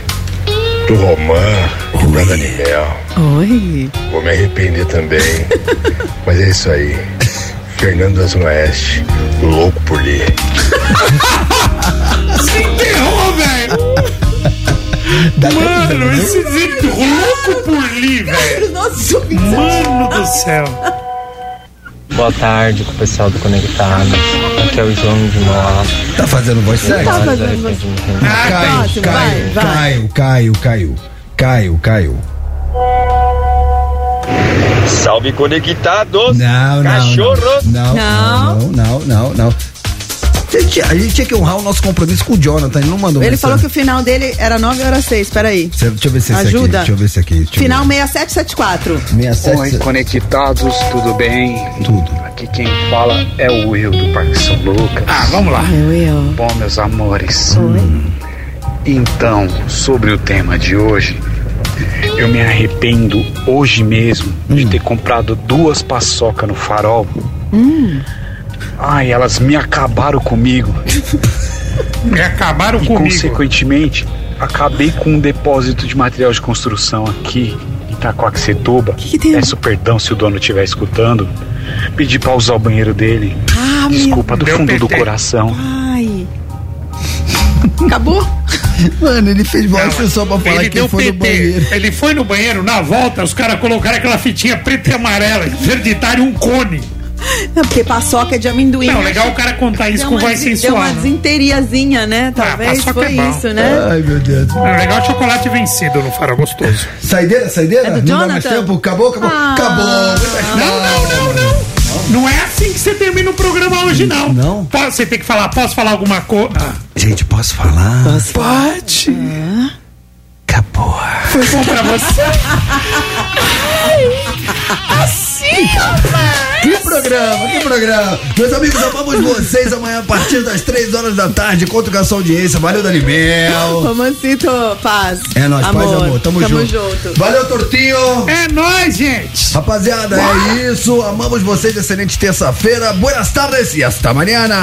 Speaker 26: pro Romã e pra Daniel.
Speaker 2: Oi.
Speaker 26: Vou me arrepender também. Mas é isso aí. Fernando da Zona Oeste, louco por li.
Speaker 3: Se enterrou, velho. Mano, esse jeito louco por li, velho. Mano do céu.
Speaker 25: Boa tarde com o pessoal do Conectados. Aqui é o João de Moá.
Speaker 1: Tá fazendo voz sexy? Caio,
Speaker 25: Próximo,
Speaker 1: Caio,
Speaker 25: vai, vai.
Speaker 1: Caio, Caio, Caio. Caio, Caio.
Speaker 27: Salve conectados!
Speaker 1: Não, não,
Speaker 27: Cachorros!
Speaker 1: Não, não, não, não, não, não. A gente- A gente tinha que honrar o nosso compromisso com o Jonathan, ele não mandou
Speaker 2: Ele
Speaker 1: mensagem.
Speaker 2: falou que o final dele era 9 horas 6, peraí.
Speaker 1: Cê- Deixa eu ver se é esse aqui.
Speaker 2: Ajuda.
Speaker 1: Deixa eu ver se é aqui. Deixa eu
Speaker 2: Final 6774.
Speaker 1: ver. 67.
Speaker 28: Oi, conectados, tudo bem? Tudo. Aqui quem fala é o Will do Parque São Lucas. Ah, vamos lá. Bom, meus amores. Então, sobre o tema de hoje, eu me arrependo hoje mesmo de ter comprado duas paçoca no farol. Ai, elas me acabaram comigo.
Speaker 1: Uhum.
Speaker 3: Me acabaram
Speaker 28: e,
Speaker 3: comigo.
Speaker 28: consequentemente, acabei com um depósito de material de construção aqui em Itacoaxetuba. Peço perdão se o dono estiver escutando. Pedi pra usar o banheiro dele.
Speaker 2: Ah,
Speaker 28: Desculpa do
Speaker 2: meu
Speaker 28: fundo do
Speaker 2: PT.
Speaker 28: coração.
Speaker 2: Ai. Acabou?
Speaker 1: Mano, ele fez
Speaker 3: Não,
Speaker 1: voz só pra falar
Speaker 3: Ah, ele
Speaker 1: que ele
Speaker 3: deu
Speaker 1: foi no banheiro.
Speaker 3: PT. Ele foi no banheiro, na volta, os caras colocaram aquela fitinha preta e amarela, verditário um cone.
Speaker 2: Não, porque paçoca é de amendoim.
Speaker 3: Não,
Speaker 2: né?
Speaker 3: legal o cara contar isso
Speaker 2: Deu
Speaker 3: com
Speaker 2: uma
Speaker 3: voz
Speaker 2: des- Deu
Speaker 3: sensual.
Speaker 2: uma
Speaker 3: né?
Speaker 2: desinteriazinha, né? Talvez
Speaker 3: paçoca
Speaker 2: foi
Speaker 3: é bom.
Speaker 2: isso, né?
Speaker 1: Ai, meu Deus.
Speaker 3: É legal chocolate vencido no farol gostoso.
Speaker 1: Saideira, saideira?
Speaker 3: É do
Speaker 1: não dá mais
Speaker 3: Jonathan?
Speaker 1: tempo? Acabou, acabou.
Speaker 3: Ah.
Speaker 1: Acabou.
Speaker 3: Não, não, não, não. Não é assim que você termina o programa hoje, não. Não. Você tem que falar, posso falar alguma coisa?
Speaker 1: Gente, posso falar?
Speaker 3: Pode.
Speaker 1: Acabou.
Speaker 3: Foi bom pra você.
Speaker 1: Assim, Que programa, que programa. Meus amigos, amamos vocês amanhã a partir das 3 horas da tarde. Conto com a sua audiência. Valeu, Danimel.
Speaker 14: Romancito, paz.
Speaker 1: É nóis, paz e amor. Tamo, junto. Valeu, Tortinho.
Speaker 3: É nóis, gente.
Speaker 1: Rapaziada, é isso. Amamos vocês. Excelente terça-feira. Buenas tardes e hasta mañana.